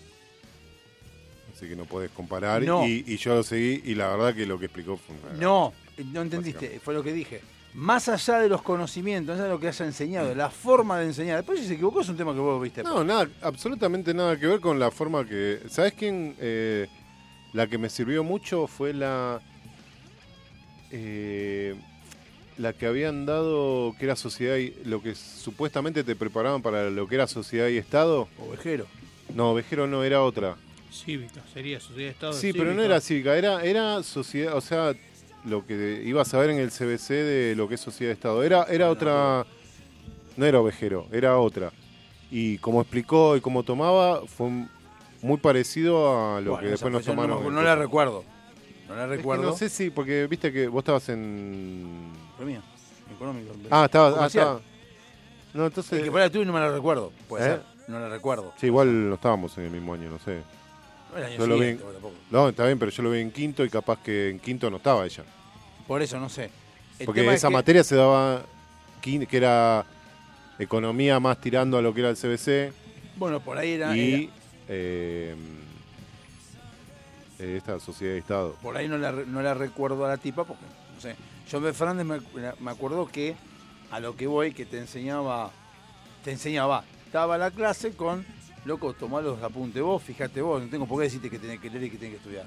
C: Así que no podés comparar.
B: No.
C: Y, y yo lo seguí y la verdad que lo que explicó fue una...
B: No, no entendiste, fue lo que dije. Más allá de los conocimientos, más allá de lo que haya enseñado, la forma de enseñar. Después si se equivocó es un tema que vos viste.
C: No, nada, absolutamente nada que ver con la forma que. ¿Sabes quién? eh, la que me sirvió mucho fue la. eh, la que habían dado que era sociedad y. lo que supuestamente te preparaban para lo que era sociedad y Estado.
B: Ovejero.
C: No, ovejero no, era otra.
E: Cívica, sería sociedad de Estado.
C: Sí, pero no era cívica, era, era sociedad, o sea, lo que ibas a ver en el CBC de lo que es sociedad de Estado. Era, era otra, no era ovejero, era otra. Y como explicó y como tomaba, fue un- muy parecido a lo
B: Bueno,
C: que después
B: esa
C: nos
B: fue- pues yo no me
C: tomaron.
B: acu-
C: en
B: no
C: el
B: la
C: curso.
B: recuerdo. No la
C: Es que
B: recuerdo.
C: no sé si, porque viste que vos estabas en...
B: Fue mía, económico.
C: Ah, estaba- ah,
B: Comercial.
C: estaba- No, entonces...
B: El que fuera tuyo no me la recuerdo. Puede
C: ¿Eh?
B: ser, no la recuerdo.
C: Sí, igual no estábamos en el mismo año, no sé.
B: No, el año
C: Yo lo vi en-
B: siguiente, tampoco.
C: No, está bien, pero yo lo vi en quinto y capaz que en quinto no estaba ella.
B: Por eso no sé. El
C: Porque
B: tema
C: esa
B: es que-
C: materia se daba, quin- que era economía más tirando a lo que era el CBC.
B: Bueno, por ahí era-
C: Y
B: era-
C: eh, eh, esta sociedad de Estado.
B: Por ahí no la, re- no la recuerdo a la tipa porque, no sé. Yo de Fernández me, acu- me acuerdo que a lo que voy, que te enseñaba, te enseñaba, estaba la clase con, loco, tomá los apuntes vos, fíjate vos, no tengo por qué decirte que tenés que leer y que tenés que estudiar.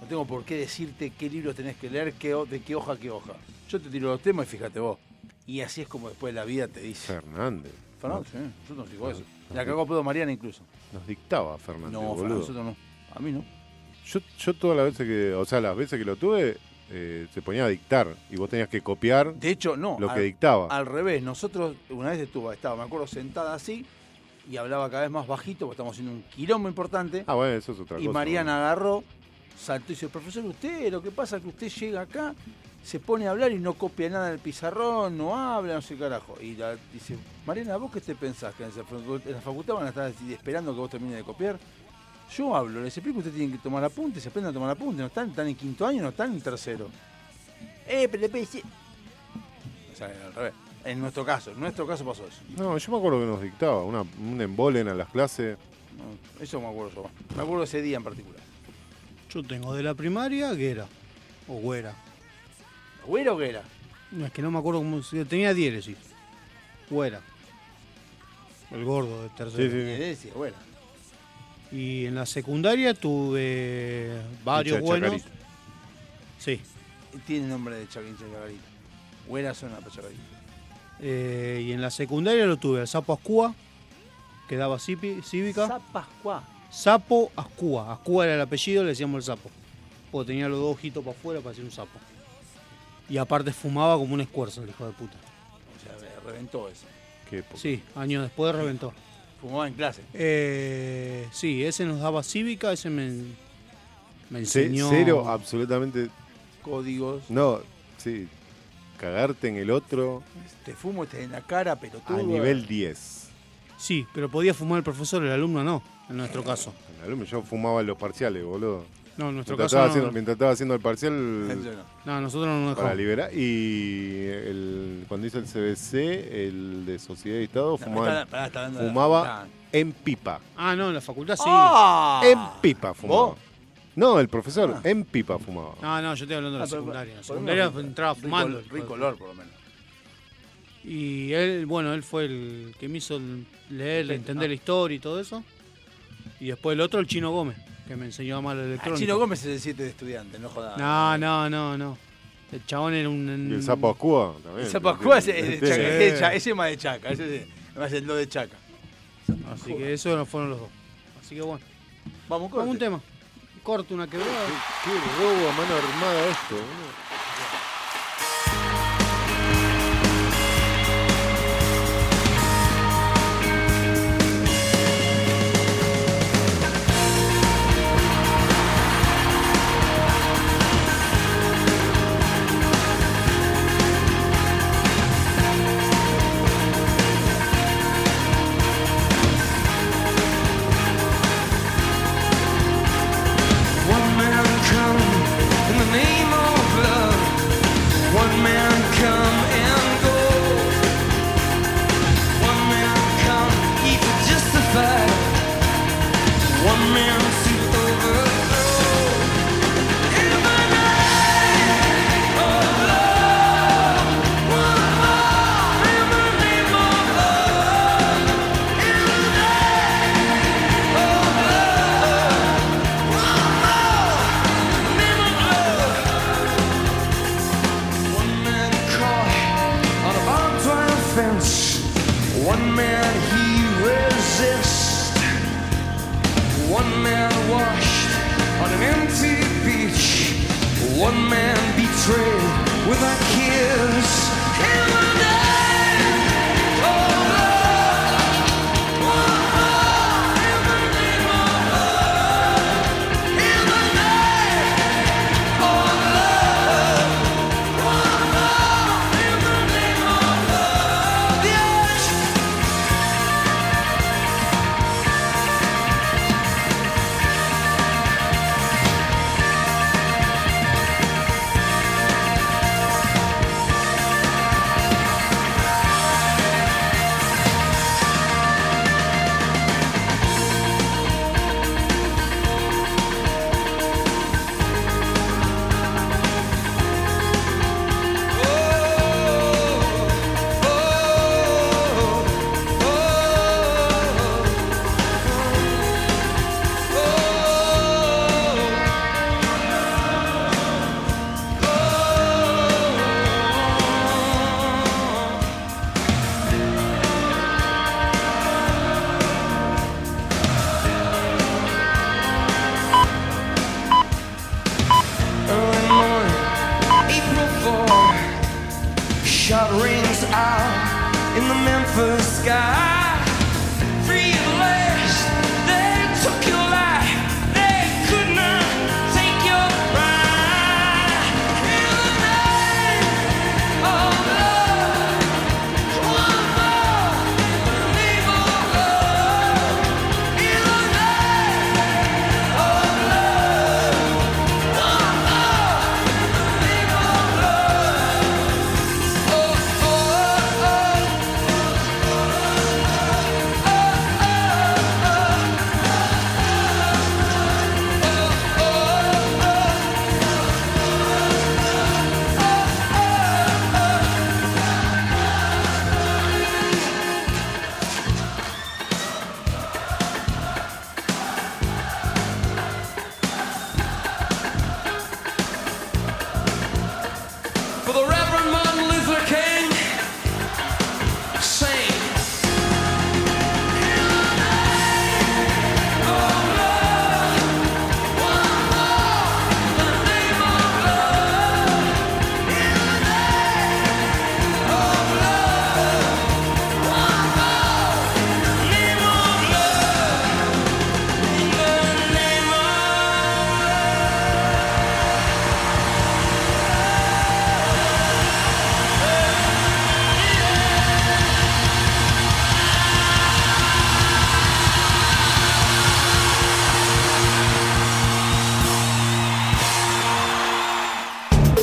B: No tengo por qué decirte qué libros tenés que leer, qué, ho- de qué hoja a qué hoja. Yo te tiro los temas y fíjate vos. Y así es como después la vida te dice.
C: Fernández. Ah,
B: Fernández, sí, yo no digo eso.
C: no,
B: La
C: no.
B: cagó a pedo Mariana incluso.
C: Nos dictaba Fernández.
B: No,
C: Ah, boludo.
B: Fernández, nosotros no. A mí no.
C: Yo, yo todas las veces que, o sea, las veces que lo tuve, eh, se ponía a dictar y vos tenías que copiar.
B: De hecho, no.
C: Lo
B: al-
C: que dictaba.
B: Al revés, nosotros una vez estuvo, estaba, me acuerdo, sentada así y hablaba cada vez más bajito porque estamos haciendo un quilombo importante.
C: Ah, bueno, eso es otra
B: y
C: cosa.
B: Mariana agarró, saltó y dice, profesor, usted, lo que pasa es que usted llega acá, se pone a hablar y no copia nada del pizarrón, no habla, no sé qué carajo. Y la, dice, Mariana, ¿vos qué te pensás? ¿Que en esa- en la facultad van a estar esperando que vos termines de copiar? Yo hablo, les explico, ustedes tienen que tomar apuntes, se aprenden a tomar apuntes, no están, están en quinto año, no están en tercero. Eh, pero le pensé- O sea, al revés. En nuestro caso, en nuestro caso pasó eso.
C: No, yo me acuerdo que nos dictaba una, un embolen a las clases.
B: No, eso me acuerdo yo. Me acuerdo ese día en particular.
E: Yo tengo de la primaria Guera. O Güera.
B: ¿Güera o Guera?
E: No, es que no me acuerdo cómo se Tenía diéresis. Güera. El gordo de tercero.
B: Eh, sí, Güera.
E: Y en la secundaria tuve varios
B: Hincha de
E: buenos. Sí.
B: Tiene nombre de Chaquincha Chacarita. Güera zona para Chacarita.
E: Eh, y en la secundaria lo tuve al Sapo Ascúa, que daba cipi- cívica.
B: Pascua.
E: Sapo Ascúa. Ascúa era el apellido, le decíamos el sapo. Porque tenía los dos ojitos para afuera para hacer un sapo. Y aparte fumaba como un escuerzo, el hijo de puta.
B: O sea, me reventó eso.
E: Sí, años después reventó.
B: Fumaba en clase.
E: Eh, sí, ese nos daba cívica, ese me, me
C: Ce-
E: enseñó.
C: Cero, absolutamente.
B: Códigos.
C: No, sí. Cagarte en el otro
B: Te fumo este en la cara, pelotudo.
C: a nivel 10.
E: Sí, pero podía fumar el profesor, el alumno no, en nuestro caso.
C: En la luz Yo fumaba en los parciales, boludo.
E: No, en nuestro
C: Mientras
E: caso
C: estaba
E: no,
C: haciendo-
E: no.
C: Mientras estaba haciendo el parcial.
E: No, nosotros no nos
C: Para
E: dejamos.
C: liberar. Y el- cuando hizo el CBC, el de Sociedad y Estado, fumaba,
E: está- pará, está hablando de la
C: fumaba en pipa.
E: Ah, no, en la facultad sí.
B: Ah.
E: Ah. Em,
C: En pipa fumaba. No, el profesor, en pipa fumaba.
E: No, no, yo estoy hablando de
B: Ah,
E: la
B: pero-
E: secundaria. En la
B: por lo
E: secundaria
B: menos
E: entraba
B: rico-
E: fumando. el
B: rico
E: hijo de
B: olor,
E: puta.
B: por lo menos.
E: Y él, bueno, él fue el que me hizo el- leer,
B: ah.
E: entender la historia y todo eso. Y después el otro, el Chino Gómez, que me enseñó a amar la
B: Ah,
E: electrónica.
B: Chino Gómez es el 7 de estudiante, no jodas.
E: No, no, no, no. El chabón era un...
C: Y el sapo Ascua también.
B: El Zapascúa es,
C: Sí.
B: es de Chaca, es de Chaca, ese es más de Chaca, ese es, más el lo de Chaca.
E: Así que eso no fueron los dos. Así que bueno.
B: Vamos,
E: con un tema. Corto, una quebrada.
C: Qué robo a mano armada esto, boludo.
A: One man come in the name of love. One man come and go. One man come, he to justify. One man to overthrow. In the name of love. One more in the name of love. In the name of love. on a barbed wire fence. One man he resists. One man washed on an empty beach. One man betrayed with a kiss. In the name of love. One more in the name of love. In the name of love. One more in the name of love. Yes. One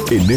P: En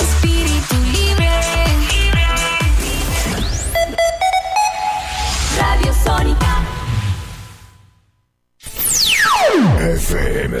A: Espíritu libre. Radio Sónica.
P: FM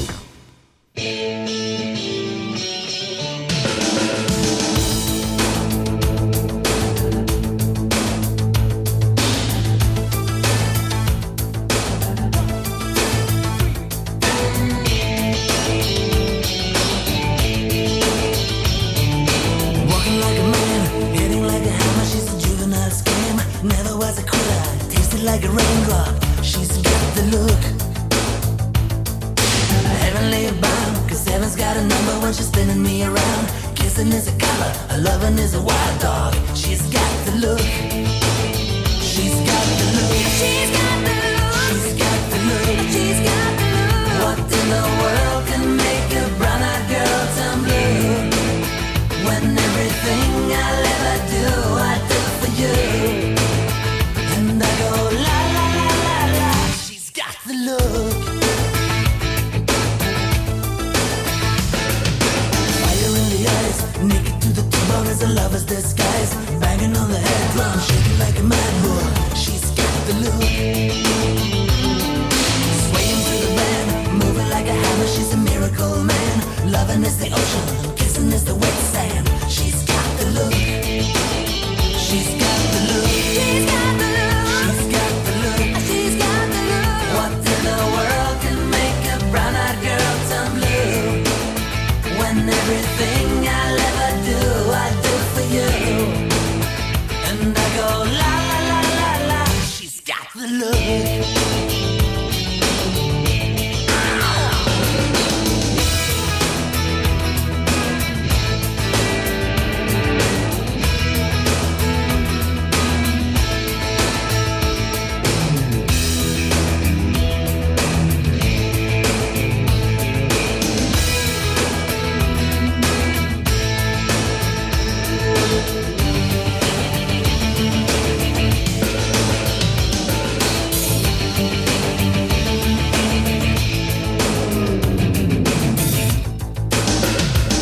A: Walking like a man, hitting like a hammer. She's a juvenile scam. Never was a quitter. Tasted like a raindrop. She's got the look. Heavenly bound, cause heaven's got a number when she's spinning me around. Kissing is a color, a loving is a wild dog. She's got the look. She's got the look. She's got the look. She's got the look. She's got the look. What in the world can make a brown-eyed girl turn blue? When everything I'll ever do, I do for you. And I go la la la la la. She's got the look. Fire in the eyes, naked to the tumor as a lover eyes, banging on the head drum, shaking like a mad bull. She's got the look. Swaying through the band, moving like a hammer, she's a miracle man. Loving is the ocean, kissing is the wet sand. She's got the look. She's got the look. She's got the look. She's got the look. She's got the look. What in the world can make a brown-eyed girl turn blue? When everything I'll ever do, I do for you. And I go la la la la la. She's got the look.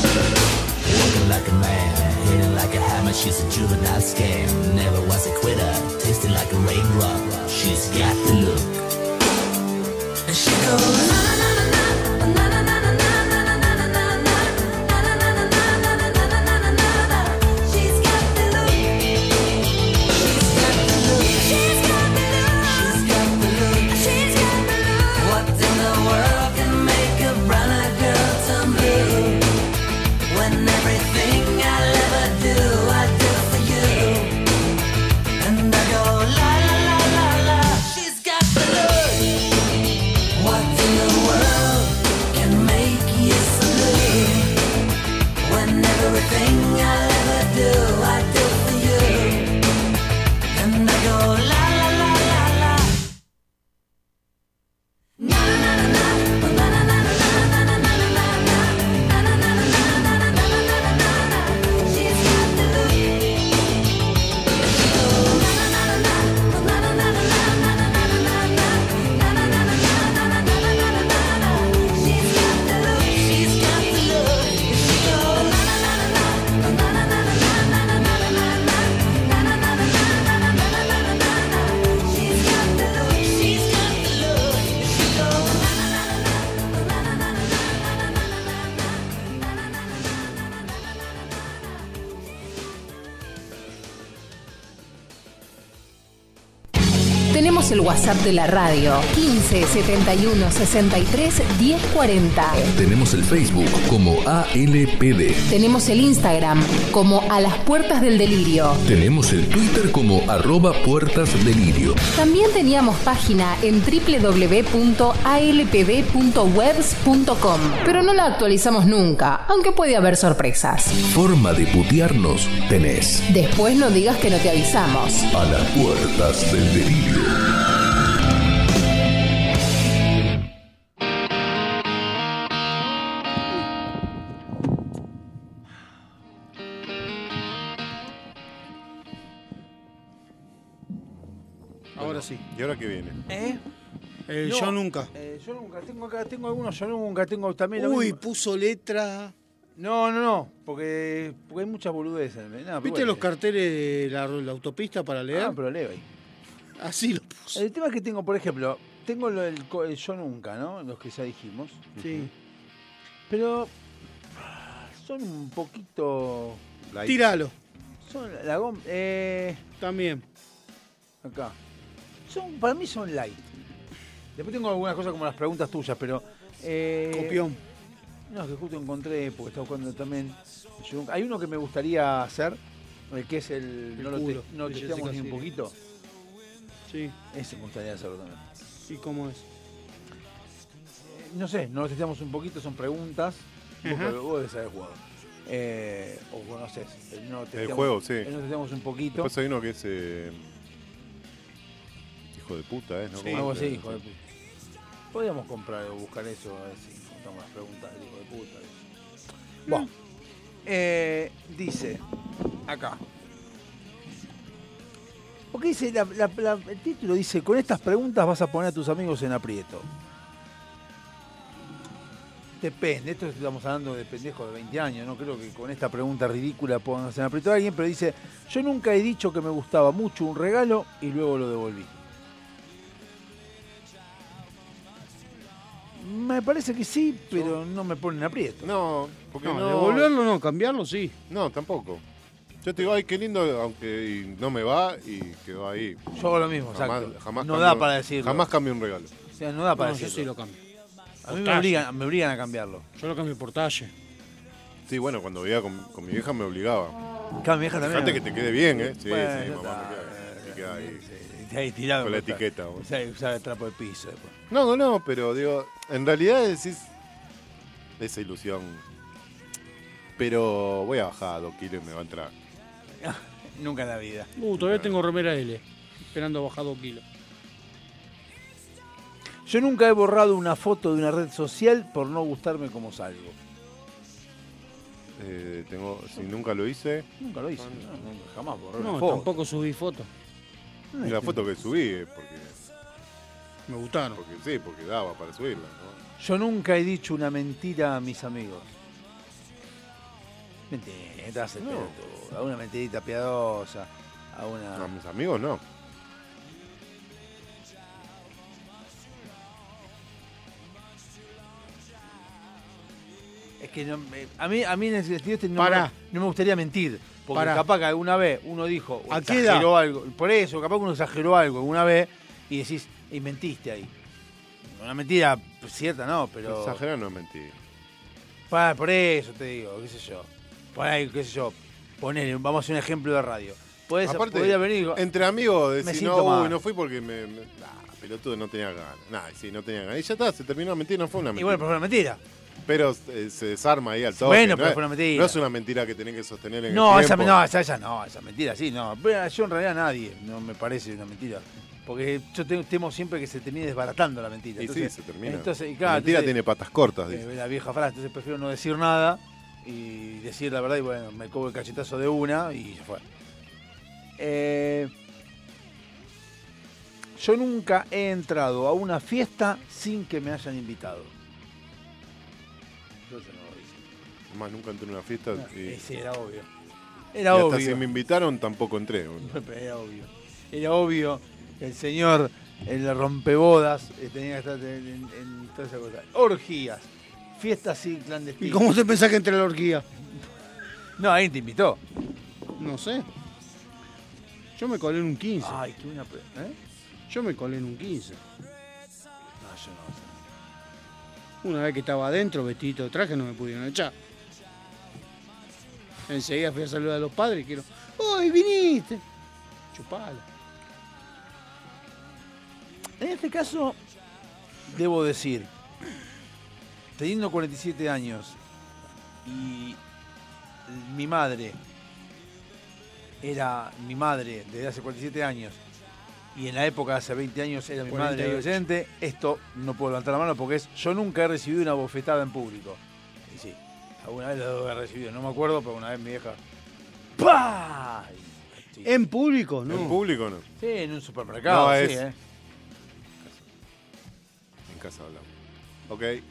A: Walking like a man, hitting like a hammer, she's a juvenile scam. Never was a quitter, tasting like a raindrop. She's got the look. And she goes. "Na, na, na, na, na, na, na, na, na, na, na, na, na, na, na, na, na, na, na, na, na, na, na, na, na, na." She's got the look. She's got the look. She's got the look. She's got the look. She's got the look. What in the world can make a brown-eyed girl turn blue? When everything I'll ever do, I do for you. And I go la la la la la. She's got the look. What in the world can make you so blue? When everything I'll ever do, I do for you. And I go la la la la la.
F: Tenemos el WhatsApp de la radio 15 71 63 1040.
N: Tenemos el Facebook como ALPD.
F: Tenemos el Instagram como a las puertas del delirio.
N: Tenemos el Twitter como arroba puertas delirio.
F: También teníamos página en www.alpb.webs.com, pero no la actualizamos nunca, aunque puede haber sorpresas.
N: Forma de putearnos tenés.
F: Después no digas que no te avisamos.
N: A las puertas del delirio.
E: Ahora sí.
C: ¿Y ahora qué viene?
B: ¿Eh?
E: Eh, yo nunca.
B: Eh, yo nunca. Tengo acá, tengo algunos, yo nunca, tengo también. la
E: Uy,
B: misma.
E: puso letra.
B: No, no, no, porque, porque hay muchas boludeces. ¿eh? ¿no? pues, Nada,
E: ¿Viste
B: pero
E: los
B: Ah, bueno.
E: carteles de la, la autopista para leer?
B: Ah, pero leo ahí.
E: Así lo puse.
B: El tema es que tengo, por ejemplo, tengo lo del co- el yo nunca, ¿no? Los que ya dijimos.
E: Sí.
B: Pero ah, son un poquito.
E: Tíralo.
B: Son la gom- eh,
E: También.
B: Acá. Son, para mí son light. Después tengo algunas cosas como las preguntas tuyas, pero. eh,
E: Copión.
B: No, que justo encontré, porque estaba buscando también. Yo nunca- Hay uno que me gustaría hacer, eh, que es el.
E: El
B: no lo, te-
E: culo,
B: no lo
E: de
B: testeamos
E: Jessica
B: ni un
E: Siria.
B: poquito.
E: Sí.
B: Ese me gustaría hacerlo también.
E: ¿Y cómo es?
B: Eh, No sé, no lo testeamos un poquito, son preguntas. Vos,
E: Ajá.
B: vos debes haber jugado. Eh, o conoces. El, no testeamos-
C: juego, sí.
B: el no testeamos un poquito.
C: Después hay uno que es. eh, hijo de puta, ¿eh? ¿No?
B: Sí,
C: ¿Cómo
B: algo
C: es?
B: así, hijo de puta. Podríamos comprar o buscar eso, a ver si encontramos las preguntas del hijo de puta. eso. Bueno, eh, dice, acá. Porque dice, la- la- la- el título dice, con estas preguntas vas a poner a tus amigos en aprieto. depende, esto estamos hablando de pendejos de 20 años, no creo que con esta pregunta ridícula puedan hacer apretar a alguien, pero dice, yo nunca he dicho que me gustaba mucho un regalo y luego lo devolví. Me parece que sí, pero no me ponen aprieto.
C: No, porque
B: no,
C: no-
B: devolverlo
E: no, cambiarlo sí.
C: No, tampoco. Yo te digo, ay, qué lindo, aunque y no me va y quedó ahí.
B: Yo hago lo mismo, exacto. No da para decirlo.
C: Jamás cambio un regalo.
B: O sea, no da para
E: No, yo
B: decirlo.
E: sí lo cambio.
B: A
E: Por
B: mí me
E: talle.
B: obligan, me obligan a cambiarlo.
E: Yo lo cambio por talle.
C: Sí, bueno, cuando vivía con, con mi vieja me obligaba.
B: Claro, mi vieja también.
C: Fíjate que te quede bien, ¿eh? Sí,
B: Bueno,
C: sí,
B: ya
C: mamá, me queda, me queda ahí.
B: ahí tirado.
C: Con la
B: Cortar.
C: etiqueta. vos.
B: Usar, usar el trapo de piso después.
C: No, no, no, pero digo, en realidad decís esa ilusión. Pero voy a bajar dos kilos y me va a entrar.
B: Nunca en la vida.
E: Uh, todavía tengo remera L. Esperando bajar dos kilos.
B: Yo nunca he borrado una foto de una red social por no gustarme como salgo.
C: Eh, tengo, si nunca lo hice,
B: Nunca lo hice. no, nunca, jamás borré
E: No,
B: una foto.
E: tampoco subí fotos.
C: y la foto que subí, eh, porque.
E: Me gustaron.
C: Porque sí, porque daba para subirla. ¿no?
B: Yo nunca he dicho una mentira a mis amigos. Mentira, estás
C: No.
B: pelotudo, A una mentirita piadosa. A una.
C: A mis amigos no.
B: Es que no me- a, mí, a mí en el sentido este no,
E: Pará.
B: me, no me gustaría mentir. Porque
E: Pará.
B: capaz que alguna vez uno dijo, o
E: ¿A qué edad?
B: exageró algo. Por eso, capaz que uno exageró algo alguna vez y decís, y mentiste ahí. Una mentira pues, cierta no, pero.
C: Exagerar no es mentir.
B: Pa, por eso te digo, qué sé yo. Por ahí, qué sé yo. Ponele, vamos a hacer un ejemplo de radio. Podés,
C: Aparte,
B: podría venir. y digo,
C: entre amigos,
B: me
C: Oh, decís,
B: siento
C: no, uy,
B: mal".
C: no fui porque me. me- nah, pelotudo, no tenía ganas. Nah, sí, no tenía ganas. Y ya está, se terminó la mentira, no fue una
B: Y
C: mentira.
B: bueno, pero fue una mentira.
C: Pero eh, se desarma ahí al toque.
B: Bueno,
C: ¿no?
B: pero fue una mentira.
C: No es una mentira que tenés que sostener en
B: No,
C: el
B: esa,
C: tiempo.
B: no, esa, esa no, esa mentira, sí, no. Pero Yo en realidad nadie, no me parece una mentira. Porque yo te- temo siempre que se termine desbaratando la mentira.
C: Y
B: Entonces,
C: sí, se termina.
B: Entonces, y
C: La
B: claro,
C: mentira tiene
B: entonces,
C: patas cortas, dice.
B: eh, la vieja frase, entonces prefiero no decir nada y decir la verdad y bueno, me cobo el cachetazo de una y ya fue. Eh, yo nunca he entrado a una fiesta sin que me hayan invitado. Yo eso no lo hice.
C: Más nunca entré en una fiesta. y,
B: Ah, Sí, era obvio.
C: y
B: Era
C: hasta
B: obvio.
C: si me invitaron, tampoco entré. boludo.
B: Era obvio. Era obvio que el señor, el rompebodas, eh, tenía que estar en, en- en toda esa cosa. Orgías, fiestas así clandestinas.
E: ¿Y cómo te pensás que entre la orquía?
B: No, alguien te invitó.
E: No sé. Yo me colé en un 15.
B: Ay, qué buena. pre- ¿Eh?
E: Yo me colé en un 15.
B: No, yo no.
E: Una vez que estaba adentro, vestido de traje, no me pudieron echar. Enseguida fui a saludar a los padres y quiero. ¡Uy, viniste! Chupala.
B: En este caso, debo decir, teniendo 47 años y mi madre era mi madre desde hace 47 años y en la época de hace 20 años era mi madre
E: 48.
B: adolescente, esto no puedo levantar la mano porque es yo nunca he recibido una bofetada en público. Y sí, alguna vez lo he recibido, no me acuerdo, pero una vez mi vieja... ¡Pah! ¿eh?
E: En público, ¿no?
C: En público no.
B: Sí, en un supermercado,
C: No,
B: sí,
C: es-
B: ¿eh?
C: En casa hablamos. Ok.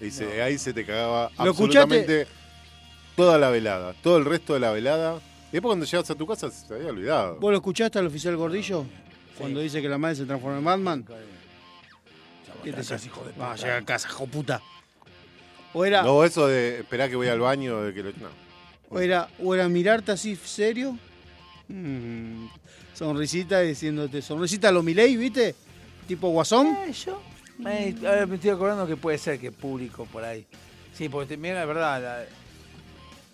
C: Y se- ahí se te cagaba
E: Lo
C: absolutamente toda la velada. Todo el resto de la velada. Y después cuando llegas a tu casa se te había olvidado.
E: ¿Vos lo escuchaste al oficial Gordillo? Cuando dice que la madre se transforma en Batman. ¿Qué te decías, hijo de puta? Va a llegar a casa, hijo de puta. O era,
C: No, eso de esperá que voy al baño, de que lo- No.
E: o era, o era mirarte así serio. Mm, sonrisita diciéndote, sonrisita a lo Milei, ¿viste? Tipo guasón.
B: Eh, yo? Me, a ver, me estoy acordando que puede ser que público por ahí. Sí, porque te- mi vieja, de verdad, la-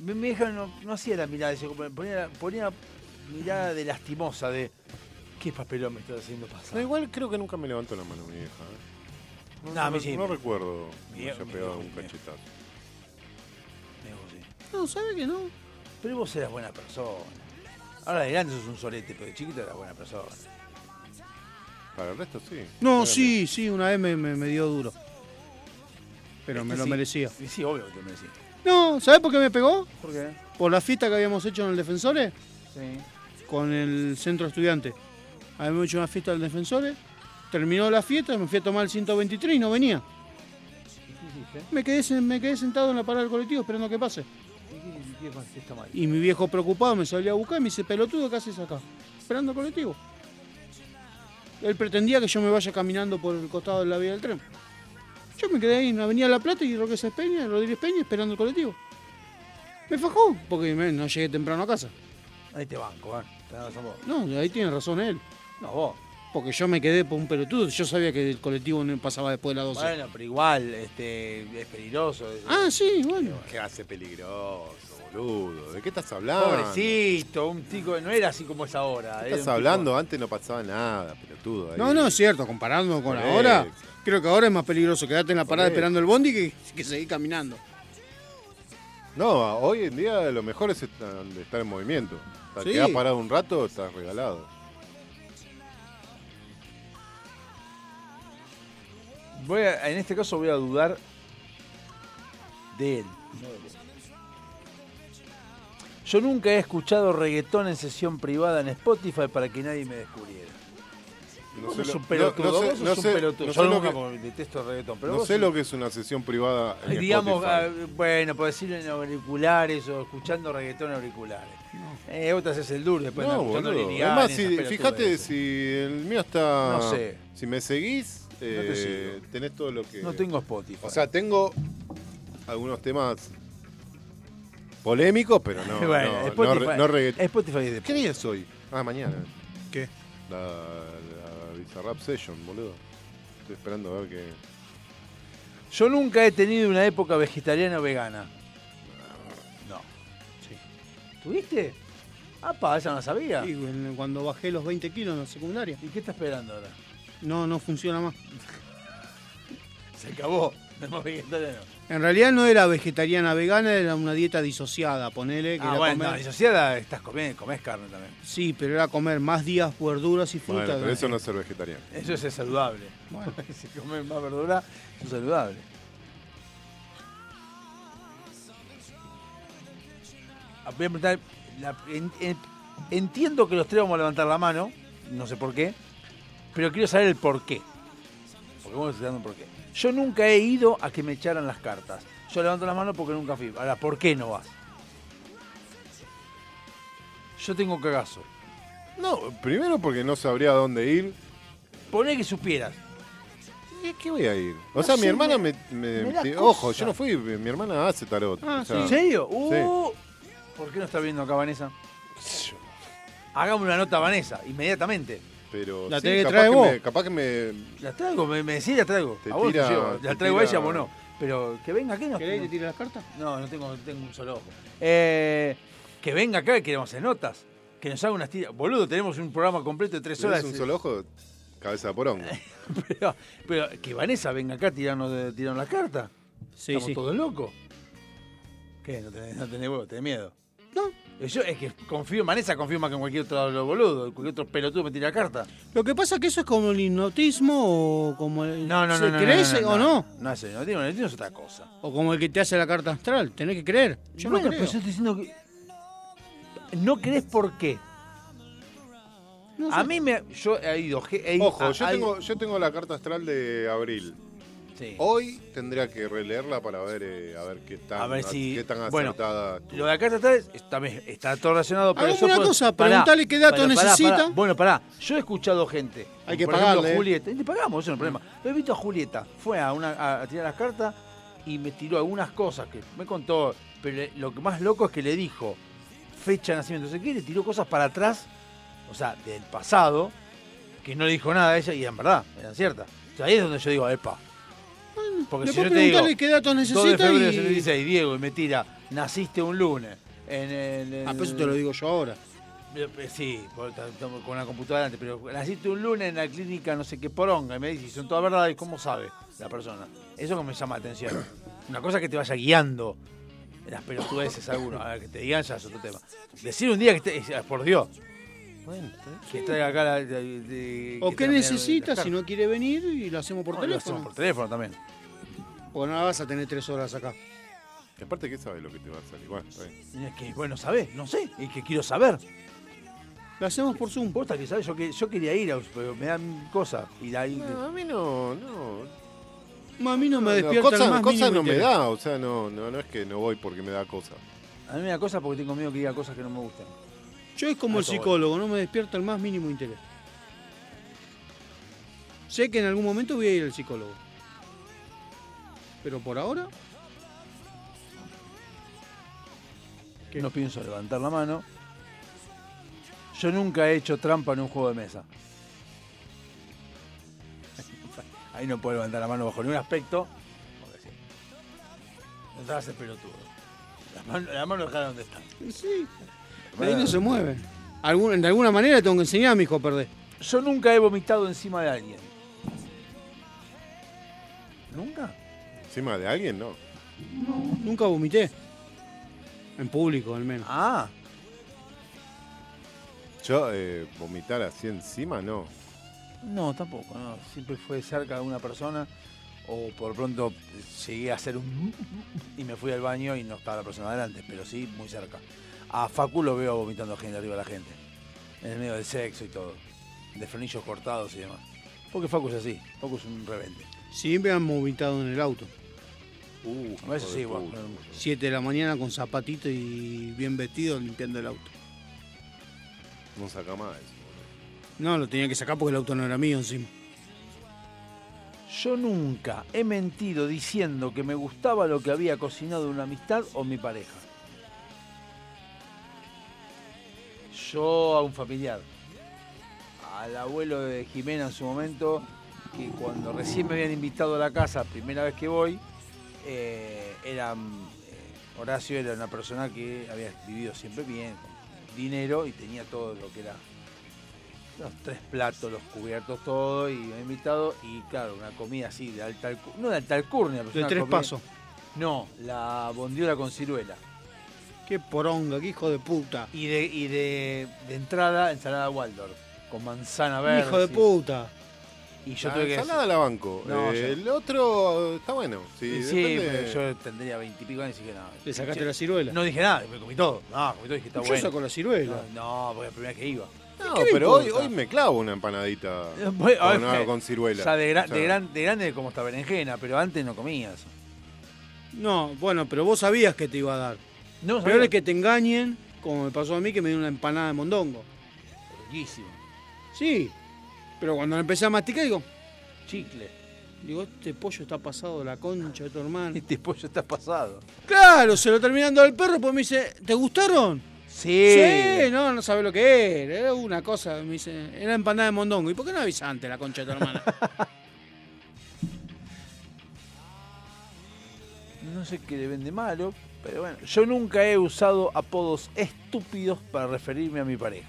B: mi, mi vieja no, no hacía la mirada, de seco, ponía, ponía mirada de lastimosa, de qué papelón me estás haciendo pasar.
C: No, igual creo que nunca me levantó la mano mi vieja. ¿eh?
B: No, a mí sí.
C: no recuerdo que
B: Mi-
C: me haya
B: mi
C: pegado
B: viejo,
C: un cachetazo.
E: No, ¿sabe que no?
B: Pero vos eras buena persona. Ahora adelante sos un solete, pero de chiquito eras buena persona.
C: Para el resto sí.
E: No, sí, sí, una vez me, me- me dio duro. Pero me
B: Este
E: lo
B: sí.
E: merecía.
B: Y sí, obvio que te merecía.
E: No, ¿sabés por qué me pegó?
B: ¿Por qué?
E: Por la fiesta que habíamos hecho en el Defensores
B: Sí.
E: con el centro estudiante. Habíamos hecho una fiesta en el Defensores. Terminó la fiesta, me fui a tomar el 123 y no venía.
B: hiciste?
E: Me quedé, sen- me quedé sentado en la parada del colectivo esperando que pase.
B: ¿Qué más está mal?
E: Y mi viejo preocupado me salió a buscar y me dice, pelotudo, ¿qué haces acá? Esperando el colectivo. Él pretendía que yo me vaya caminando por el costado de la vía del tren. Yo me quedé ahí en la Avenida La Plata y Roque Sáenz Peña, Rodríguez Peña, esperando el colectivo. Me fajó, porque me- no llegué temprano a casa.
B: Ahí te banco, ¿eh? Te das a vos.
E: No, ahí tiene razón él.
B: No, vos.
E: Porque yo me quedé por un pelotudo, yo sabía que el colectivo no pasaba después de las 12.
B: Bueno, pero igual, este, es peligroso.
E: Ah, sí, bueno.
C: ¿Qué hace peligroso, boludo? ¿De qué estás hablando?
B: Pobrecito, un tico, no era así como es ahora. eh. era
C: ¿Qué
B: un
C: estás
B: tipo-
C: hablando? Antes no pasaba nada, pelotudo. ahí.
E: No, no, es cierto, comparando con
C: Por
E: ahora,
C: eso.
E: creo que ahora es más peligroso quedarte en la parada
C: eso.
E: esperando el bondi que, que seguir caminando.
C: No, hoy en día lo mejor es estar estar en movimiento. Te
E: Sí.
C: quedás parado un rato, estás regalado.
B: Voy a- en este caso voy a dudar de él. no de vos. Yo nunca he escuchado reggaetón en sesión privada en Spotify para que nadie me descubriera.
C: No
B: Vos
C: sé
B: sos
C: lo-
B: un pelotudo,
C: no- no
B: vos
C: sé-
B: sos
C: no
B: un
C: sé-
B: pelotudo.
C: no
B: Yo
C: sé lo
B: nunca
C: que-
B: porque detesto el reggaetón, pero
C: no
B: vos
C: sé
B: sí.
C: lo que es una sesión privada. En
B: Digamos,
C: Spotify.
B: ah, bueno, por decirlo en auriculares o escuchando reggaetón en auriculares. Eh, vos te haces el duro después
C: No,
B: andás escuchando
C: boludo.
B: lineal,
C: Además,
B: esas
C: si-
B: pelotudes.
C: fíjate si el mío está.
B: No sé.
C: Si me seguís,
B: te
C: eh,
B: sigo.
C: tenés todo lo que.
B: No tengo Spotify.
C: O sea, tengo algunos temas polémicos, pero no.
B: Bueno,
C: no,
B: Spotify-
C: no, re- no reggaetón.
B: Spotify es de-
C: ¿Qué día es hoy? Ah, mañana.
E: ¿Qué?
C: La, la Bizarrap Session, boludo. Estoy esperando a ver qué.
B: Yo nunca he tenido una época vegetariana o vegana. No. ¿Tuviste? Ah, pa, esa no la sabía.
E: Sí, bueno, cuando bajé los 20 kilos en la secundaria.
B: ¿Y qué está esperando ahora?
E: No, no funciona más.
B: Se acabó. No más vegetariano.
E: En realidad no era vegetariana vegana, era una dieta disociada, ponele. Que
B: Ah,
E: era
B: bueno,
E: comer-
B: no, disociada estás comiendo, comés carne también.
E: Sí, pero era comer más días verduras y frutas.
C: Bueno, pero eso no es ser vegetariano.
B: Eso es saludable. Bueno, si comes más verdura, es saludable. Ah, Voy a preguntar, la- en- en- entiendo que los tres vamos a levantar la mano, no sé por qué, pero quiero saber el por qué. Porque vamos estudiando un por qué. Yo nunca he ido a que me echaran las cartas. Yo levanto la mano porque nunca fui. Ahora, ¿por qué no vas? Yo tengo cagazo.
C: No, primero porque no sabría dónde ir.
B: Poné que supieras.
C: ¿Y ¿A qué voy a ir? O
B: No
C: sea,
B: sé,
C: mi hermana
B: me-
C: me. me-
B: me da
C: te- ojo,
B: cosa.
C: yo no fui. Mi hermana hace tarot.
B: Ah,
C: o sea,
B: ¿En serio?
C: sí.
B: Uh, ¿Por qué no está viendo acá Vanessa? Hagamos una nota a Vanessa, inmediatamente.
C: Pero
B: La
C: sí,
B: tenés que
C: capaz
B: traer vos.
C: me- capaz que me.
B: La traigo, me, me decís, la traigo.
C: Te
B: a vos te
C: tira-
B: llevo. La
C: te
B: traigo a
C: tira-
B: ella, vos no. Pero que venga, ¿qué no?
E: ¿Querés que te tire las cartas?
B: No, no tengo, tengo un solo ojo. Eh, que venga acá, que queremos hacer notas. Que nos haga unas tiras. Boludo, tenemos un programa completo de tres
C: ¿Le
B: horas.
C: das un solo ojo? Cabeza de porongo.
B: Pero, pero que Vanessa venga acá a tirarnos, de- tirarnos las cartas.
E: Sí,
B: Estamos
E: sí.
B: todos locos. ¿Qué? ¿No tenés, no tenés huevo? ¿Tenés miedo? No. Yo es que confío en Vanessa, confío más que en cualquier otro boludo. Cualquier otro pelotudo me tira carta.
E: Lo que pasa es que eso es como el hipnotismo o como el.
B: No, no,
E: ¿se
B: no. no,
E: ¿Crees
B: no, no,
E: o no?
B: No, no, no, no, no, no es otra cosa.
E: O como el que te hace la carta astral. Tenés que creer. Yo
B: Bueno,
E: no creo.
B: pero yo estoy diciendo que. No crees por qué. A mí me. Yo he ido. he-
C: Ojo,
B: a-
C: yo
B: a-
C: tengo, yo tengo la carta astral de abril. Hoy tendría que releerla para ver, eh, a ver qué tan,
B: A ver si-
C: qué tan
B: bueno,
C: acertada.
B: Lo de acá está, está, está todo relacionado, pero
E: Hagamos
B: yo
E: una
B: puedo-
E: cosa,
B: pará,
E: preguntale qué dato
B: pero pará,
E: necesita.
B: pará. Bueno, pará, yo he escuchado gente.
E: Hay que
B: por ejemplo,
E: pagarle, eh.
B: Julieta, le pagamos, eso no es problema. Lo he visto a Julieta, fue a, una, a- a tirar las cartas y me tiró algunas cosas que me contó, pero le- lo que más loco es que le dijo fecha de nacimiento, no sé qué, le tiró cosas para atrás, o sea, del pasado, que no le dijo nada a ella y en verdad, eran ciertas. O sea, ahí es donde yo digo, epa. Porque si
E: después
B: yo te digo,
E: preguntale qué datos
B: 2 de
E: necesita
B: febrero
E: y-
B: de 76, Diego, y me tira, naciste un lunes. En el,
E: Ah, pero eso te lo digo yo ahora.
B: Eh, eh, Sí, por- ta- estamos con la computadora antes, pero naciste un lunes en la clínica no sé qué poronga, y me dice, son todas verdades, ¿cómo sabe la persona? Eso que me llama la atención. Una cosa es que te vaya guiando en las pelotudeces alguno, a ver, que te digan ya es otro tema. Decir un día que esté, eh, por Dios, que traiga acá la... la- de-
E: O
B: que
E: qué
B: te la-
E: necesita
B: la-
E: si no quiere venir y lo hacemos por
B: No, lo
E: teléfono.
B: hacemos por teléfono también.
E: Porque no la vas a tener tres horas acá.
C: Y aparte, ¿qué sabes lo que te va a salir? Bueno, está bien.
B: Y es que, bueno, sabés, no sé, es que quiero saber.
E: Lo hacemos por Zoom.
B: Posta que sabes, yo, que- yo quería ir, a- pero me dan cosas. Y de ahí,
C: No, a mí no, no.
E: A mí no me despierta
C: cosas
E: el más
C: cosas
E: mínimo
C: no me
E: interés.
C: da, o sea, no, no, no es que no voy porque me da cosas.
B: A mí me da cosas porque tengo miedo que diga cosas que no me gustan.
E: Yo es como
B: A
E: el
B: eso voy.
E: psicólogo, no me despierta el más mínimo interés. Sé que en algún momento voy a ir al psicólogo. Pero por ahora,
B: No pienso levantar la mano. Yo nunca he hecho trampa en un juego de mesa. Ahí no puedo levantar la mano bajo ningún aspecto. Porque sí. No te hagas el pelotudo. La mano, la mano dejala donde está.
E: Sí. de ahí no se mueve. Algún- de alguna manera tengo que enseñar a mi hijo a perder.
B: Yo nunca he vomitado encima de alguien. ¿Nunca?
C: Encima de alguien, no.
E: Nunca vomité. En público, al menos.
B: Ah.
C: Yo eh, vomitar así encima, no.
B: No, tampoco. no. Siempre fue cerca de una persona. O por pronto llegué a hacer un... Y me fui al baño y no estaba la persona adelante. Pero sí, muy cerca. A Facu lo veo vomitando gente arriba de la gente. En el medio del sexo y todo. De frenillos cortados y demás. Porque Facu es así. Facu es un rebelde.
E: Sí, me han vomitado en el auto.
B: a veces sí, bueno.
E: 7 de la mañana con zapatito y bien vestido limpiando el auto.
C: No saca más.
E: No, lo tenía que sacar porque el auto no era mío encima.
B: Yo nunca he mentido diciendo que me gustaba lo que había cocinado una amistad o mi pareja. Yo a un familiar, al abuelo de Jimena en su momento, que cuando recién me habían invitado a la casa, primera vez que voy, eh, era, mm, eh, Horacio era una persona que había vivido siempre bien, con dinero y tenía todo lo que era los tres platos, los cubiertos, todo, y me ha invitado, y claro, una comida así de alta alcu- no de alta alcurnia, pero
E: De
B: una
E: tres
B: comida-
E: pasos.
B: No, la bondiola con ciruela.
E: Qué poronga, qué hijo de puta.
B: Y de, y de, de entrada, ensalada Waldorf, con manzana verde.
E: Hijo de
B: sí.
E: puta.
B: Y Ah, yo
C: La
B: tuve que
C: ensalada
B: decir-
C: Ah, la banco.
B: No,
C: Eh,
B: yo-
C: el otro eh, está bueno. Sí,
B: Sí, sí,
C: depende-
B: pero yo tendría veintipico años y dije nada.
E: ¿Le sacaste la ciruela?
B: No dije nada, me comí todo. No, comí todo y dije está
E: Yo
B: bueno.
E: saco la ciruela.
B: No, no, porque la primera vez que iba.
C: No, pero hoy, hoy me clavo una empanadita
B: Eh, Bueno, a
C: con,
B: ver,
C: con ciruela.
B: O sea, de, gran-
C: O sea,
B: de gran- de grande como esta berenjena, pero antes no comías.
E: No, bueno, pero vos sabías que te iba a dar.
B: No,
E: Peor
B: sabía.
E: es que te engañen, como me pasó a mí, que me dio una empanada de mondongo.
B: Riquísimo.
E: Sí, pero cuando la empecé a masticar, digo,
B: Chicle.
E: digo, este pollo está pasado de la concha de tu hermano.
B: Este pollo está pasado.
E: Claro, se lo terminando al perro, pues me dice, ¿te gustaron?
B: Sí.
E: Sí, no, no sabe lo que era. Era una cosa, me dice, era empanada de mondongo. ¿Y por qué no avisas antes la concha de tu hermana?
B: No sé qué le vende malo, pero bueno. Yo nunca he usado apodos estúpidos para referirme a mi pareja.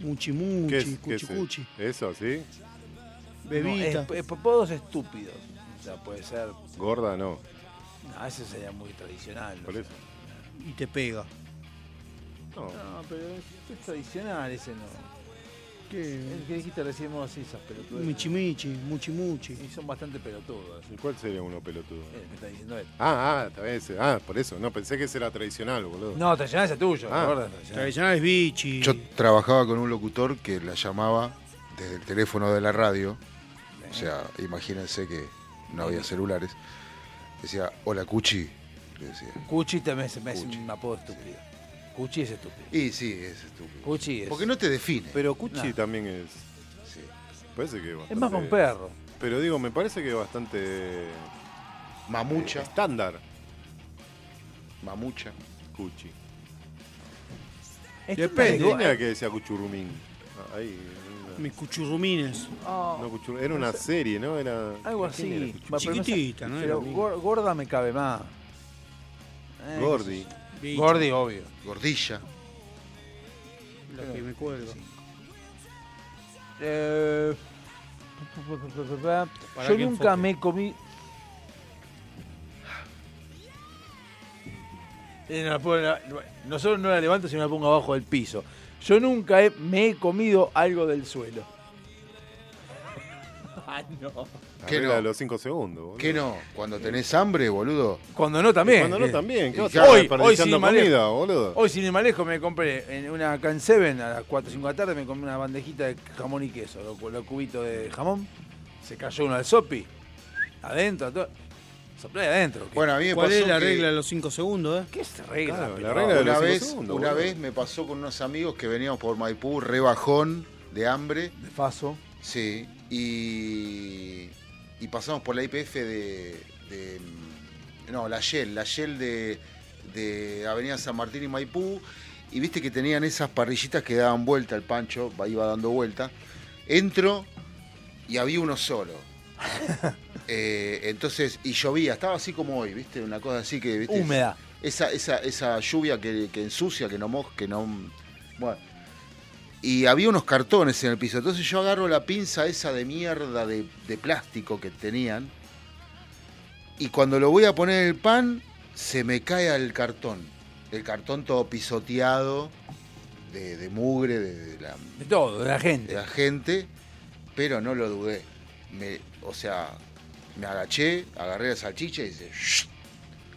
E: muchi, muchi,
C: ¿qué es- qué es
E: cuchi, cuchi.
C: Eso, ¿sí?
E: Bebita.
B: No, es- es- apodos estúpidos. O sea, puede ser.
C: Gorda, no.
B: No, ese sería muy tradicional.
C: Por eso.
E: Y te pega.
B: No, pero es, es tradicional ese no.
E: ¿Qué?
B: El que dijiste recién vos así, esas pelotudas.
E: Michi, michi, muchi, muchi.
B: Y son bastante pelotudas.
C: ¿Y cuál sería uno pelotudo?
B: Eh, me está diciendo él.
C: Ah, ah, tal vez, ah, por eso. No, pensé que ese era tradicional, boludo.
B: No, tradicional es el tuyo.
C: Ah.
B: gorda, tradicional.
E: Tradicional es bichi.
D: Yo trabajaba con un locutor que la llamaba desde el teléfono de la radio. O sea, imagínense que no había celulares. Decía, hola Cuchi. Le decía.
B: Cuchi también se me hace un apodo estúpido. Cuchi es estúpido.
D: Y sí, es estúpido.
B: Cuchi es.
D: Porque no te define.
C: Pero Cuchi
B: No.
C: también es. Parece que bastante-
B: Es más para un perro.
C: Pero digo, me parece que es bastante.
D: Mamucha.
C: eh, estándar.
D: Mamucha.
C: Cuchi.
B: Es eh.
C: Depende.
B: tan-
C: Era que decía Cuchurumín. Ah, Ahí. una-
E: Mis cuchurrumines.
B: Ah,
C: no, Cuchurru- Era una serie, ¿no? Era.
B: algo
C: ¿quién era
B: así.
C: Cuchurru-
B: Va, pero me-
E: Chiquitita, ¿no?
B: Pero
E: Era
B: gor- gorda me cabe más. Eh,
C: Gordi.
B: Gordi, obvio.
D: Gordilla.
E: Lo que me cuelgo.
B: Eh,
E: Para
B: yo
E: que
B: nunca
E: enfoque.
B: me comí. Eh, no la puedo- la- no solo no la levanto, sino la pongo abajo del piso. Yo nunca he- me he comido algo del suelo. ah, no.
D: ¿Qué
C: Arregla
D: no?
C: los 5 segundos, boludo.
D: ¿Qué no? Cuando tenés hambre, boludo.
B: Cuando no también.
C: Cuando no
B: Eh,
C: también, ¿qué
D: y
C: vas a
D: claro,
C: estar
B: hoy, hoy sin
C: desperdiciando
B: manejo.
C: comida, boludo?
B: Hoy sin ir más lejos me compré en una Can Seven a las 4 o 5 de la tarde, me compré una bandejita de jamón y queso, los, los cubitos de jamón, Se cayó uno al sopi. Adentro, todo. Soplá de adentro. ¿qué?
D: Bueno, a mí me
E: ¿Cuál
D: pasó
E: es la
D: que-
E: regla de los 5 segundos? eh?
B: ¿Qué es regla?
D: una vez, una vez me pasó con unos amigos que veníamos por Maipú, rebajón, de hambre.
B: De paso.
D: Sí. Y, y pasamos por la IPF de, de, mm, No, la Shell, la Shell de, de Avenida San Martín y Maipú. Y viste que tenían esas parrillitas que daban vuelta el pancho, va- iba dando vuelta. Entro y había uno solo. Eh, entonces, y llovía, estaba así como hoy, ¿viste? Una cosa así que, ¿viste?
B: Húmeda.
D: Esa, esa, esa lluvia que, que ensucia, que no moj, que no. Bueno. Y había unos cartones en el piso. Entonces yo agarro la pinza esa de mierda de, de plástico que tenían. Y cuando lo voy a poner en el pan, se me cae al cartón. El cartón todo pisoteado, de, de mugre, de, de la.
B: De todo, de la gente.
D: De la gente. Pero no lo dudé. Me- o sea, me agaché, agarré la salchicha y hice shhh,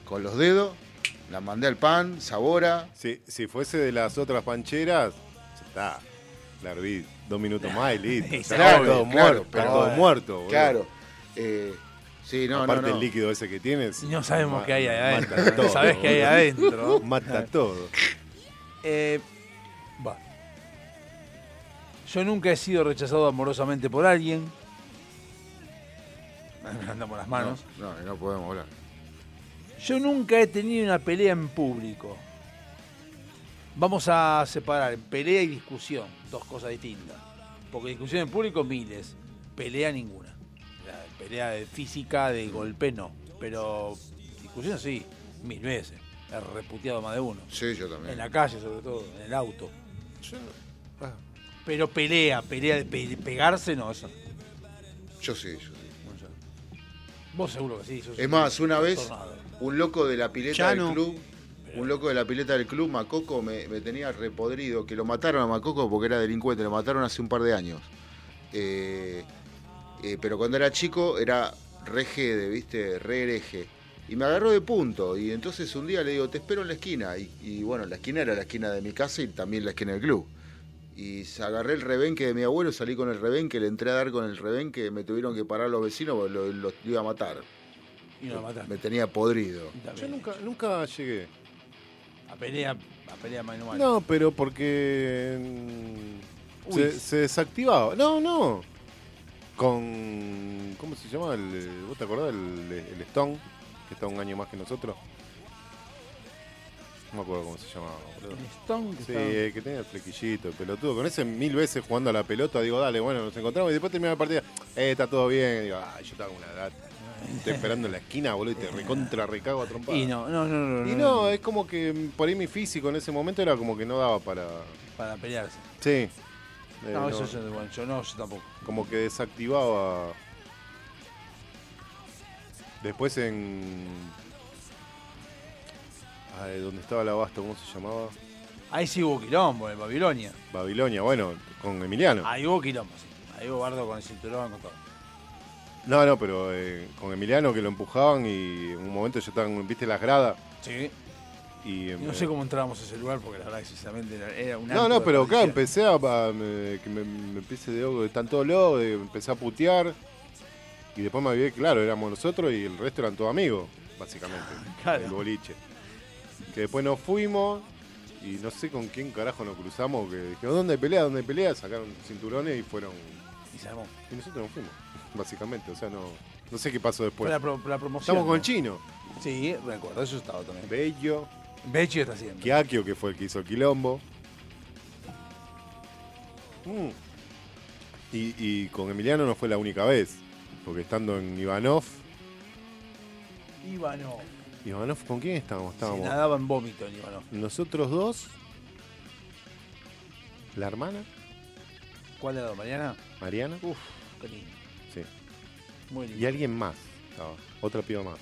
D: con los dedos, la mandé al pan, sabora.
C: Si, si fuese de las otras pancheras, ya está. La herví dos minutos más y listo.
D: Sí,
C: Está
D: claro,
C: todo
D: claro,
C: muerto, está
D: pero-
C: todo muerto. boludo.
D: Claro. Eh, sí, no, no,
C: Aparte
D: no.
C: el líquido ese que tienes.
B: No sabemos qué hay ahí adentro,
C: mata
B: no
C: todo,
B: sabés qué hay
C: boludo.
B: adentro.
C: Mata todo.
B: Eh, va. Yo nunca he sido rechazado amorosamente por alguien. Andamos las manos.
D: No, no, no podemos hablar.
B: Yo nunca he tenido una pelea en público. Vamos a separar pelea y discusión, dos cosas distintas. Porque discusión en público miles, pelea ninguna. La pelea de física, de golpe no, pero discusión sí, mil veces. He reputeado más de uno.
D: Sí, yo también. ah.
B: En la calle sobre todo, en el auto. Pero pelea, pelea de pe- pegarse no, eso.
D: Yo sí, yo sí.
B: Vos seguro que sí. sos
D: Es
B: un-
D: más, una
B: un
D: vez,
B: tornado.
D: un loco de la pileta
B: Chano.
D: del club, un loco de la pileta del club, Macoco, me, me tenía repodrido, que lo mataron a Macoco porque era delincuente, lo mataron hace un par de años. Eh, eh, pero cuando era chico era re jede, ¿viste? Re hereje. Y me agarró de punto. Y entonces un día le digo, te espero en la esquina. Y, y bueno, la esquina era la esquina de mi casa y también la esquina del club. Y se- agarré el rebenque de mi abuelo, salí con el rebenque, le entré a dar con el rebenque, me tuvieron que parar los vecinos porque lo- los iba a matar.
B: Y lo mataron.
D: Me tenía podrido.
C: Yo nunca, nunca llegué.
B: A pelea, a pelea mano a mano.
C: No, pero porque mm,
B: Uy.
C: se, se desactivaba. No, no. Con. ¿Cómo se llama? El, eh, ¿Vos te acordás? El, el Stone, que está un año más que nosotros. No me acuerdo cómo se llamaba, boludo.
B: El Stone que
C: Sí,
B: estaba-
C: el que tenía el flequillito, el pelotudo. Con ese mil veces jugando a la pelota, digo, dale, bueno, nos encontramos y después termina la partida. Eh, está todo bien. Digo, ah, yo estaba con una data. Estoy esperando en la esquina, boludo, y te recontra recago a trompada.
B: Y no, no, no, no.
C: Y no, es como que mm, por ahí mi físico en ese momento era como que no daba para.
B: Para pelearse.
C: Sí. Eh,
B: no, eso
C: no,
B: yo, bueno, yo no, yo tampoco.
C: Como que desactivaba. Después en. Ay, ¿Dónde estaba la basta? ¿Cómo se llamaba?
B: Ahí sí hubo quilombo en Babilonia.
C: Babilonia, bueno, con Emiliano.
B: Ahí hubo quilombo, sí. Ahí hubo bardo con el cinturón, con todo.
C: No, no, pero eh, con Emiliano que lo empujaban y en un momento yo estaba, en- viste, las gradas.
B: Sí.
C: Y, em,
B: No sé cómo entrábamos a ese lugar porque la verdad que sinceramente era- era un
C: No,
B: antro
C: no,
B: de
C: pero claro,
B: policía.
C: empecé a, a- me- que me, me empiece de ojo, están todos locos, de- empecé a putear. Y después me avivé, claro, éramos nosotros y el resto eran todos amigos, básicamente.
B: Claro.
C: El boliche. Que después nos fuimos y no sé con quién carajo nos cruzamos, que dijeron, ¿dónde hay pelea? ¿Dónde hay pelea? Sacaron cinturones y fueron.
B: Y se armó.
C: Y nosotros nos fuimos, básicamente. O sea, no, no sé qué pasó después.
B: Fue la, pro- la promoción.
C: Estamos con el
B: ¿no?
C: chino.
B: Sí, recuerdo, eso estaba también.
C: Bello.
B: Bello está haciendo.
C: Quiaquio, que fue el que hizo el quilombo. Mm. Y, y con Emiliano no fue la única vez, porque estando en Ivanov,
B: Ivanov.
C: Ivanov ¿con quién estábamos?
B: Se
C: Estábamos
B: nadaba en vómito en Ivanov.
C: nosotros dos, la hermana,
B: ¿Cuál era, Mariana?
C: Mariana,
B: Uf, qué lindo.
C: sí.
B: Muy lindo.
C: y alguien más, estaba, otra piba más.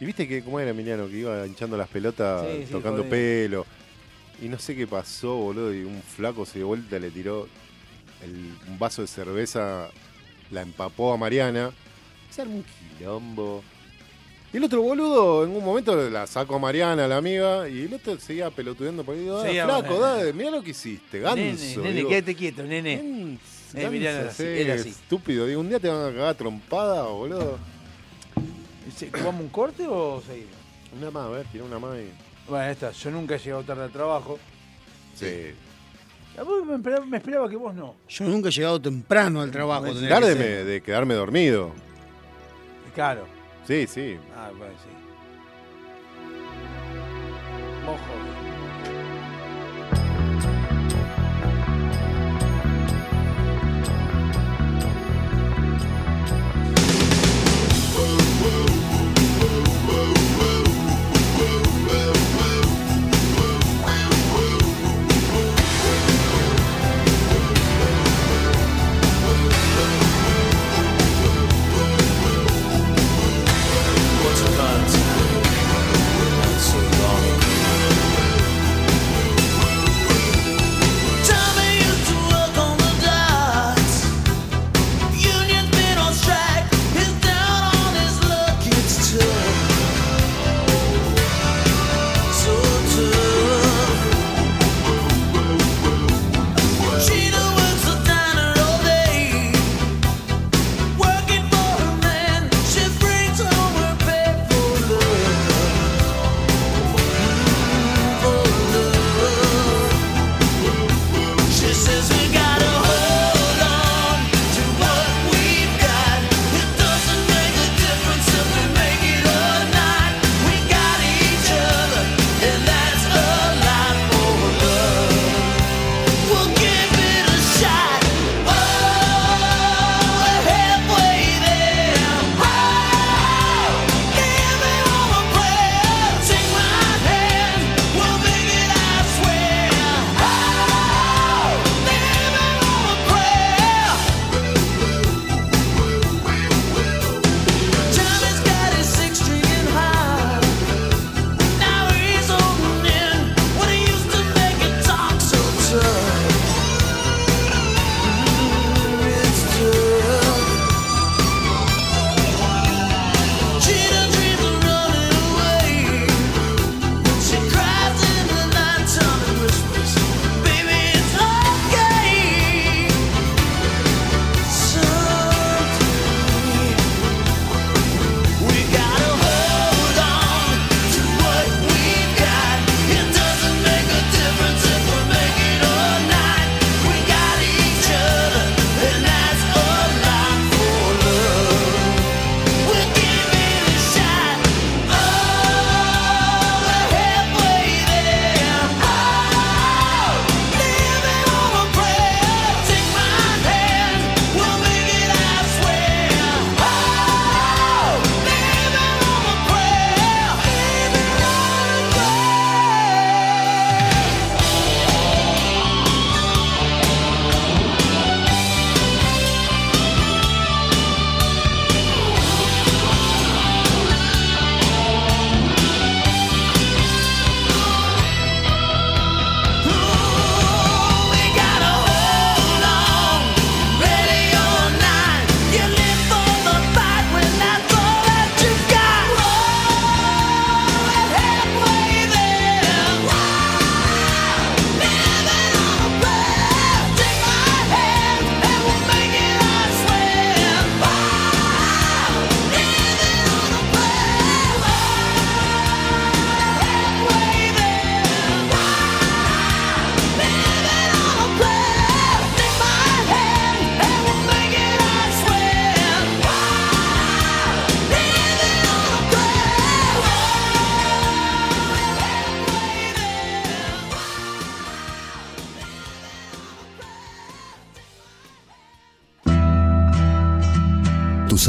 C: Y viste que cómo era Emiliano, que iba hinchando las pelotas,
B: Sí, sí,
C: tocando
B: jodido.
C: pelo. Y no sé qué pasó, boludo, y un flaco se dio vuelta, le tiró el- un vaso de cerveza, la empapó a Mariana. Se armó un quilombo. Y el otro boludo, en un momento la sacó a Mariana, la amiga, y el otro seguía pelotudeando por ahí. "Ah,
B: Seguía-
C: flaco, dale, mirá lo que hiciste, ganso.
B: Nene, nene,
C: digo.
B: quédate quieto, nene. Emiliano era así, era así.
C: Estúpido, digo, un día te van a cagar trompada, boludo.
B: ¿Jugamos un corte o seguimos?
C: Una más, a ver, tira una más y.
B: Bueno, esta, yo nunca he llegado tarde al trabajo.
C: Sí.
B: A vos me esperaba, me esperaba que vos no.
E: Yo nunca he llegado temprano al trabajo. tendría que
C: Tarde
E: ser.
C: me- de quedarme dormido.
B: Claro.
C: Sí, sí.
B: Ah, bueno, sí. Mojo.
R: What's a cut? Not so long.
A: Tommy used to work on the docks. Union's been on strike. He's down on his luck. It's tough. So tough. Sheena works the diner all day, working for her man. She brings home her pay for love. She says we gotta hold on to what we've got. It doesn't make a difference if we make it or not. We got each other, and that's a lot for love. We'll give it a shot. Oh, we're halfway there. Oh, give me all my prayer. Take my hand, we'll make it. I swear. Oh, give me all my prayer. Oh, Tommy's got his six-stringing high. Now he's holding in what he used to make it talk so tough. It's tough. Cheetah dreams of running away. She cries in the night, Tommy whispers, "Baby, it's okay." Someday we gotta hold on to what we've got. It doesn't make a difference if we make it or not. We got each other, and that's a lot for love. We'll give it a shot. Oh, we're halfway there. Oh, live it on a prayer. Take my hand, we'll make it. I swear. Oh, live it on a prayer. Live it on a We gotta hold on, ready or not. You live for the fight when that's all that you got. We're halfway there. Living on a prayer. Take my hand and we'll make it. I swear. Living on a prayer. halfway there. Oh,
I: Tus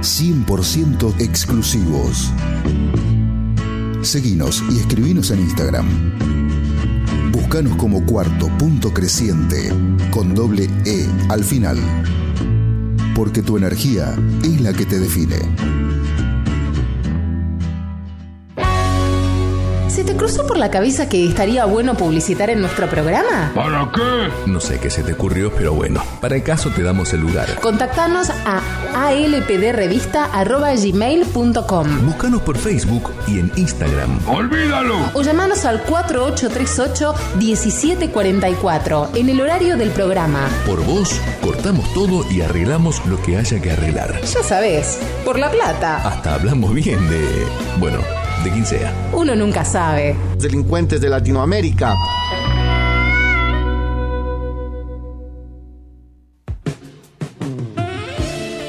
I: 100% exclusivos. Seguinos y escribinos en Instagram. Buscanos como cuarto punto creciente con doble E al final. porque tu energía es la que te define.
F: ¿Se te cruzó por la cabeza que estaría bueno publicitar en nuestro programa?
P: ¿Para qué? No sé qué se te ocurrió, pero bueno, para el caso te damos el lugar.
F: Contactanos a alpdrevista.gmail.com
P: Búscanos por Facebook y en Instagram. ¡Olvídalo!
F: o llamanos al 4838-1744 en el horario del programa.
P: Por vos, cortamos todo y arreglamos lo que haya que arreglar.
F: Ya sabes, por la plata,
P: Hasta hablamos bien de. bueno, de quien sea.
F: uno nunca sabe.
S: Delincuentes de Latinoamérica.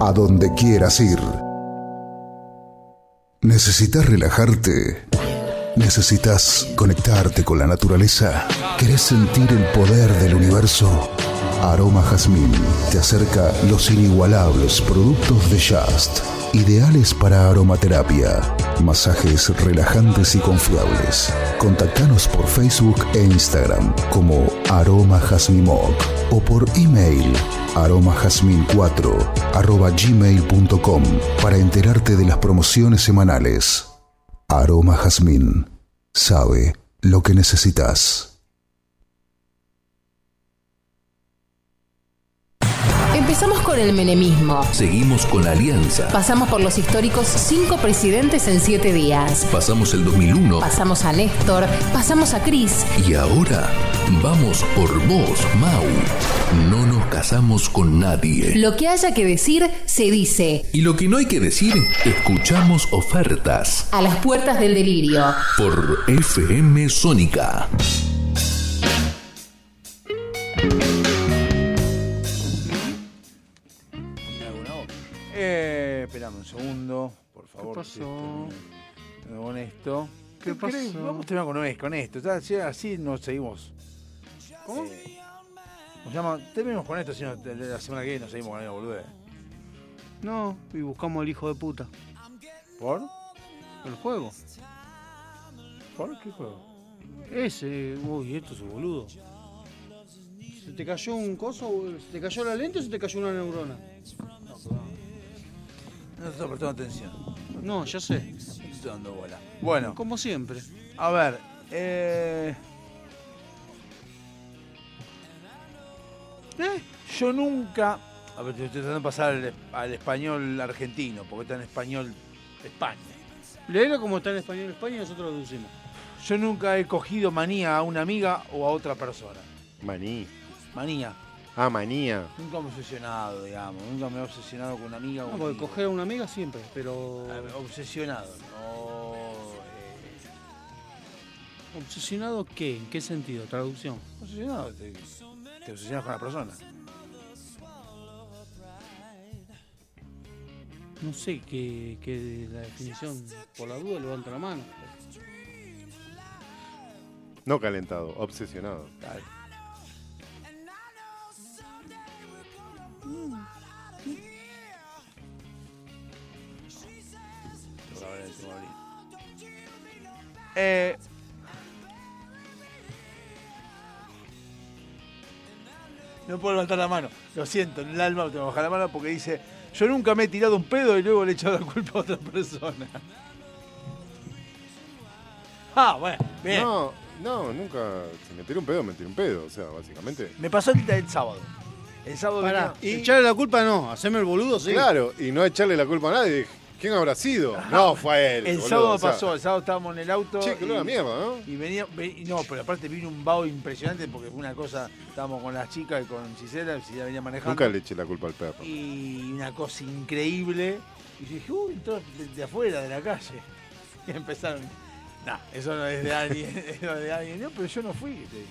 I: a donde quieras ir. ¿Necesitas relajarte? ¿Necesitas conectarte con la naturaleza? ¿Querés sentir el poder del universo? Aroma Jazmín te acerca los inigualables productos de Just, ideales para aromaterapia, masajes relajantes y confiables. Contactanos por Facebook e Instagram como Aroma Jazmimoc o por email aromajazmin4 arroba gmail.com para enterarte de las promociones semanales. Aroma Jazmín sabe lo que necesitas.
F: Empezamos con el menemismo.
P: Seguimos con la alianza.
F: Pasamos por los históricos cinco presidentes en siete días.
P: Pasamos el 2001
F: Pasamos a Néstor, pasamos a Cris.
P: y ahora vamos por vos, Mau. No nos casamos con nadie.
F: Lo que haya que decir se dice
P: Y lo que no hay que decir, escuchamos ofertas
F: a las puertas del delirio.
P: por FM Sónica.
B: Eh, esperame un segundo, por favor. ¿Qué pasó? Con esto. ¿Qué, querés?
E: pasó?
B: Vamos a terminar con, con esto. ya, Así, así nos seguimos. ¿Cómo? nos llama, terminemos con esto, si no, de- de la semana que viene nos seguimos con la misma boludez.
E: No, y buscamos el hijo de puta.
B: ¿Por?
E: El juego.
B: ¿Por qué juego?
E: Ese, uy, esto es un boludo. ¿Se te cayó un coso? o- ¿Se te cayó la lente o se te cayó una neurona?
B: No te estoy prestando atención.
E: No, ya sé. Estoy
B: dando bola. Bueno.
E: Como siempre.
B: A ver, eh...
E: ¿Eh?
B: Yo nunca... A ver, te estoy tratando de pasar al, al español argentino, porque está en español España.
E: Leelo como está en español España y nosotros lo deducimos.
B: Yo nunca he cogido manía a una amiga o a otra persona.
C: Maní.
B: Manía.
C: Ah, manía.
B: Nunca me he obsesionado, digamos. Nunca me he obsesionado con una amiga o
E: No,
B: un
E: porque
B: amigo.
E: coger a una amiga siempre, pero.
B: Ah, Obsesionado. No, eh,
E: ¿Obsesionado qué? ¿En qué sentido? Traducción.
B: obsesionado. Te, te obsesionas con la persona.
E: No sé qué, qué la definición. Por la duda levanta la mano.
C: No calentado, obsesionado.
B: Tengo que abrir, tengo que abrir. Eh, no puedo levantar la mano. Lo siento, en el alma tengo que bajar la mano porque dice, yo nunca me he tirado un pedo y luego le he echado la culpa a otra persona. Ah, bueno, bien.
C: No, no, nunca. Si me tiré un pedo, me tiré un pedo. O sea, básicamente.
B: Me pasó el, el sábado. El sábado
E: Pará,
B: venía-
E: echarle la culpa no, hacerme el boludo, sí.
C: Claro, y no echarle la culpa a nadie. ¿Quién habrá sido? No, fue él.
B: El
C: boludo,
B: sábado
C: o sea,
B: pasó, el sábado estábamos en el auto.
C: Che, qué olor a mierda, ¿no?
B: Y venía, ve- y no, pero aparte vino un vaho impresionante porque fue una cosa, estábamos con las chicas y con Gisela, Gisela venía manejando.
C: Nunca le eché la culpa al perro.
B: Y una cosa increíble. Y yo dije, uy, entró de, de afuera, de la calle. Y empezaron, nah, eso no es de alguien, eso no es de alguien. No, pero yo no fui. te dije.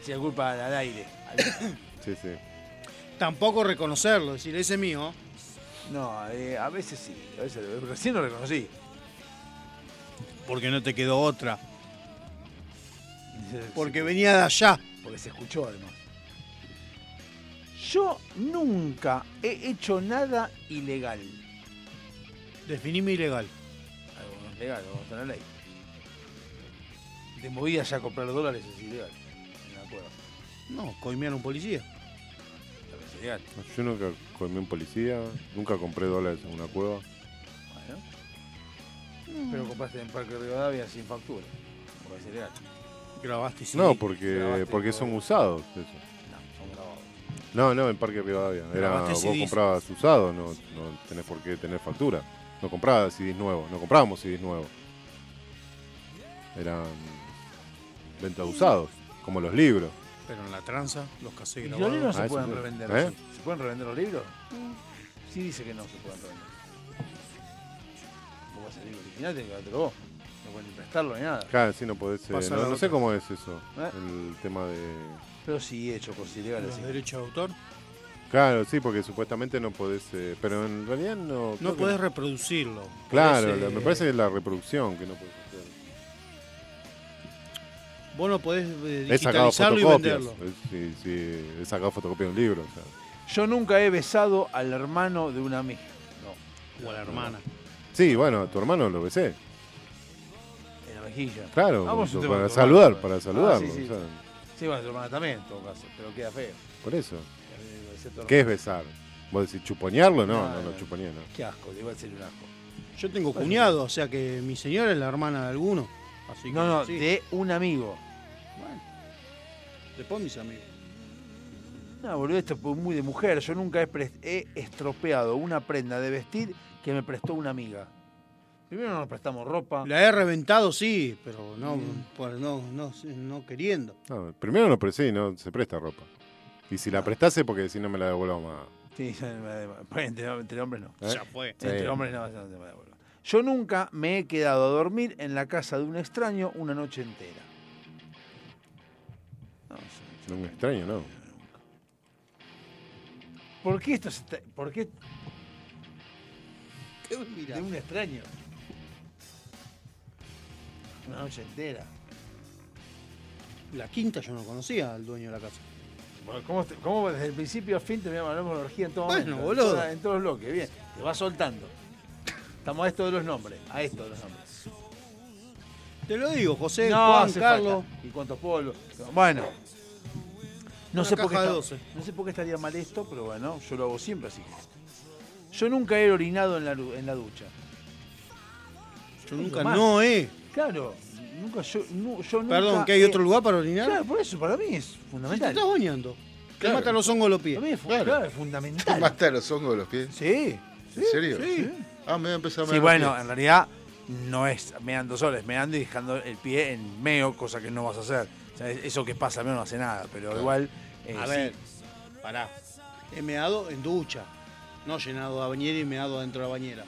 B: Eché la culpa al, al aire. Al-
C: Sí, sí.
E: Tampoco reconocerlo, decir, ese es mío.
B: No, eh, a veces sí, a veces lo- recién lo reconocí.
E: Porque no te quedó otra. Porque venía de allá.
B: Ah, Porque se escuchó además. Yo nunca he hecho nada ilegal.
E: Definime ilegal.
B: Algo no es legal, vamos a la ley. De movida ya comprar dólares es ilegal. No me acuerdo.
E: No, coimear a un policía.
B: Pero es ilegal.
C: Yo nunca comí un policía, nunca compré dólares en una cueva.
B: Bueno.
C: Mm.
B: Pero compraste en Parque Rivadavia sin factura. Porque es ilegal.
E: Grabaste sí.
C: no, porque, porque son usados. eso.
B: Son grabados.
C: No, no, en Parque Rivadavia. Era,
B: Grabaste
C: vos
B: CDs.
C: comprabas usado, no, no tenés por qué tener factura. No comprabas CDs nuevos, no comprábamos CDs nuevos. Eran venta de usados, como los libros.
E: Pero en la tranza los casé
B: ¿Y los
E: grabados.
B: libros
C: Ah,
B: se
C: eso
B: pueden
C: no.
B: revender?
C: ¿Eh? Mm.
B: ¿Se pueden revender los libros? Sí dice que no se pueden revender. Vos vas a libro original, tenés que dártelo vos. No pueden ni prestarlo ni nada.
C: Claro, sí, no podés. eh,
B: Pasa Ah. la
C: no, no
B: otra.
C: sé cómo es eso,
B: ¿Eh?
C: el tema de.
B: Pero sí he hecho cosas ilegales.
E: ¿Los
B: sí.
E: derechos de autor?
C: Claro, sí, porque supuestamente no podés. eh, pero en realidad no. creo
E: No
C: que-
E: podés reproducirlo.
C: Claro,
E: Podés,
C: la-
E: eh,
C: me parece que es la reproducción que no podés hacer.
E: Vos no podés eh,
C: He sacado
E: digitalizarlo y
C: fotocopias.
E: venderlo.
C: eh, Sí, sí, he sacado fotocopia de un libro. o sea.
B: Yo nunca he besado al hermano de una amiga. No.
E: O a la hermana.
C: Sí, bueno, a tu hermano lo besé.
B: En la mejilla.
C: Claro,
B: Ah, vos
C: para
B: te vas a tu
C: saludar,
B: hermana.
C: para saludarlo,
B: sí, sí.
C: o sea.
B: Sí, bueno, a tu hermana también, en todo caso. Pero queda feo.
C: Por eso.
B: Eh, besé a tu
C: ¿Qué es
B: hermana.
C: besar? ¿Vos decís chuponearlo? No,
B: No,
C: no, no,
B: no.
C: chuponía, no.
B: Qué asco, te iba a decir un asco.
E: Yo tengo cuñado, o sea que mi señora es la hermana de alguno. Así que,
B: No, no,
E: sí.
B: de un amigo.
E: Después mis amigos.
B: No, boludo, esto es muy de mujer. Yo nunca he, pres- he estropeado una prenda de vestir que me prestó una amiga. Primero no nos prestamos ropa. Mm.
E: La he reventado, sí, pero no, por- no, no, no queriendo.
C: No, primero no presté y no se presta ropa. Y
B: Ah.
C: si la prestase, porque si no me la devuelvo más.
B: Sí, ya no me da igual. Bueno, entre, entre hombres no.
C: Ya fue.
B: Entre
C: Sí.
B: hombres no, ya no te me da igual. Yo nunca me he quedado a dormir en la casa de un extraño una noche entera.
C: No me extraño, ¿no?
B: ¿Por qué esto se está- ¿Por qué?
E: De
B: un extraño. Una noche entera.
E: La quinta yo no conocía al dueño de la casa.
B: Bueno, ¿Cómo, te- cómo desde el principio a fin te voy a hablar de orgía en todo
E: Bueno,
B: momento,
E: boludo.
B: En, toda- en todos los bloques, bien. Te vas soltando. Estamos a esto de los nombres, a esto de los nombres.
E: Te lo digo, José,
B: No,
E: Juan,
B: hace
E: Carlos.
B: falta. ¿Y cuántos polvos? Bueno. No
E: Una
B: sé, por qué
E: caja de
B: está-
E: 12.
B: no sé por qué estaría mal esto, pero bueno, yo lo hago siempre así. que- Yo nunca he orinado en la, lu- en la ducha.
E: Yo nunca no, ¿eh?
B: Claro, nunca yo, nu- yo nunca.
E: Perdón, ¿que hay
B: he-
E: otro lugar para orinar?
B: Claro, por eso, para mí es fundamental.
E: Si te estás bañando. Te
B: Claro.
E: matan los hongos los pies.
B: Para mí es, fu-
E: Claro.
B: claro, es fundamental.
D: ¿Mata los hongos de los pies?
B: Sí.
D: ¿En serio?
B: sí.
D: Ah, me voy a empezar a
B: Sí, bueno, en realidad no es meando solo, es meando y dejando el pie en meo, cosa que no vas a hacer. O sea, es- eso que pasa, meo no hace nada, pero igual. eh,
E: A
B: sí.
E: ver, pará. He meado en ducha. No llenado a bañera y meado adentro de la bañera.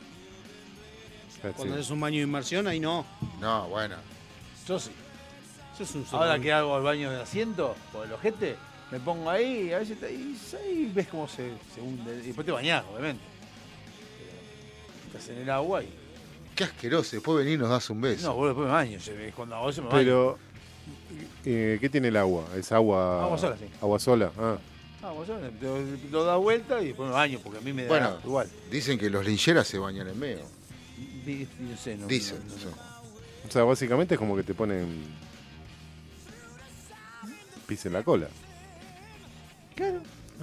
E: Cuando haces un baño de inmersión, ahí no.
D: Ah, No, bueno.
B: Yo sí.
E: Eso es un
B: Ahora
E: zorro.
B: que hago el baño de asiento, por el ojete, me pongo ahí y a veces te- y ahí ves cómo se, se hunde. Y después te bañás, obviamente. Pero Estás en el agua y.
D: Qué asqueroso. Después venís y nos das un beso.
B: No, boludo, después me baño. se- Cuando hago eso me baño.
C: Pero, eh, ¿qué tiene el agua? ¿Es agua.
B: Agua sola, sí.
C: Agua sola, ah.
B: Ah, vos sabés, lo, lo das vuelta y después me baño, porque a mí me da
D: Bueno,
B: igual.
D: Dicen que los lincheras se bañan en meo.
B: Di- dice, no,
D: Dice,
B: no, no, no.
C: O sea, básicamente es como que te ponen. Pis en la cola.
B: Claro.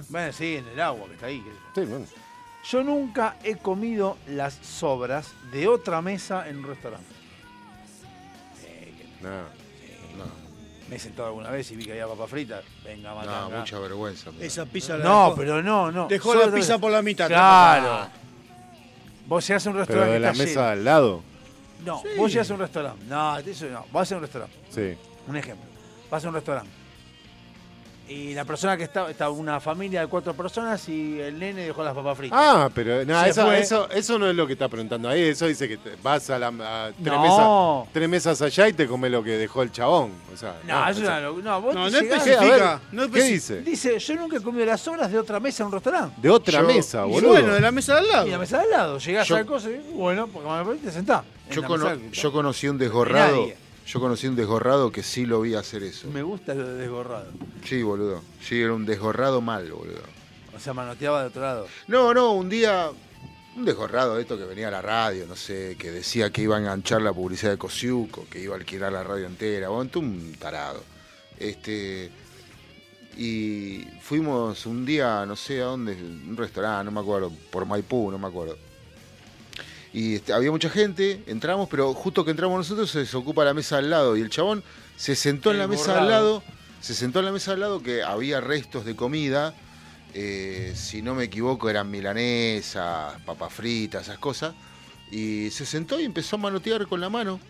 B: Bueno, sí, en el agua que está ahí.
C: Sí, bueno.
B: Yo nunca he comido las sobras de otra mesa en un restaurante.
C: No.
B: Me he sentado alguna vez y vi que había papa frita. Venga, matanga.
D: mucha vergüenza. me da.
E: Esa pizza la
B: No,
E: dejó.
B: pero no, no.
E: Dejó
B: Solo
E: la pizza por la mitad.
B: Claro. Vos llegás a un
C: Pero
B: restaurante.
C: de la
B: que está
C: mesa
B: lleno.
C: al lado.
B: No,
E: Sí.
B: vos llegás a un restaurante. No, eso no. Vas a un restaurante.
C: Sí.
B: Un ejemplo. Vas a un restaurante. Y la persona que estaba, estaba una familia de cuatro personas y el nene dejó las papas fritas.
C: Ah, pero no,
B: Se
C: eso,
B: fue.
C: eso, eso no es lo que está preguntando ahí. Eso dice que te- vas a, la, a tres,
B: No.
C: mesas, tres mesas allá y te comes lo que dejó el chabón. O sea,
B: No, eso
C: o
B: es
C: sea,
B: una loc- no, vos
E: No,
B: te
E: no
B: llegás-
E: especifica,
C: ¿Qué? A ver, no ¿qué especi- dice?
B: Dice, yo nunca he comido las sobras de otra mesa en un restaurante.
C: De otra mesa,
B: y
C: boludo.
B: bueno, de
E: la mesa de al lado.
B: Y la mesa de al lado. Llegás
D: Yo-
B: a la cosa y, bueno, pues, porque me permite sentar.
D: Yo, cono- yo conocí un desgorrado. Yo conocí un desgorrado que sí lo vi hacer eso.
B: Me gusta lo de desgorrado.
D: Sí, boludo. Sí, era un desgorrado mal, boludo.
B: O sea, manoteaba de otro lado.
D: No, no, un día. Un desgorrado de esto que venía a la radio, no sé, que decía que iba a enganchar la publicidad de Cosiuco, que iba a alquilar la radio entera, bueno, tú un tarado. Este. Y fuimos un día, no sé a dónde, un restaurante, no me acuerdo, por Maipú, no me acuerdo. Y este, había mucha gente, entramos, pero justo que entramos nosotros se desocupa la mesa al lado. Y el chabón se sentó en
B: El
D: la mesa
B: borrado.
D: al lado, se sentó en la mesa al lado que había restos de comida. eh, si no me equivoco, eran milanesas, papas fritas, esas cosas. Y se sentó y empezó a manotear con la mano.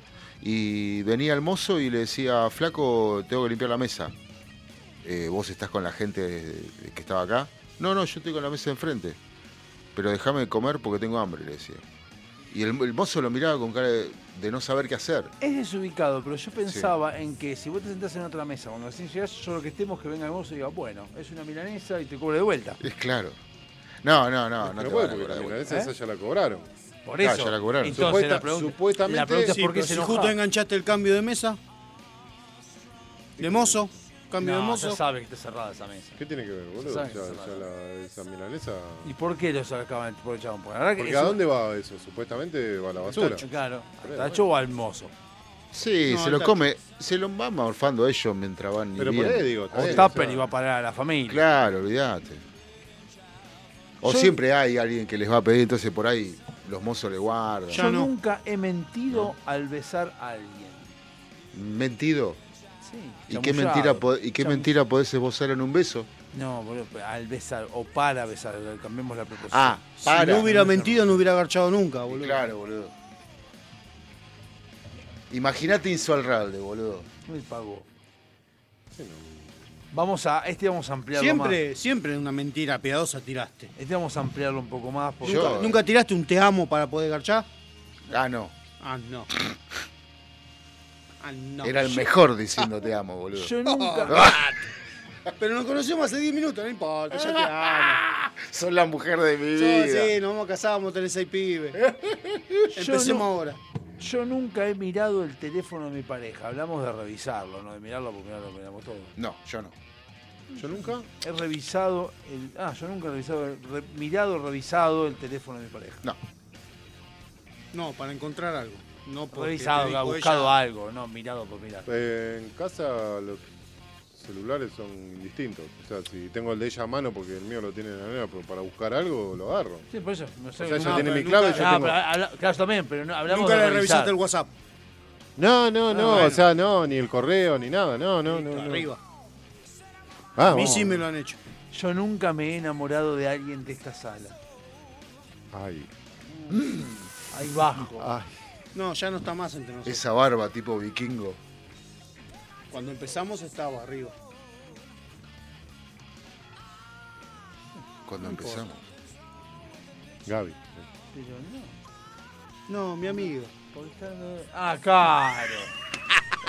D: Y venía el mozo y le decía, flaco, tengo que limpiar la mesa. Eh, ¿Vos estás con la gente que estaba acá? No, no, yo estoy con la mesa de enfrente. Pero déjame comer porque tengo hambre, le decía. Y el, el mozo lo miraba con cara de, de no saber qué hacer.
B: Es desubicado, pero yo pensaba en que si vos te sentás en otra mesa, cuando recién llegás, yo lo que temo es que venga el mozo y diga, bueno, es una milanesa y te cobre de vuelta.
D: Es claro. No, no, no, no
C: Pero
D: te
C: puede,
D: van a cobrar
C: porque
D: de
C: la
D: vuelta.
C: milanesa esa ya la cobraron.
B: Por
D: Claro,
B: eso.
D: ya la cobraron.
B: Entonces,
C: Supuesta-
B: la pregunta,
C: supuestamente-
B: la pregunta es
E: Sí,
B: por qué
E: pero si
B: se enoja.
E: justo enganchaste el cambio de mesa. De mozo. Cambio de
B: No,
E: mozo.
B: ya sabe que está cerrada esa mesa.
C: ¿Qué tiene que ver, boludo?
B: Saben
C: Ya,
B: que está
C: ya la- esa milanesa.
B: ¿Y por qué lo sacaban por el chabón? Porque la verdad que
C: Porque
B: eso-
C: ¿a dónde va eso? Supuestamente va a la basura.
B: Tacho, Claro, al tacho o al mozo.
D: Sí,
B: No,
D: se lo
B: está-
D: come, se lo van morfando ellos mientras van y
B: Pero por
D: vienen.
B: ahí digo, está O bien, tupper o sea. y va a parar a la familia.
D: Claro, olvídate. O
B: Yo-
D: siempre hay alguien que les va a pedir, entonces por ahí los mozos le guardan.
B: Yo nunca he mentido al besar a alguien.
D: Mentido.
B: Sí,
D: ¿Y qué,
B: chamullado.
D: mentira, po- ¿Y qué
B: Chamu-
D: mentira podés esbozar en un beso?
B: No, boludo, al besar o para besar, cambiemos la proposición.
D: Ah, para.
E: Si no hubiera mentido, no hubiera agarchado nunca, boludo.
D: Claro, boludo. Imagínate Insualralde, boludo.
B: Me pagó. Vamos a. Este vamos a ampliarlo
E: Siempre, siempre una mentira piadosa tiraste.
B: más. Este vamos a ampliarlo un poco más. Porque
E: ¿Nunca, nunca tiraste un te amo para poder garchar?
D: Ah, no.
E: Ah, no. Ah, no.
D: Era el
E: Yo-
D: mejor diciendo te amo, boludo. Ah,
E: Yo nunca- Ah. Pero nos conocemos hace 10 minutos, no importa, yo te amo.
D: Son la mujer de mi
E: Yo,
D: vida.
E: sí, nos vamos a casar, vamos a tener 6 pibes. Empecemos
B: Yo no-
E: ahora.
B: Yo nunca he mirado el teléfono de mi pareja. Hablamos de revisarlo, no de mirarlo porque mirarlo lo miramos todo.
D: No, yo no.
C: Yo nunca
B: he revisado el. Ah, yo nunca he revisado, re- mirado, revisado el teléfono de mi pareja.
D: No.
E: No, para encontrar algo. No porque te
B: Revisado,
E: dijo
B: ha buscado
E: ella.
B: algo, no, mirado por mirar.
C: Eh, en casa los celulares son distintos. O sea, si tengo el de ella a mano porque el mío lo tiene la nena, pero para buscar algo lo agarro.
B: Sí, por eso. No sé,
C: O sea, ella
B: no,
C: tiene
B: pero
C: mi clave,
B: nunca-
C: yo
B: Ah,
C: tengo-
B: pero habla- claro, yo también, pero no, hablamos
E: Nunca
B: de
E: le
B: revisar.
E: revisaste el WhatsApp.
C: No,
B: Ah,
C: no, no,
E: bueno.
C: o sea, no, ni el correo, ni nada, no, no, no. no.
E: Arriba.
C: Ah,
E: a mí
C: vamos.
E: sí me lo han hecho.
B: Yo nunca me he enamorado de alguien de esta sala.
C: Ay.
B: Ahí bajo.
E: No, ya no está más entre nosotros.
D: Esa barba tipo vikingo.
E: Cuando empezamos estaba arriba.
D: Cuando
E: No
D: empezamos.
C: Gaby.
B: Pero no,
E: No, mi amigo.
B: porque está- Ah, caro.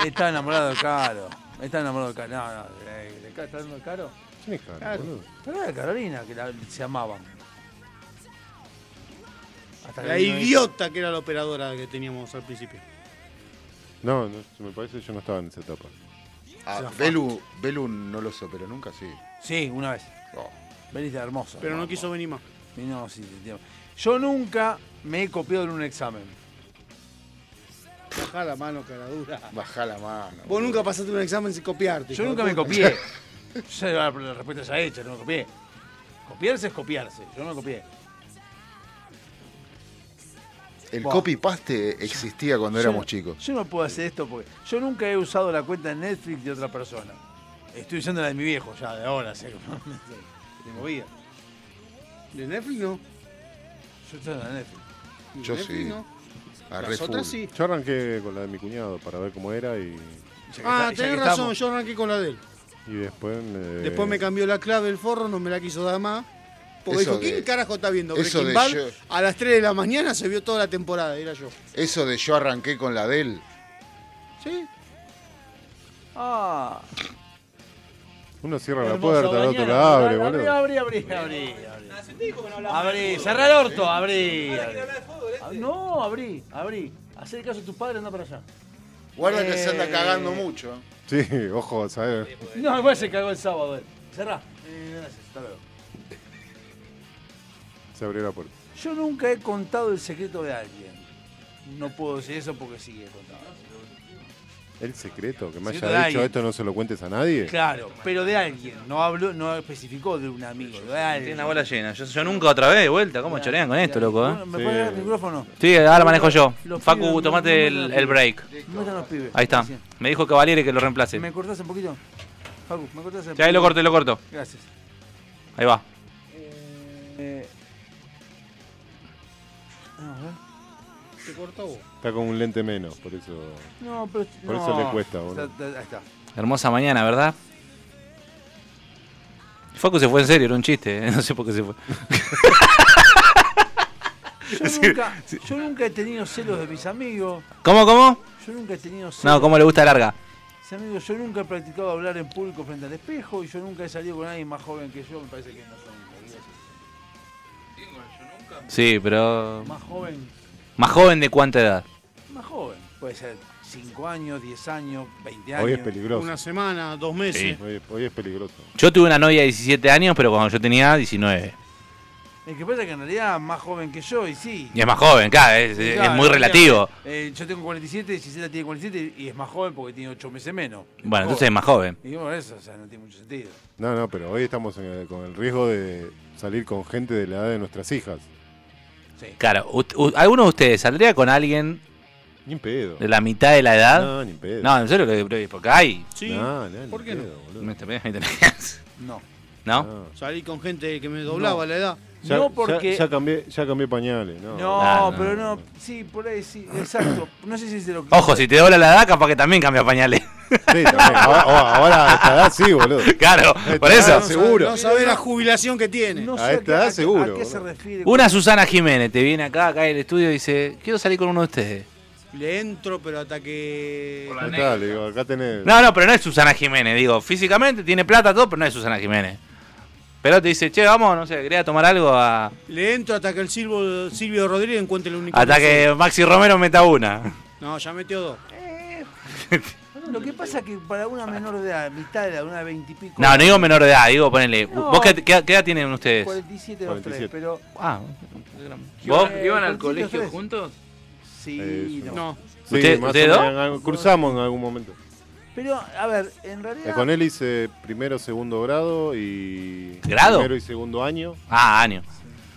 B: Está enamorado de caro. Está enamorado de caro. No, no, eh, ¿de Caro? ¿Está hablando de caro?
C: ¿Quién es Caro,
B: Claro.
C: boludo?
B: Pero era de Carolina que la- se amaban. Hasta
E: La
B: que vino
E: idiota que era la operadora que teníamos al principio.
C: No, no, me parece que yo no estaba en esa etapa.
D: Ah,
E: Zafate.
D: Belu, Belu no lo operó nunca, sí.
B: Sí, una vez.
D: Oh.
B: Veniste hermosa.
E: Pero no quiso venir más.
B: Y No, sí, te entiendo. Yo nunca me he copiado en un examen.
E: Bajá la mano, cara dura.
D: Bajá la mano.
E: Vos nunca pasaste un examen sin copiarte.
B: Yo
E: hijo
B: nunca
E: de
B: me
E: puta.
B: copié. Yo sé, la la respuesta ya hecha, no me copié. Copiarse es copiarse, yo no me copié.
D: El
B: Buah.
D: copy-paste existía cuando
B: Yo-
D: éramos chicos.
B: Yo no puedo hacer esto porque yo nunca he usado la cuenta de Netflix de otra persona. Estoy usando la de mi viejo ya, de ahora, sé que me movía.
E: ¿De Netflix no?
B: Yo estoy en la de Netflix.
D: Yo sí. A
E: Las otras sí.
C: Yo arranqué con la de mi cuñado para ver cómo era y,
E: Ah, tenés razón, yo arranqué con la de él.
C: y después me...
E: Después me cambió la clave del forro, no me la quiso dar más. Porque
D: Eso
E: dijo,
D: de-
E: ¿quién carajo está viendo?
D: eso
E: Breaking
D: de
E: Bad
D: yo-
E: a las 3 de la mañana se vio toda la temporada, era yo.
D: Eso de yo arranqué con la de él.
E: ¿Sí?
B: Ah.
C: Uno cierra la
B: hermoso
C: puerta, el otro
B: mañana.
C: la abre,
B: abrí,
C: boludo.
B: abrí, abrí, abrí, abrí. Abrí, cerrá el orto, abrí. abrí. Ah, No, abrí, abrí. Hacer caso a tu padre, anda para allá.
D: Guarda que se anda
B: Eh,
D: cagando mucho. ¿eh?
C: Sí, ojo, ¿sabes?
B: No, igual se cagó el sábado él. Cerrá. Eh, gracias, hasta luego.
C: Se abrió la puerta.
B: Yo nunca he contado el secreto de alguien. No puedo decir eso porque sí he contado.
C: El secreto, que me
B: Secreto
C: haya
B: de
C: dicho
B: alguien.
C: esto no se lo cuentes a nadie.
B: Claro, pero de alguien. No habló, no especificó de un amigo, de alguien.
T: Tiene la bola llena. Yo, yo nunca otra vez de vuelta. ¿Cómo chorean con esto, loco? eh?
B: ¿Me puedes dar el micrófono?
T: Sí, ahora manejo yo.
B: Los pibes,
T: Facu,
B: no-
T: tomate
B: no me dan
T: el, el break.
B: No están los pibes.
T: Ahí está.
B: Gracias.
T: Me dijo Cavaliere que lo reemplace.
B: ¿Me cortás un poquito? Facu, ¿me cortás un
T: Sí, ahí lo corto, ahí lo corto.
B: Gracias.
T: Ahí va.
B: Eh, ah, a ver.
E: Se cortó vos.
C: Está con un lente menos, por eso.
B: No, pero.
C: Por
B: no.
C: eso le cuesta, boludo.
B: Está- está- ahí está.
T: Hermosa mañana, ¿verdad? Facu se fue en serio, era un chiste. eh, No sé por qué se fue.
B: Yo nunca, yo nunca he tenido celos de mis amigos.
T: ¿Cómo, cómo?
B: Yo nunca he tenido celos.
T: No, ¿cómo le gusta larga?
B: Sí, amigo, yo nunca he practicado hablar en público frente al espejo y yo nunca he salido con alguien más joven que yo. Me parece que no son amigos.
T: Sí, pero.
B: Más joven.
T: ¿Más joven de cuánta edad?
B: Más joven. Puede ser 5 años, 10 años, 20 años.
T: Hoy es peligroso.
E: Una semana, dos meses.
C: Hoy, es- hoy es peligroso.
T: Yo tuve una novia de 17 años, pero cuando yo tenía 19.
B: El que pasa es que en realidad es más joven que yo y sí.
T: Y es más joven, claro, es-
B: Y
T: es muy relativo.
B: Eh, yo tengo 47, Gisela tiene 47 y es más joven porque tiene 8 meses menos.
T: Bueno, entonces es más joven.
B: Y por eso, o sea, no tiene mucho sentido.
C: No, no, pero hoy estamos en el- con el riesgo de salir con gente de la edad de nuestras hijas.
T: Claro, ut- u- ¿alguno de ustedes saldría con alguien
C: Ni en pedo.
T: de la mitad de la edad?
C: No, ni en pedo.
T: No, en serio, lo de- porque hay.
E: Sí. No, no, ¿Por ni qué en no? pedo,
T: Me tenés- me tenés.
B: No.
T: ¿No?
E: Salí con gente que me doblaba la edad.
C: Ya,
B: No, porque-
C: Ya, ya cambié, ya cambié pañales, ¿no?
B: No,
T: Ah,
B: pero no, sí, por ahí sí, exacto. No sé si se lo
T: Ojo, si te dobla la edad, capaz que también cambia pañales.
C: Sí, también. Ahora, ahora a esta edad sí, boludo.
T: Claro,
C: Esta
T: por
C: edad
E: Ah,
T: eso.
E: No sabés la jubilación que tiene.
B: No
C: A esta edad seguro. boludo.
T: Una Susana Jiménez te viene acá, acá en el estudio y dice, quiero salir con uno de ustedes.
E: Le entro, pero hasta que.
C: Acá, está, le digo, acá tenés.
T: No, no, pero no es Susana Jiménez, digo, físicamente tiene plata, todo, pero no es Susana Jiménez. Pero te dice, che, vamos, no sé, quería tomar algo a...
E: Le entro hasta que el Silvio, Silvio Rodríguez encuentre el único.
T: Hasta que Maxi Romero meta una.
E: No, ya metió dos.
B: Lo que pasa es que para una menor de edad, mitad de edad, una de 20 y pico.
T: No, no digo menor de edad, digo, ponele.
B: No.
T: ¿Vos qué, qué- qué edad tienen ustedes?
B: 47 los tres,
T: 47.
B: pero. eh,
T: Ah.
B: ¿Vos?
T: ¿Vos?
B: ¿Que iban al colegio
T: juntos?
B: Sí,
C: eh, Eso.
B: no.
C: Sí,
T: ¿Usted-
C: más o
T: usted
C: menos,
T: dos?
C: en algo- cruzamos en algún momento.
B: Pero, a ver, en
C: Eh,
B: realidad.
C: con él hice primero, segundo grado y.
T: ¿Grado?
C: Primero y segundo año.
T: Ah, año.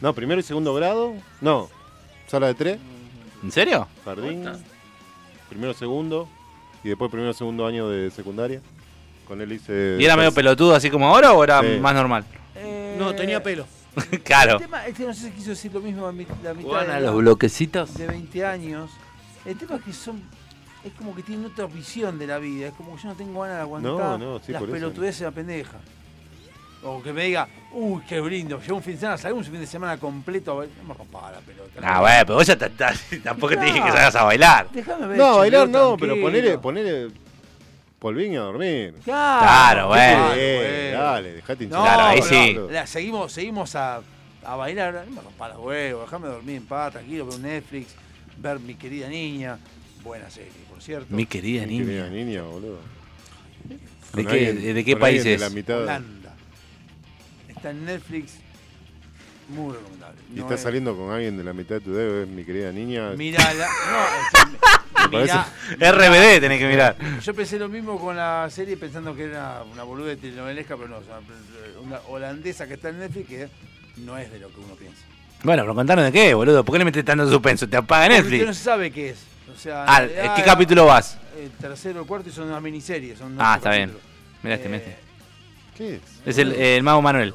C: No, primero y segundo grado. No. Sala de tres.
T: ¿En serio?
C: Jardín. Primero, segundo. Y después primero, segundo año de secundaria. Con él hice.
T: ¿Y era medio pelotudo así como ahora o era
C: Sí.
T: más normal?
E: No, tenía pelo.
T: claro.
B: El tema es que no sé si quiso decir lo mismo a mi- la mitad
T: ¿Juegan
B: de
T: a
B: edad,
T: los bloquecitos?
B: De 20 años. El tema es que son. Es como que tienen otra visión de la vida. Es como que yo no tengo ganas de aguantar
C: No, no, sí,
B: las
C: por eso.
B: pelotudeces de la pendeja. O que me diga, uy, qué lindo, yo un fin de semana, salimos un fin de semana completo a bailar. No me rompa la pelota.
T: Ah, bueno, pero vos ya ta- ta- tampoco te dije que salgas a bailar.
B: Déjame ver.
C: No, bailar
B: chileo,
C: no, pero
B: tranquilo.
C: ponele, ponele polvín a dormir.
B: Claro,
T: Claro, bueno.
C: Eh, dale, dejate
B: No,
C: hinchar.
T: Claro, ahí
B: pero
T: sí.
B: la- seguimos seguimos a, a bailar. No me rompa los huevos, déjame dormir en paz, tranquilo, ver un Netflix, ver mi querida niña. Buena serie, por cierto.
T: Mi querida
C: Mi
T: niña.
C: querida niña, boludo.
T: ¿De
C: Con
T: qué,
C: alguien-
T: de qué
C: con
T: país
C: alguien de
T: es?
C: la mitad.
B: Holanda. Está en Netflix. Muy recomendable.
C: Y
B: No
C: estás
B: es-
C: saliendo con alguien de la mitad de tu dedo, es mi querida niña.
B: Mirala. No, es- Mirá, mirá.
T: RBD tenés que mirar.
B: Yo pensé lo mismo con la serie pensando que era una boluda telenovelesca, pero no, o sea, una holandesa que está en Netflix que no es de lo que uno piensa.
T: Bueno, pero contanos de qué, boludo. ¿Por qué le metes tanto suspenso? Te apaga
B: Porque usted no
T: Ah, Netflix.
B: se sabe qué es. O sea, en
T: Ah,
B: realidad
T: ¿en qué
B: es
T: capítulo vas?
B: El tercero, el cuarto y son unas miniseries. Son
T: Ah,
B: ocho
T: está bien.
B: capítulos.
T: Mirá este, mirá este.
C: ¿Qué es?
T: Es el, el mago Manuel.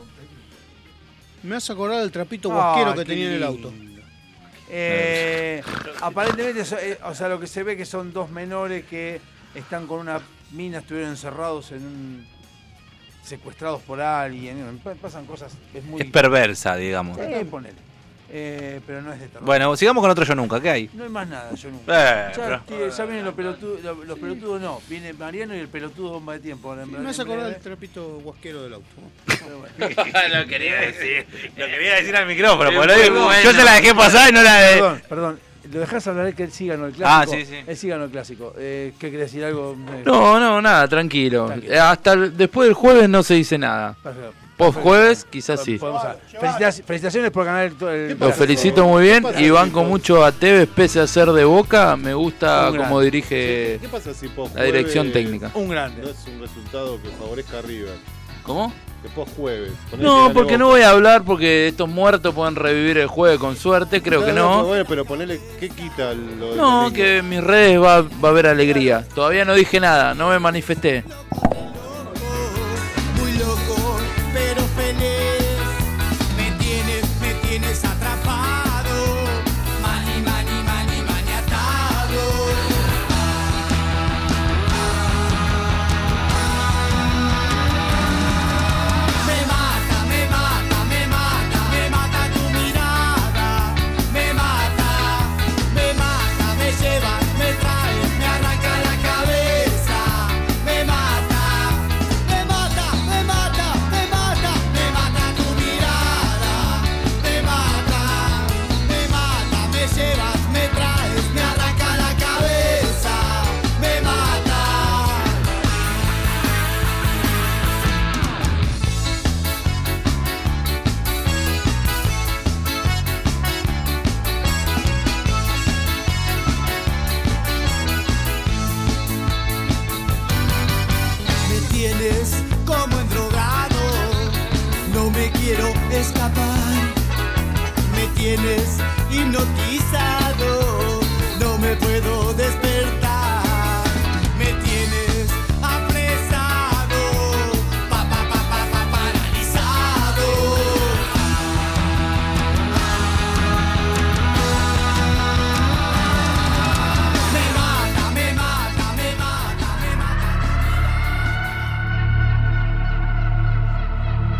E: Me has acordado del trapito
B: Ah,
E: bosquero que
B: qué
E: tenía en el auto.
B: Eh, aparentemente, so- eh, o sea, lo que se ve que son dos menores que están con una mina, estuvieron encerrados en un. secuestrados por alguien. pa- Pasan cosas. Es muy.
T: Es perversa, digamos.
B: Eh, ponele. Eh, pero no es de terror.
T: Bueno, sigamos con otro yo nunca. ¿Qué hay?
B: No hay más nada, yo nunca.
T: Eh,
B: ya,
T: pero-
B: tie- ya vienen los pelotudos, los, los pelotudos no. Viene Mariano y el pelotudo bomba de tiempo. ahora en
E: Me
B: breve-
E: has
B: en
E: acordado del
B: breve.
E: trapito bosquero del auto.
B: Pero bueno.
T: lo quería decir. Lo quería decir al micrófono.
B: Pero
T: porque lo
B: muy
T: digo-
B: bueno.
T: Yo se la dejé pasar y no la
B: Perdón, perdón. Lo dejás hablar que él siga en el clásico.
T: Ah, sí, sí.
B: Él siga en el clásico. Eh, ¿Qué querés decir algo? Eh,
U: No, no, nada, tranquilo. Eh, Hasta el- después del jueves no se dice nada.
B: Perfecto.
U: Post jueves quizás
B: po-
U: sí.
B: podemos hablar. Felicitas- felicitaciones por ganar el. el-
U: Lo felicito muy bien y banco mucho a Tevez pese a ser de Boca. Me gusta
C: Un grande.
U: como dirige
C: Sí, ¿Qué pasa si post
U: la dirección técnica.
B: Eh, Un grande.
C: No es un resultado que favorezca a River.
U: ¿Cómo?
C: Que post jueves.
U: No, porque no voy a hablar porque estos muertos pueden revivir el jueves con suerte, creo que no.
C: Bueno, pero ponele, ¿qué quita lo del
U: No,
C: domingo?
U: que en mis redes va, va a haber alegría. Todavía no dije nada, no me manifesté.
A: muy loco, pero feliz. Me tienes, me tienes atrapado. Mani, mani, mani, maniatado. Me mata, me mata, me mata, me mata tu mirada. Me mata, me mata, me lleva, me trae, me arranca la cabeza. Me mata. Me mata, me mata, me mata, me mata tu mirada, me mata, me mata, me llevas, me traes, me arranca la cabeza, me mata. Me tienes como endrogado, no me quiero escapar. Me tienes hipnotizado, no me puedo despertar. Me tienes apresado, pa pa pa pa pa paralizado. Me mata, me mata, me mata, me mata.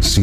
I: Si